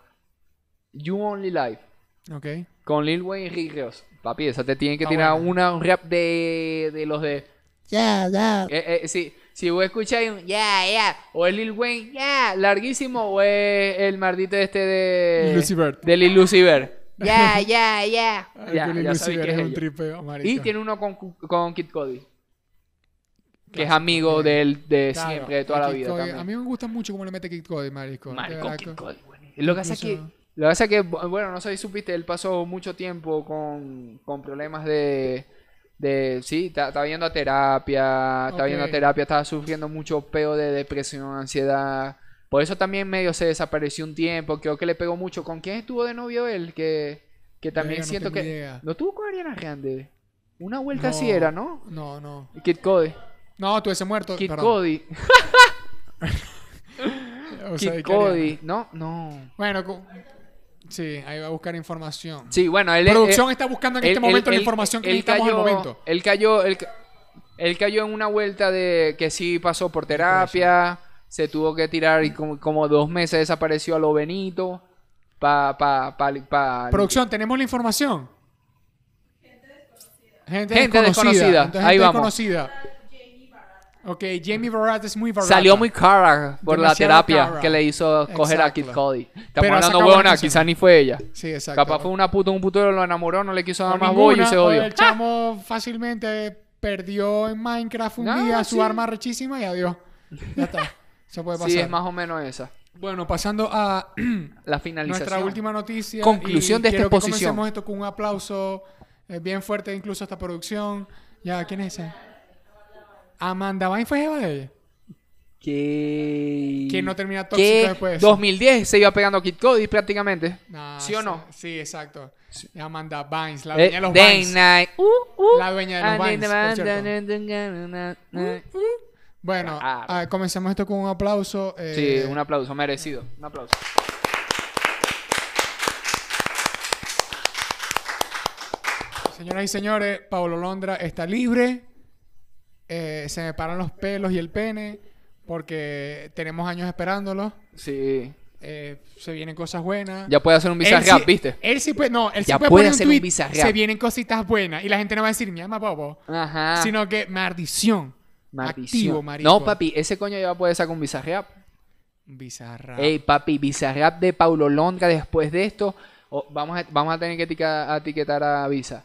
Speaker 4: You Only Life.
Speaker 1: Ok.
Speaker 4: Con Lil Wayne y Rick Ross. Papi, esa te tienen que
Speaker 1: Ah,
Speaker 4: tirar
Speaker 1: bueno.
Speaker 4: una, un rap de, de los de.
Speaker 5: Ya, ya.
Speaker 4: Eh, eh, sí, si vos escucháis un ya, ya, o el Lil Wayne, ya, larguísimo, o es el mardito este de.
Speaker 1: Lucifer.
Speaker 4: De Lil Lucifer.
Speaker 5: Ya, ya, ya.
Speaker 1: Ay,
Speaker 4: Ya,
Speaker 1: con el
Speaker 4: ya sabéis
Speaker 1: Lucifer
Speaker 4: que es
Speaker 1: es un
Speaker 4: ella.
Speaker 1: tripeo, marico.
Speaker 4: Y tiene uno con, Cu- con Kid Cody, que es
Speaker 1: Clásico,
Speaker 4: amigo
Speaker 1: sí.
Speaker 4: del, de
Speaker 1: Claro,
Speaker 4: siempre, de toda la
Speaker 1: Kid
Speaker 4: vida.
Speaker 1: Cody.
Speaker 4: también.
Speaker 1: A mí me gusta mucho cómo le mete Kid Cody, marico. de
Speaker 4: Marico,
Speaker 1: verdad,
Speaker 4: Kid
Speaker 1: co-
Speaker 4: Cody, bueno. Lo que pasa es que,
Speaker 1: Incluso-
Speaker 4: lo que pasa es que, bu- bueno, no sé si supiste, él pasó mucho tiempo con, con problemas de, de, sí, está, está viendo a terapia, está viendo a
Speaker 1: Ok.
Speaker 4: terapia, estaba sufriendo mucho peo de depresión, ansiedad. Por eso también medio se desapareció un tiempo, creo que le pegó mucho. ¿Con quién estuvo de novio él? Que, que también
Speaker 1: Verga, no
Speaker 4: siento
Speaker 1: tengo
Speaker 4: que...
Speaker 1: idea.
Speaker 4: ¿No estuvo con Ariana Grande? Una vuelta así
Speaker 1: No.
Speaker 4: era, ¿no?
Speaker 1: No, no.
Speaker 4: Kid Cody.
Speaker 1: No, tú ese muerto.
Speaker 4: Kid
Speaker 1: perdón.
Speaker 4: Cody.
Speaker 1: O sea,
Speaker 4: Kid
Speaker 1: ¿qué haría?
Speaker 4: Cody. No, no.
Speaker 1: Bueno, cu- sí, ahí va a buscar información.
Speaker 4: Sí, bueno, él...
Speaker 1: Producción
Speaker 4: él-
Speaker 1: está buscando en
Speaker 4: Él-
Speaker 1: este
Speaker 4: él-
Speaker 1: momento la
Speaker 4: él-
Speaker 1: información que
Speaker 4: él
Speaker 1: necesitamos al
Speaker 4: cayó-
Speaker 1: momento.
Speaker 4: Él cayó, él, ca- él cayó en una vuelta de que sí pasó por terapia, se tuvo que tirar y como, como dos meses desapareció a lo Benito. Pa, pa, pa, pa-
Speaker 1: Producción, ¿tenemos la información? Gente desconocida.
Speaker 4: Gente desconocida,
Speaker 1: Entonces,
Speaker 4: ahí
Speaker 1: gente
Speaker 4: vamos.
Speaker 1: desconocida. Ok, Jamie Barat es muy barata.
Speaker 4: Salió muy cara por la
Speaker 1: Demasiado
Speaker 4: terapia
Speaker 1: cara.
Speaker 4: que le hizo coger a Kid
Speaker 1: Exacto.
Speaker 4: Cody.
Speaker 1: Pero
Speaker 4: Estamos hablando
Speaker 1: saca buena
Speaker 4: huevona,
Speaker 1: canción.
Speaker 4: quizás ni fue ella.
Speaker 1: Sí, exacto.
Speaker 4: Capaz fue una puta, un putero lo enamoró, no le quiso
Speaker 1: O
Speaker 4: dar más
Speaker 1: ninguna,
Speaker 4: bollo y se
Speaker 1: o
Speaker 4: odió.
Speaker 1: El chamo fácilmente perdió en Minecraft un
Speaker 4: No,
Speaker 1: día su
Speaker 4: sí.
Speaker 1: arma rechísima y adiós. Ya está. Eso puede pasar.
Speaker 4: Sí, es más o menos esa.
Speaker 1: Bueno, pasando a
Speaker 4: La finalización.
Speaker 1: Nuestra última noticia.
Speaker 4: Conclusión
Speaker 1: y
Speaker 4: de esta
Speaker 1: quiero que
Speaker 4: exposición.
Speaker 1: Comencemos esto con un aplauso eh, bien fuerte, incluso a esta producción. Ya, ¿quién es esa? Amanda Vine fue jeva de ella.
Speaker 4: Que...
Speaker 1: ¿Quién no termina tóxico
Speaker 4: que
Speaker 1: después?
Speaker 4: 2010 se iba pegando a Kid Cody prácticamente.
Speaker 1: Nah,
Speaker 4: ¿Sí o no?
Speaker 1: Sí, exacto. Amanda Vines, la
Speaker 4: Eh,
Speaker 1: dueña de los
Speaker 4: Day
Speaker 1: Vines.
Speaker 4: Night. Uh, uh.
Speaker 1: La dueña de los
Speaker 4: Ah,
Speaker 1: Vines,
Speaker 4: na,
Speaker 1: por cierto. Uh,
Speaker 4: na, na, na, na, na.
Speaker 1: Bueno,
Speaker 4: Claro.
Speaker 1: ah, comencemos esto con un aplauso.
Speaker 4: Sí,
Speaker 1: eh,
Speaker 4: un aplauso merecido. Un aplauso.
Speaker 1: Señoras y señores, Pablo Londra está libre. Eh, se me paran los pelos y el pene porque tenemos años esperándolo.
Speaker 4: Sí.
Speaker 1: Eh, se vienen cosas buenas.
Speaker 4: Ya puede hacer un
Speaker 1: Él
Speaker 4: bizarrap,
Speaker 1: sí-
Speaker 4: ¿viste?
Speaker 1: Él sí puede, no, él sí
Speaker 4: Ya
Speaker 1: puede,
Speaker 4: puede
Speaker 1: poner
Speaker 4: hacer
Speaker 1: un
Speaker 4: un
Speaker 1: tweet,
Speaker 4: bizarrap.
Speaker 1: se vienen cositas buenas y la gente no va a decir, mi ama bobo,
Speaker 4: Ajá.
Speaker 1: sino que maldición.
Speaker 4: Maldición.
Speaker 1: Activo, marico.
Speaker 4: No, papi, ese coño ya puede sacar un bizarrap.
Speaker 1: Bizarrap.
Speaker 4: Ey, papi, bizarrap de Paulo Londra después de esto. o- vamos, a, vamos a tener que etica- a etiquetar a Visa.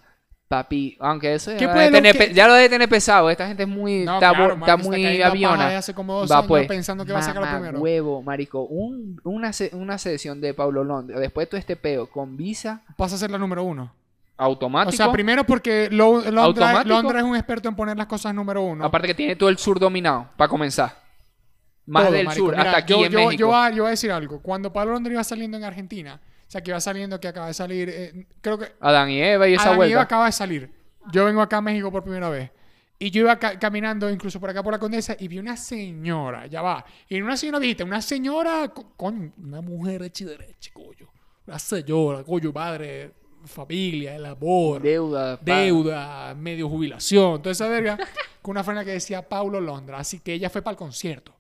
Speaker 4: Papi, aunque eso ya,
Speaker 1: ¿Qué
Speaker 4: lo
Speaker 1: puede
Speaker 4: debe
Speaker 1: lo
Speaker 4: tener
Speaker 1: que-
Speaker 4: pe- ya lo debe tener pesado. Esta gente es muy.
Speaker 1: No,
Speaker 4: está bo-
Speaker 1: claro,
Speaker 4: está
Speaker 1: mano, está
Speaker 4: muy
Speaker 1: cayendo a
Speaker 4: aviona. pues.
Speaker 1: paja de hace como dos años pensando que va a sacar lo
Speaker 4: Mamá
Speaker 1: primero.
Speaker 4: huevo, marico. Un- una, se- una sesión de Paulo Londra. Después de todo este peo con Visa
Speaker 1: Pasa a ser la número uno.
Speaker 4: automático.
Speaker 1: O sea, primero porque Lo- Londra,
Speaker 4: Automático.
Speaker 1: Londra es un experto en poner las cosas número uno.
Speaker 4: Aparte que tiene todo el sur dominado, para comenzar. Más
Speaker 1: Todo,
Speaker 4: del
Speaker 1: marico.
Speaker 4: sur,
Speaker 1: Mira,
Speaker 4: hasta aquí
Speaker 1: yo,
Speaker 4: en
Speaker 1: yo-
Speaker 4: México.
Speaker 1: Yo, voy a- yo voy a decir algo. Cuando Pablo Londra iba saliendo en Argentina, o sea, que iba saliendo, que acaba de salir, eh, creo que
Speaker 4: Adán y Eva y esa
Speaker 1: Adán y Eva
Speaker 4: vuelta.
Speaker 1: acaba de salir. Yo vengo acá a México por primera vez. Y yo iba ca- caminando incluso por acá por la Condesa y vi una señora, ya va. Y no una señora viejita, una señora co- con una mujer hecha y derecha, coño. Una señora, coño, padre, familia, el amor,
Speaker 4: Deuda. pa.
Speaker 1: deuda, medio jubilación, toda esa verga. con una frena que decía Paulo Londra. Así que ella fue para el concierto.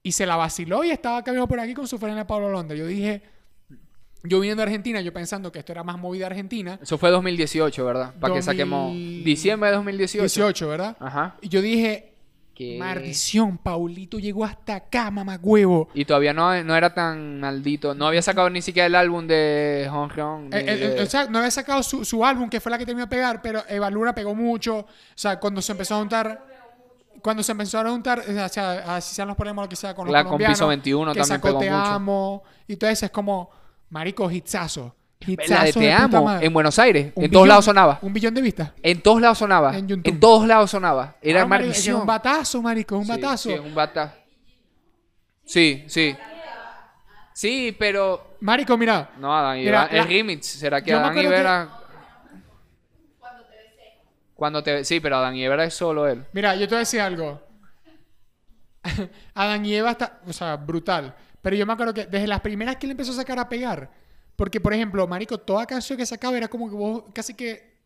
Speaker 1: Y se la vaciló y estaba caminando por aquí con su frena de Paulo Londra. Yo dije, yo viniendo de Argentina, yo pensando que esto era más movida argentina.
Speaker 4: Eso fue 2018, ¿verdad? Para que
Speaker 1: 2000
Speaker 4: saquemos. Diciembre de 2018.
Speaker 1: 18, ¿verdad?
Speaker 4: Ajá.
Speaker 1: Y yo dije,
Speaker 4: Que-
Speaker 1: maldición, Paulito llegó hasta acá, mamá huevo.
Speaker 4: Y todavía no, no era tan maldito. No había sacado ni siquiera el álbum de Hong Kong. ni de-
Speaker 1: Eh, o sea, no había sacado su, su álbum, que fue la que terminó a pegar, pero Evalura pegó mucho. O sea, cuando se empezó a juntar... Cuando se empezó a juntar, o sea, así sean los problemas, lo que sea, con los
Speaker 4: La con
Speaker 1: colombianos.
Speaker 4: Piso 21
Speaker 1: que
Speaker 4: también
Speaker 1: sacó
Speaker 4: pegó
Speaker 1: Te
Speaker 4: mucho.
Speaker 1: Amo. Y todo eso es como, marico, hitsazo. hitsazo
Speaker 4: la de Te
Speaker 1: de puta
Speaker 4: Amo
Speaker 1: madre.
Speaker 4: en Buenos Aires.
Speaker 1: Un
Speaker 4: en todos
Speaker 1: billón-
Speaker 4: lados sonaba.
Speaker 1: Un billón de vistas.
Speaker 4: En todos lados sonaba.
Speaker 1: En
Speaker 4: En,
Speaker 1: YouTube.
Speaker 4: todos lados sonaba. Era
Speaker 1: Ah, marico,
Speaker 4: maldición.
Speaker 1: un batazo, marico, un
Speaker 4: Sí,
Speaker 1: batazo.
Speaker 4: Sí, un bata- Sí, sí. Sí, pero.
Speaker 1: Marico, mira,
Speaker 4: No, Adán y
Speaker 1: Mira,
Speaker 4: Eva-
Speaker 1: la-
Speaker 4: El remix. ¿Será que
Speaker 1: Yo me
Speaker 4: Adán y
Speaker 1: acuerdo
Speaker 4: Eva era- Cuando te Sí, pero Adán y Eva es solo él.
Speaker 1: Mira, yo te voy a decir algo. Adán y Eva está, o sea, brutal. Pero yo me acuerdo que desde las primeras que él empezó a sacar a pegar, porque por ejemplo, Marico, toda canción que sacaba era como que vos casi que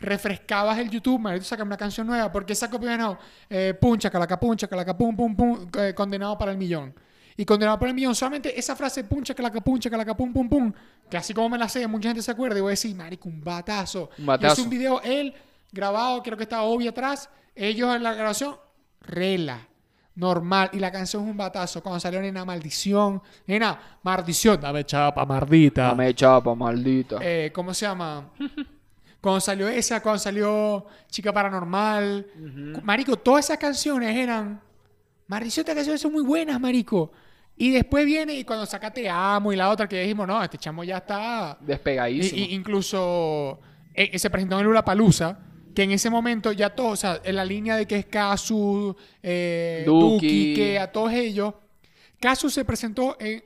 Speaker 1: refrescabas el YouTube, Marico, sacaba una canción nueva, porque sacó primero eh, Puncha, Calaca, Puncha, Calaca, Pum, Pum, Pum, eh, Condenado para el Millón. Y condenado por el millón, solamente esa frase puncha, calaca, puncha, calaca, pum, pum, pum, que así como me la sé, mucha gente se acuerda y voy a decir, marico, un batazo.
Speaker 4: Un batazo.
Speaker 1: Yo hice un video, él grabado, creo que estaba obvio atrás, ellos en la grabación, rela, normal, y la canción es un batazo. Cuando salió Nena Maldición, Nena, maldición, dame chapa, mardita.
Speaker 4: Dame chapa, maldita.
Speaker 1: Ah. Eh, ¿Cómo se llama? cuando salió esa, cuando salió Chica Paranormal. Marico, todas esas canciones eran. Marico, estas canciones son muy buenas, Marico. Y después viene y cuando saca Te Amo y la otra que dijimos, no, este chamo ya está. Y-
Speaker 4: Despegadísimo.
Speaker 1: y- incluso eh, se presentó en Lula Palusa, que en ese momento ya todos, o sea, en la línea de que es Casu, eh,
Speaker 4: Duki.
Speaker 1: Duki, que a todos ellos, Casu se presentó en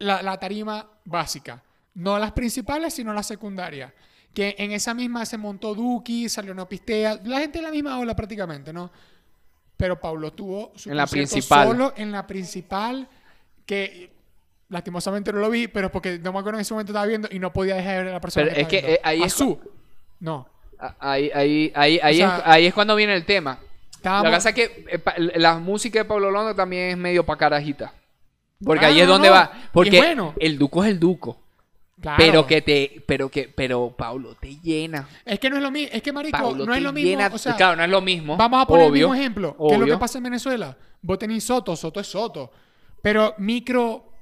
Speaker 1: la, la tarima básica, no las principales, sino las secundarias. Que en esa misma se montó Duki, salió Neopistea, la gente en la misma ola prácticamente, ¿no? Pero Pablo tuvo su
Speaker 4: En la
Speaker 1: concierto
Speaker 4: principal.
Speaker 1: solo en la principal, que lastimosamente no lo vi, pero porque no me acuerdo en ese momento estaba viendo y no podía dejar de ver a la persona.
Speaker 4: Pero es
Speaker 1: estaba
Speaker 4: que,
Speaker 1: viendo.
Speaker 4: eh, ahí es
Speaker 1: Azú. No.
Speaker 4: Ah, Ahí, ahí, ahí, ahí,
Speaker 1: sea,
Speaker 4: es, ahí es cuando viene el tema. Lo que
Speaker 1: Estábamos...
Speaker 4: pasa es que eh, pa- la música de Pablo Londo también es medio pa' carajita. Porque
Speaker 1: Ah,
Speaker 4: ahí es
Speaker 1: no,
Speaker 4: donde
Speaker 1: no.
Speaker 4: va.
Speaker 1: Y es
Speaker 4: Porque
Speaker 1: bueno.
Speaker 4: el duco es el duco.
Speaker 1: Claro.
Speaker 4: Pero que te, pero que, pero Pablo, te llena.
Speaker 1: Es que no es lo mismo. Es que, marico,
Speaker 4: Pablo,
Speaker 1: no
Speaker 4: te
Speaker 1: es lo mismo.
Speaker 4: llena.
Speaker 1: O sea,
Speaker 4: claro, no es lo mismo.
Speaker 1: Vamos a poner
Speaker 4: obvio,
Speaker 1: un ejemplo. ¿Qué es lo que
Speaker 4: obvio.
Speaker 1: pasa en Venezuela? Vos tenés Soto, Soto es Soto. Pero micro.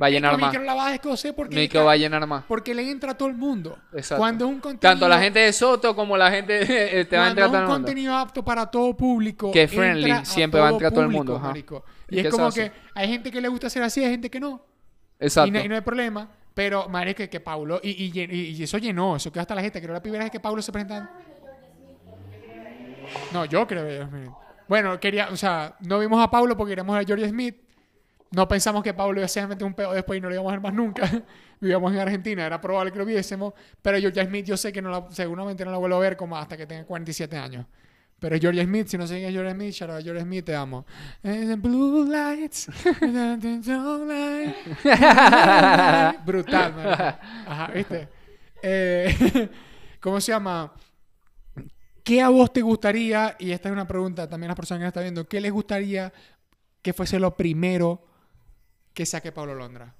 Speaker 4: Va a llenar
Speaker 1: micro,
Speaker 4: más.
Speaker 1: micro la vas a descoser porque.
Speaker 4: Nico va a llenar más.
Speaker 1: Porque le entra a todo el mundo.
Speaker 4: Exacto.
Speaker 1: Cuando es un contenido.
Speaker 4: Tanto la gente de Soto como la gente de eh, te va a
Speaker 1: cuando
Speaker 4: entrar
Speaker 1: es
Speaker 4: todo
Speaker 1: un
Speaker 4: el mundo.
Speaker 1: contenido apto para todo público.
Speaker 4: Que friendly,
Speaker 1: entra a
Speaker 4: siempre va a entrar todo el mundo, ajá.
Speaker 1: marico.
Speaker 4: Es
Speaker 1: Y es,
Speaker 4: que eso
Speaker 1: como
Speaker 4: hace.
Speaker 1: que hay gente que le gusta hacer así, hay gente que no.
Speaker 4: Exacto.
Speaker 1: Y no, y no hay problema. Pero, madre, que, que Paulo. Y, y, llen- y- y eso llenó. Eso quedó hasta la gente. Creo que la primera vez que Paulo se presenta. No, yo creo. Dios mío. Bueno, quería. O sea, no vimos a Paulo porque queríamos ver a George Smith. No pensamos que Pablo iba a ser realmente un pedo después y no lo íbamos a ver más nunca. Vivíamos en Argentina, era probable que lo viésemos. Pero George Smith, yo sé que no la- seguramente no la vuelvo a ver como hasta que tenga 47 años. Pero George Smith, si no sé quién es George Smith, shout out a George Smith, te amo. And the blue lights, and the blue light, and the blue light. Brutal, man. Ajá, ¿viste? Eh, ¿Cómo se llama? ¿Qué a vos te gustaría? Y esta es una pregunta también a las personas que nos están viendo. ¿Qué les gustaría que fuese lo primero que saque Pablo Londra?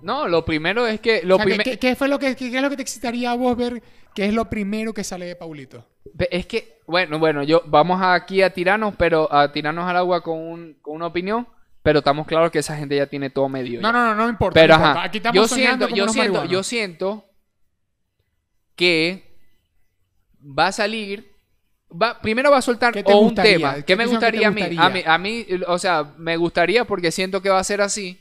Speaker 4: No, lo primero es que.
Speaker 1: O
Speaker 4: Lo
Speaker 1: sea,
Speaker 4: primer-
Speaker 1: ¿qué, qué- qué fue lo que, qué, qué es lo que te excitaría a vos ver que es lo primero que sale de Paulito?
Speaker 4: Ve- Es que, bueno, bueno, yo vamos aquí a tirarnos, pero a tirarnos al agua con, un- con una opinión, pero estamos claros que esa gente ya tiene todo medio.
Speaker 1: No,
Speaker 4: ya.
Speaker 1: no, no, no me importa.
Speaker 4: pero
Speaker 1: no importa.
Speaker 4: ajá,
Speaker 1: Aquí estamos
Speaker 4: yo
Speaker 1: soñando
Speaker 4: siento,
Speaker 1: como
Speaker 4: yo
Speaker 1: unos
Speaker 4: siento, yo
Speaker 1: marihuanos.
Speaker 4: siento que va a salir, va, primero va a soltar
Speaker 1: ¿Qué te
Speaker 4: o un
Speaker 1: gustaría?
Speaker 4: tema.
Speaker 1: ¿Qué
Speaker 4: ¿Qué me
Speaker 1: canción que te
Speaker 4: gustaría, a mí?
Speaker 1: gustaría?
Speaker 4: A mí, a mí, o sea, me gustaría porque siento que va a ser así,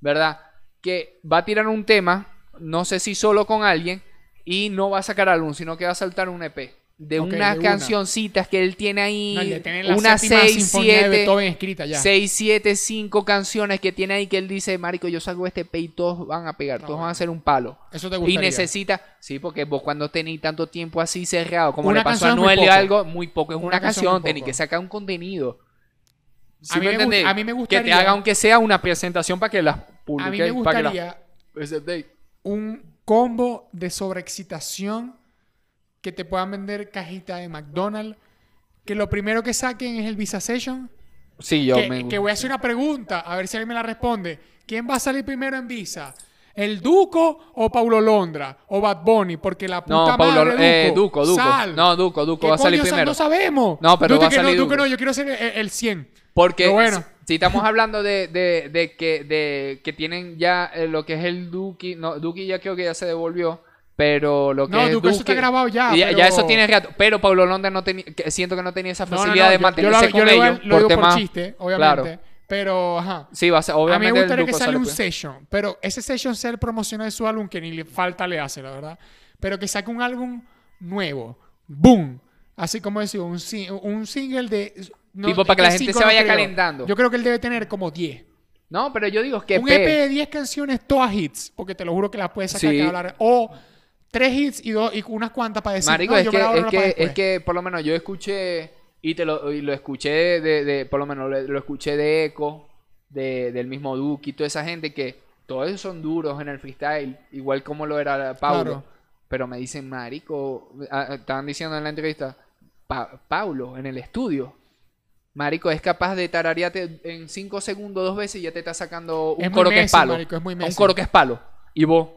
Speaker 4: ¿verdad? Que va a tirar un tema, no sé si solo con alguien, y no va a sacar álbum, sino que va a saltar un EP. De
Speaker 1: Ok,
Speaker 4: unas
Speaker 1: de una.
Speaker 4: cancioncitas que él tiene ahí,
Speaker 1: No, el de tener la
Speaker 4: unas
Speaker 1: séptima
Speaker 4: 6,
Speaker 1: sinfonía de
Speaker 4: 7,
Speaker 1: Beethoven escrita ya.
Speaker 4: 6, 7, 5 canciones que tiene ahí que él dice, Marico, yo salgo de este EP y todos van a pegar,
Speaker 1: Ah,
Speaker 4: todos
Speaker 1: bueno.
Speaker 4: van a ser un palo.
Speaker 1: Eso te
Speaker 4: Y
Speaker 1: gustaría.
Speaker 4: necesita, sí, porque vos cuando tenéis tanto tiempo así cerrado, como
Speaker 1: Una
Speaker 4: le pasó a
Speaker 1: canción es muy
Speaker 4: Noel y
Speaker 1: poco.
Speaker 4: algo, muy poco es una,
Speaker 1: Una canción
Speaker 4: canción,
Speaker 1: muy
Speaker 4: tenéis
Speaker 1: poco.
Speaker 4: que sacar un contenido. ¿Sí
Speaker 1: A mí me
Speaker 4: entendés?
Speaker 1: gust- a mí me
Speaker 4: Que te
Speaker 1: gustaría-
Speaker 4: haga, aunque sea, una presentación para que las publique.
Speaker 1: a mí me
Speaker 4: para que las
Speaker 1: gustaría
Speaker 4: presentéis.
Speaker 1: un combo de sobreexcitación que te puedan vender cajita de McDonald's. Que lo primero que saquen es el Visa Session.
Speaker 4: Sí, yo me
Speaker 1: que,
Speaker 4: gusta.
Speaker 1: que voy a hacer una pregunta, a ver si alguien me la responde. ¿Quién va a salir primero en Visa? ¿El Duco o Paulo Londra? ¿O Bad Bunny? Porque la puta
Speaker 4: No, Paulo,
Speaker 1: madre,
Speaker 4: eh, Duco, Duco.
Speaker 1: Sal.
Speaker 4: No, Duco, Duco
Speaker 1: ¿Qué
Speaker 4: va a salir
Speaker 1: coño, Sal?
Speaker 4: primero.
Speaker 1: No sabemos.
Speaker 4: No, pero
Speaker 1: Duque
Speaker 4: va a
Speaker 1: que
Speaker 4: salir
Speaker 1: no, Duque
Speaker 4: Duco.
Speaker 1: no, yo quiero ser el, el 100.
Speaker 4: Porque
Speaker 1: Pero bueno.
Speaker 4: si, si estamos hablando de, de- de que, de que tienen ya eh, lo que es el Duki, no, Duki ya creo que ya se devolvió, pero lo que
Speaker 1: No,
Speaker 4: es
Speaker 1: Duki, eso está grabado ya,
Speaker 4: y ya, ya
Speaker 1: pero-
Speaker 4: eso tiene rato, pero Pablo Londra no tenía, que- siento que no tenía esa
Speaker 1: No, no,
Speaker 4: facilidad
Speaker 1: no,
Speaker 4: de
Speaker 1: yo- yo
Speaker 4: mantenerse
Speaker 1: lo, yo
Speaker 4: con
Speaker 1: lo-
Speaker 4: ellos
Speaker 1: lo digo
Speaker 4: por
Speaker 1: por
Speaker 4: tema,
Speaker 1: chiste, obviamente.
Speaker 4: Claro.
Speaker 1: Pero, ajá.
Speaker 4: Sí, va a ser, obviamente
Speaker 1: a mí me gustaría
Speaker 4: el
Speaker 1: que
Speaker 4: Duco
Speaker 1: salga un
Speaker 4: sale pues.
Speaker 1: session, pero ese session sea el promocional de su álbum que ni le falta le hace, la verdad. Pero que saque un álbum nuevo, boom, así como decir, un, si- un single de... no,
Speaker 4: Tipo, para que
Speaker 1: de
Speaker 4: la gente
Speaker 1: cinco
Speaker 4: se vaya
Speaker 1: creo.
Speaker 4: calentando.
Speaker 1: Yo creo que él debe tener como 10.
Speaker 4: primero. No, pero yo digo que
Speaker 1: un E
Speaker 4: pe-
Speaker 1: EP de 10 canciones, todas hits, porque te lo juro que las puedes sacar
Speaker 4: Sí.
Speaker 1: cada hablar. O tres hits y, dos, y unas cuantas para decir,
Speaker 4: Marico,
Speaker 1: no,
Speaker 4: es,
Speaker 1: yo
Speaker 4: que,
Speaker 1: grabo
Speaker 4: es,
Speaker 1: una para
Speaker 4: que,
Speaker 1: después.
Speaker 4: es que por lo menos yo escuché y te lo, y lo escuché de, de- de- por lo menos lo, lo escuché de Echo, de, del mismo Duki, toda esa gente que todos esos son duros en el freestyle, igual como lo era Paulo.
Speaker 1: Claro.
Speaker 4: Pero me dicen, Marico, ah, ah, estaban diciendo en la entrevista, "Pa- Paulo, en el estudio, Marico, es capaz de tararearte en 5 segundos dos veces y ya te está sacando un
Speaker 1: Es muy
Speaker 4: coro que es
Speaker 1: Messi,
Speaker 4: palo.
Speaker 1: marico, es muy
Speaker 4: un
Speaker 1: Messi.
Speaker 4: coro que es palo. Y vos,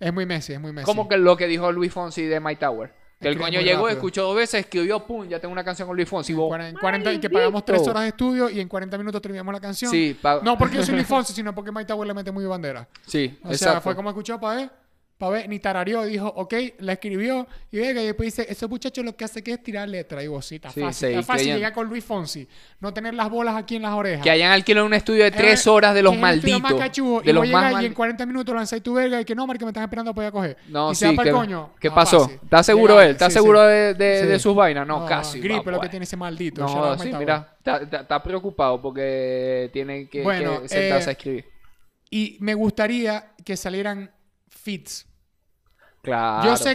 Speaker 1: Es muy Messi, es muy Messi.
Speaker 4: como que lo que dijo Luis Fonsi de My Tower. Que el
Speaker 1: Escribe
Speaker 4: coño
Speaker 1: muy
Speaker 4: llegó,
Speaker 1: rápido.
Speaker 4: escuchó dos veces, escribió, pum, ya tengo una canción con Luis Fonsi. Y vos,
Speaker 1: Cuaren- en 40 y que pagamos
Speaker 4: Maldito.
Speaker 1: 3 horas de estudio y en 40 minutos terminamos la canción.
Speaker 4: Sí, pa-
Speaker 1: No porque yo soy Luis Fonsi, sino porque Mike Tower le mete muy bandera.
Speaker 4: Sí,
Speaker 1: O sea,
Speaker 4: exacto.
Speaker 1: fue como escuchó para ver, para ver, ni tarareó, dijo, ok, la escribió, y venga, y después dice, esos muchachos lo que hace que es tirar letra y vocita.
Speaker 4: Sí,
Speaker 1: fácil,
Speaker 4: sí,
Speaker 1: está fácil
Speaker 4: creyendo.
Speaker 1: llegar con Luis Fonsi, no tener las bolas aquí en las orejas.
Speaker 4: Que hayan alquilado un estudio de 3
Speaker 1: Eh,
Speaker 4: horas de los
Speaker 1: que es el estilo
Speaker 4: malditos.
Speaker 1: más cachudo,
Speaker 4: De
Speaker 1: y
Speaker 4: los
Speaker 1: vos
Speaker 4: más
Speaker 1: llegas y en
Speaker 4: malditos.
Speaker 1: 40 minutos lanzáis tu verga y que no, marico, me están esperando para ir a coger.
Speaker 4: No,
Speaker 1: y
Speaker 4: sí,
Speaker 1: se va pa'l
Speaker 4: que-
Speaker 1: coño.
Speaker 4: ¿Qué
Speaker 1: Ah,
Speaker 4: pasó?
Speaker 1: fácil.
Speaker 4: ¿Está seguro
Speaker 1: Legal,
Speaker 4: él? ¿Está
Speaker 1: sí,
Speaker 4: seguro
Speaker 1: sí.
Speaker 4: de, de-
Speaker 1: Sí.
Speaker 4: de sus vainas? No, casi.
Speaker 1: Gripe
Speaker 4: papá.
Speaker 1: lo que tiene ese maldito. shout
Speaker 4: No,
Speaker 1: out
Speaker 4: sí,
Speaker 1: Mike Tower.
Speaker 4: mira. Está, está- está preocupado porque tiene que,
Speaker 1: Bueno,
Speaker 4: que sentarse
Speaker 1: eh,
Speaker 4: a escribir.
Speaker 1: Y me gustaría que salieran fits.
Speaker 4: Claro.
Speaker 1: Yo sé